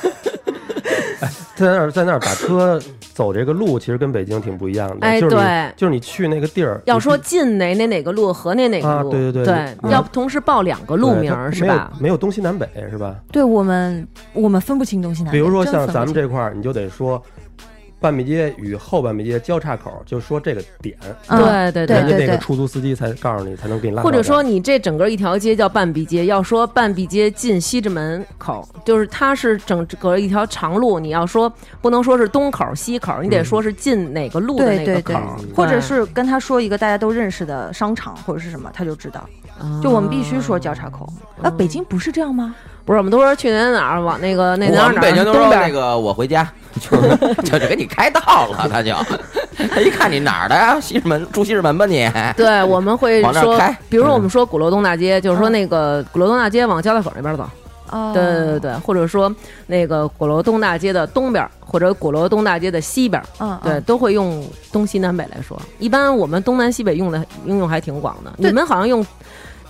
D: 哎在那儿在那儿打车走这个路，其实跟北京挺不一样的。
A: 哎
D: 就是
A: 对
D: 你就是你去那个地儿，
A: 要
D: 你
A: 说
D: 去
A: 近哪哪哪个路和哪哪个
D: 啊
A: 路，
D: 对对对嗯
A: 要同时报两个路
D: 对
A: 名
D: 它
A: 儿是
D: 没有
A: 吧？
D: 没有东西南北是吧？
E: 对我们，我们分不清东西南北。
D: 比如
A: 哎
D: 说
E: 真
D: 像
E: 分不
D: 咱们
E: 清
D: 这块儿，你就得说半壁街与后半壁街交叉口，就说这个点，
E: 嗯
A: 对对
E: 对
D: 人家
E: 对
D: 那个
E: 对，
D: 出租司机才告诉你，才能给你拉到
A: 或
D: 这儿。
A: 者说你这整个一条街叫半壁街，要说半壁街进西直门口，就是它是整个一条长路，你要说不能说是东口西口，
B: 嗯
A: 你得说是进哪个路的
E: 对
A: 那个
E: 对
A: 口
E: 对
A: 儿，
E: 或者是跟他说一个大家都认识的商场或者是什么，他就知道。就我们必须说交叉口。啊，北京不是这样吗？
A: 不是我们都说去哪儿哪儿往那个那哪
B: 我
A: 儿
B: 们
A: 哪
B: 北京
A: 儿
B: 都
A: 东
B: 说
A: 边
B: 那
A: 儿。
B: 个我回家，就是 就是给你开道了，他就他一看你哪儿的呀？西直门住西直门吧你？
A: 对，我们会
B: 往那儿
A: 说
B: 开，嗯
A: 比如说我们说鼓楼东大街，
E: 嗯
A: 就是说那个鼓楼东大街往交道口那边走，
E: 哦，
A: 对对对，对，或者说那个鼓楼东大街的东边儿，或者鼓楼东大街的西边儿，
E: 嗯，
A: 对，
E: 嗯
A: 都会用东西南北来说。一般我们东南西北用的应用还挺广的，
E: 对
A: 你们好像用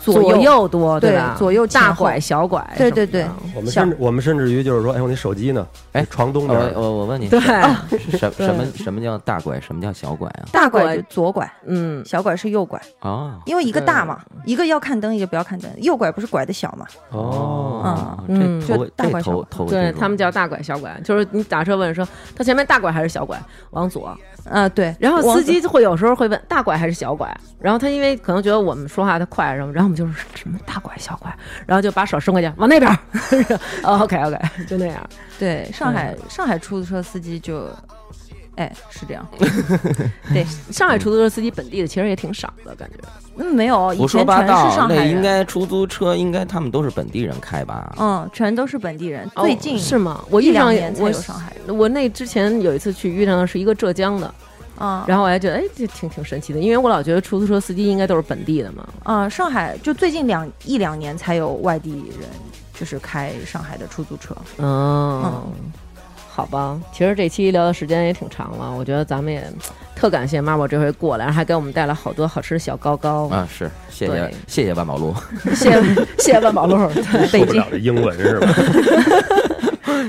E: 左
A: 左右多
E: 对
A: 吧？
E: 左右前
A: 大
E: 后
A: 拐小拐什
E: 对
A: 么的，
E: 对对
D: 我们
E: 像
D: 甚至我们甚至于就是说，哎，我那手机呢？
B: 哎
D: 床东边
B: 我
D: 儿，
B: 我我问你，
A: 对哦
B: 什什么什么叫大拐，什么叫小拐啊？
E: 大
A: 拐
E: 拐就左拐，
A: 嗯，
E: 小拐是右拐，
B: 哦
E: 因为一个
A: 对
E: 大嘛，一个要看灯，一个不要看灯。右拐不是拐的小嘛？
B: 哎哦，
A: 嗯
B: 这头
E: 就大
B: 这
E: 拐小
B: 头
E: 拐
B: 头
A: 对他们叫大拐小拐，就是你打车问说他前面大拐还是小拐，往左，
E: 啊，对。
A: 然后
E: 往
A: 司机会有时候会问大拐还是小拐，然后他因为可能觉得我们说话的快什么，然后我们就是什么大拐小拐，然后就把手伸过去往那边儿、 哦、，OK OK，就那样。
E: 对上海上海出租车司机就，哎，是这样。对，
A: 上海出租车司机本地的其实也挺少的感觉，
E: 嗯，没有，以
B: 胡
E: 前全
B: 说八
E: 是
B: 道，
E: 上海
B: 那应
E: 人。
B: 该出租车应该他们都是本地人开吧？
E: 嗯，全都是本地人。最近
A: 哦是吗？我
E: 一
A: 遇
E: 两
A: 上
E: 年才
A: 我
E: 有上海人
A: 我那之前有一次去遇上的是一个浙江的，
E: 啊，
A: 然后我还觉得哎，这挺挺神奇的，因为我老觉得出租车司机应该都是本地的嘛。
E: 嗯，上海就最近两一两年才有外地人，就是开上海的出租车。
A: 嗯，好吧，其实这期聊的时间也挺长了，我觉得咱们也特感谢妈妈这回过来，然后还给我们带了好多好吃的小糕糕，
B: 啊，是，谢
A: 对
B: 谢谢谢万宝路，
A: 谢谢谢谢万宝路，对
D: 受
A: 北
D: 不
A: 京
D: 了这英文是吧？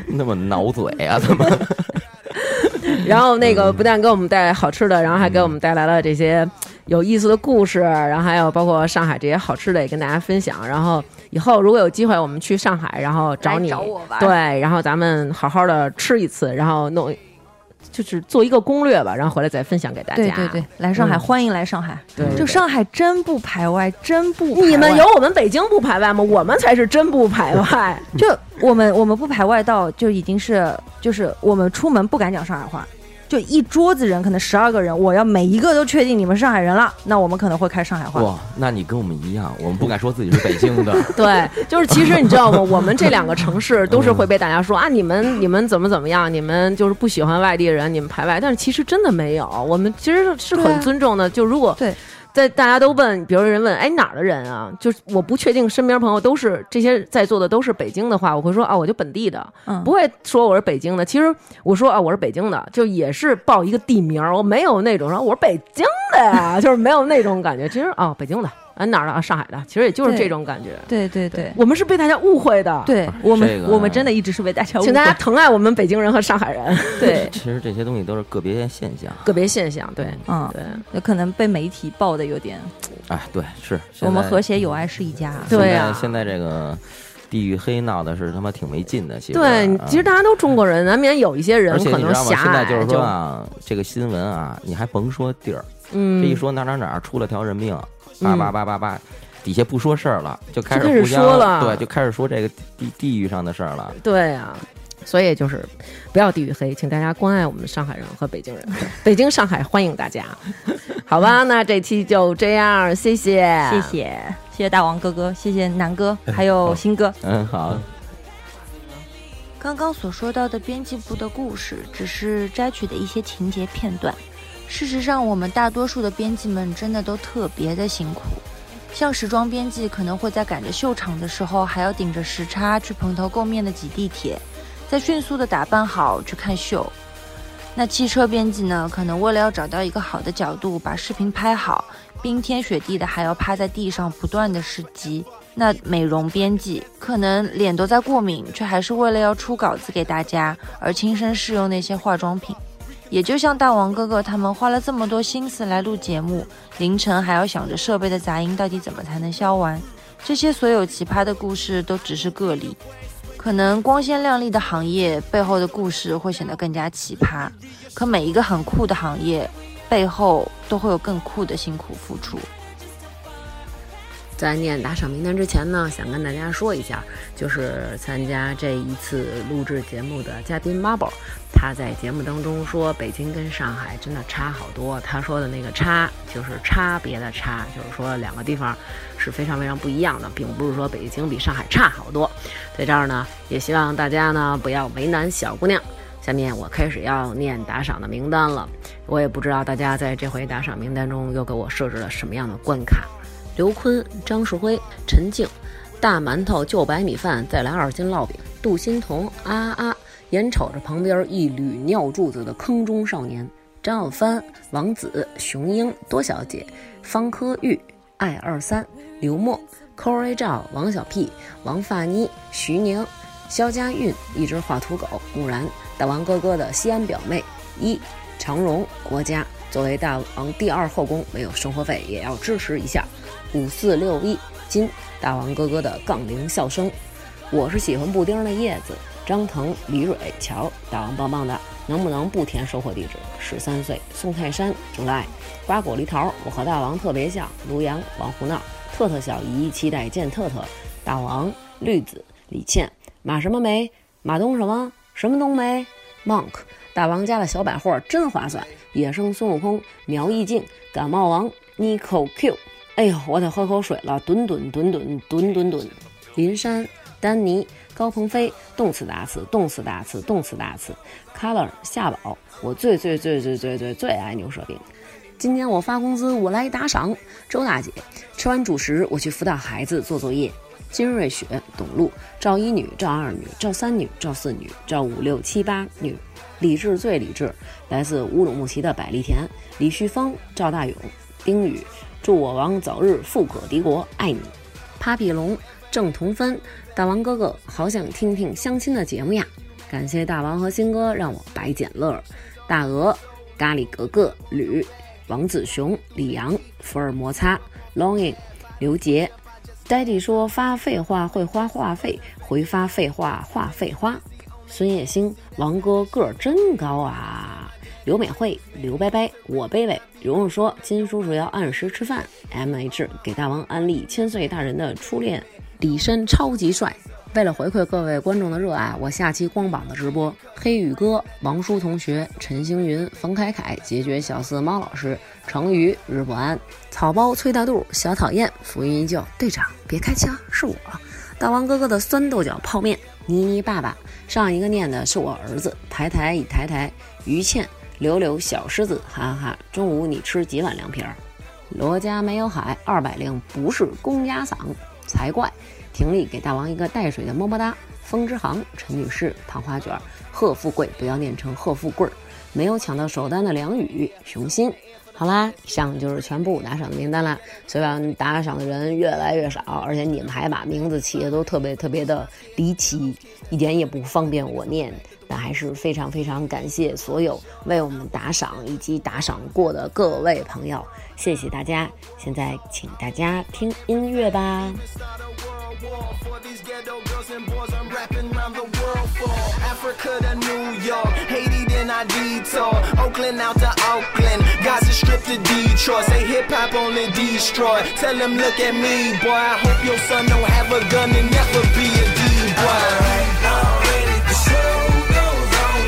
B: 那么挠嘴啊，怎么？
A: 然后那
E: 嗯
A: 个不但给我们带来好吃的，然后还给我们带来了这些有意思的故事，然后还有包括上海这些好吃的也跟大家分享。然后以后如果有机会，我们去上海，然后找你，
E: 哎来找我玩
A: 对，然后咱们好好的吃一次，然后弄就是做一个攻略吧，然后回来再分享给大家。
E: 对对对，来上海，
A: 嗯
E: 欢迎来上海。
A: 对对
E: 这上海真不排外，真不排外
A: 你们有我们北京不排外吗？我们才是真不排外。
E: 就我们我们不排外到就已经是就是我们出门不敢讲上海话。就一桌子人，可能十二个人，我要每一个都确定你们上海人了，那我们可能会开上海话。
B: 哇，那你跟我们一样，我们不敢说自己是北京的，
A: 对，就是其实你知道吗？我们这两个城市都是会被大家说啊，你们你们怎么怎么样，你们就是不喜欢外地人，你们排外。但是其实真的没有，我们其实是
E: 对
A: 很
E: 啊
A: 尊重的。就如果
E: 对
A: 在大家都问，比如人问，哎哪儿的人啊？就是我不确定身边朋友都是这些在座的都是北京的话，我会说啊，我就本地的，
E: 嗯
A: 不会说我是北京的。其实我说啊，我是北京的，就也是报一个地名儿，我没有那种说啊我是北京的呀， 就是没有那种感觉。其实啊，北京的。啊，哪儿的啊？上海的，其实也就是
E: 对
A: 这种感觉。
E: 对对对
A: 我们是被大家误会的。，呃
E: 对，我们、
B: 这个
E: 我们真的一直是被大家误
A: 请
E: 会。
A: 大家疼爱我们北京人和上海 人
E: 对，
B: 其实这些东西都是个别现象。
A: 个别现象。对，
E: 嗯，
A: 对，
E: 有可能被媒体爆的有点。
B: 哎，对，是
E: 我们和
B: 现
E: 谐友爱是一家。
B: 在
A: 对
B: 现在
A: 啊
B: 现在这个地域黑闹的是他妈挺没劲的，其实
A: 对，你
B: 啊
A: 其实大家都中国人，难免有一些人
B: 而且
A: 可
B: 你知
A: 能
B: 道吗？
A: 狭
B: 现在
A: 隘，
B: 就是说啊，这个新闻啊，你还甭说地儿，这
A: 嗯
B: 一，说哪儿哪儿哪儿出了条人命，叭
A: 嗯
B: 叭叭叭叭，底下不说事儿了，就开
A: 就开始
B: 始互相
A: 说了
B: 对，就开始说这个地地域上的事儿了。
A: 对啊。所以就是不要地域黑，请大家关爱我们上海人和北京 人，北京、上海欢迎大家，好吧？那这期就这样，谢谢，
E: 谢谢，谢谢大王哥哥，谢谢南哥，还有新哥。
B: 嗯，好，
I: 刚刚所说到的编辑部的故事，只是摘取的一些情节片段。事实上，我们大多数的编辑们真的都特别的辛苦，像时装编辑可能会在赶着秀场的时候，还要顶着时差去蓬头垢面的挤地铁，再迅速的打扮好去看秀。那汽车编辑呢，可能为了要找到一个好的角度把视频拍好，冰天雪地的还要趴在地上不断的试机。
E: 那美容编辑可能脸都在过敏，却还是为了要出稿子给大家而亲身试用那些化妆品。也就像大王哥哥他们花了这么多心思来录节目，凌晨还要想着设备的杂音到底怎么才能消完。这些所有奇葩的故事都只是个例，可能光鲜亮丽的行业背后的故事会显得更加奇葩，可每一个很酷的行业背后都会有更酷的辛苦付出。
J: 在念打赏名单之前呢，想跟大家说一下，就是参加这一次录制节目的嘉宾 Marble，他在节目当中说北京跟上海真的差好多。他说的那个差就是差别的差，就是说两个地方是非常非常不一样的，并不是说北京比上海差好多。在这儿呢，也希望大家呢不要为难小姑娘。下面我开始要念打赏的名单了，我也不知道大家在这回打赏名单中又给我设置了什么样的关卡。刘坤、张世辉、陈静、大馒头就白米饭，再来二斤烙饼。杜欣彤啊啊，眼瞅着旁边一缕尿柱子的坑中少年。张小帆、王子、雄鹰、多小姐、方科玉、爱二三、刘默、Corey 赵、王小屁、王发妮、徐宁、肖佳韵、一只画图狗、木然、大王哥哥的西安表妹一、常荣、国家。作为大王第二后宫，没有生活费也要支持一下。五四六一金大王哥哥的杠铃笑声，我是喜欢布丁的叶子张腾李蕊乔大王棒棒的，能不能不填收货地址？十三岁宋泰山郑爱瓜果梨桃，我和大王特别像卢阳王胡闹特特小姨期待见特特大王绿子李倩马什么梅马东什么什么东梅 Monk 大王家的小百货真划算，野生孙悟空苗艺静感冒王 Nico Q。哎呦，我得喝口水了，吨吨吨吨吨吨吨。林珊、丹尼、高鹏飞，动次打次，动次打次，动次打次。Color 夏宝，我最最最最最最最爱牛舌饼。今天我发工资，我来打赏。周大姐，吃完主食我去辅导孩子做作业。金瑞雪、董路、赵一女、赵二女、赵三女、赵四女、赵五六七八女，理智最理智，来自乌鲁木齐的百丽田，李旭峰、赵大勇、丁宇，祝我王早日富可敌国，爱你，Papi 龙、郑同芬、大王哥哥，好想听听相亲的节目呀！感谢大王和新哥让我白捡乐儿，大鹅、咖喱格格、吕、王子雄、李阳、福尔摩擦、Longing、刘杰。Daddy 说发废话会花话费，回发废话话费花。孙叶星，王哥个儿真高啊！刘美惠、刘拜拜、我贝贝、蓉蓉说金叔叔要按时吃饭。M H 给大王安利千岁大人的初恋，李绅超级帅。为了回馈各位观众的热爱，我下期光膀子直播，黑羽哥、王叔同学、陈星云、冯凯凯、解决小四猫老师、成鱼、日不安、草包、崔大肚、小讨厌、浮云依旧、队长别开枪，是我，大王哥哥的酸豆角泡面、妮妮爸爸。上一个念的是我儿子，台台一台台，于倩、柳柳、小狮子，哈哈，中午你吃几碗凉皮儿？罗家没有海，二百令不是公鸭嗓，才怪！婷丽给大王一个带水的么么哒。风之航，陈女士，糖花卷，贺富贵不要念成贺富贵儿，没有抢到首单的梁宇，熊心。好啦，以上就是全部打赏的名单啦。虽然打赏的人越来越少，而且你们还把名字起的都特别特别的离奇，一点也不方便我念，但还是非常非常感谢所有为我们打赏以及打赏过的各位朋友，谢谢大家。现在请大家听音乐吧。
C: start a world war for these ghetto girls and boys I'm rapping round the world for. Africa to New York, Haiti then I detour, Oakland out to Oakland, Gaza Strip to Detroit. Say hip hop only destroy. Tell them look at me, boy. I hope your son don't have a gun and never be a D boy.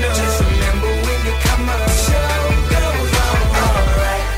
C: Just remember when you come up, show goes on.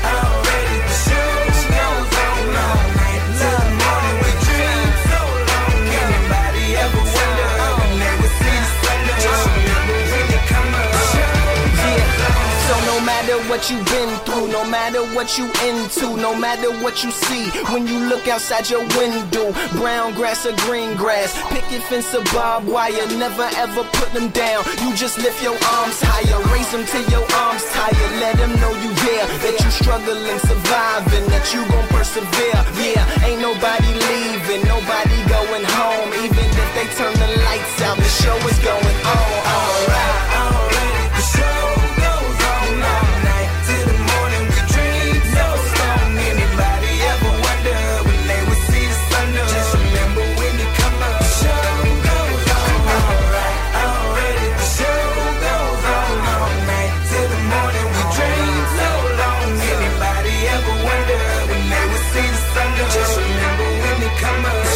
C: What you been
K: through. No matter what you into, no matter what you see, when you look outside your window, brown grass or green grass, picket fence or barbed wire, never ever put them down. You just lift your arms higher, raise them till your arms tired. Let them know you there, that you struggling, surviving, that you gon' persevere. Yeah, ain't nobody leaving, nobody going home, even if they turn the lights out. The show is going on. Alright, alright, the show goes on all night till the morning. We dream so strong. Anybody ever wonder when they would see the sun? Just remember when you come up, the show goes on. Alright, already the show goes on all night till the morning. We dream so long. Anybody ever wonder when they would see the sun? Just remember when you come up, the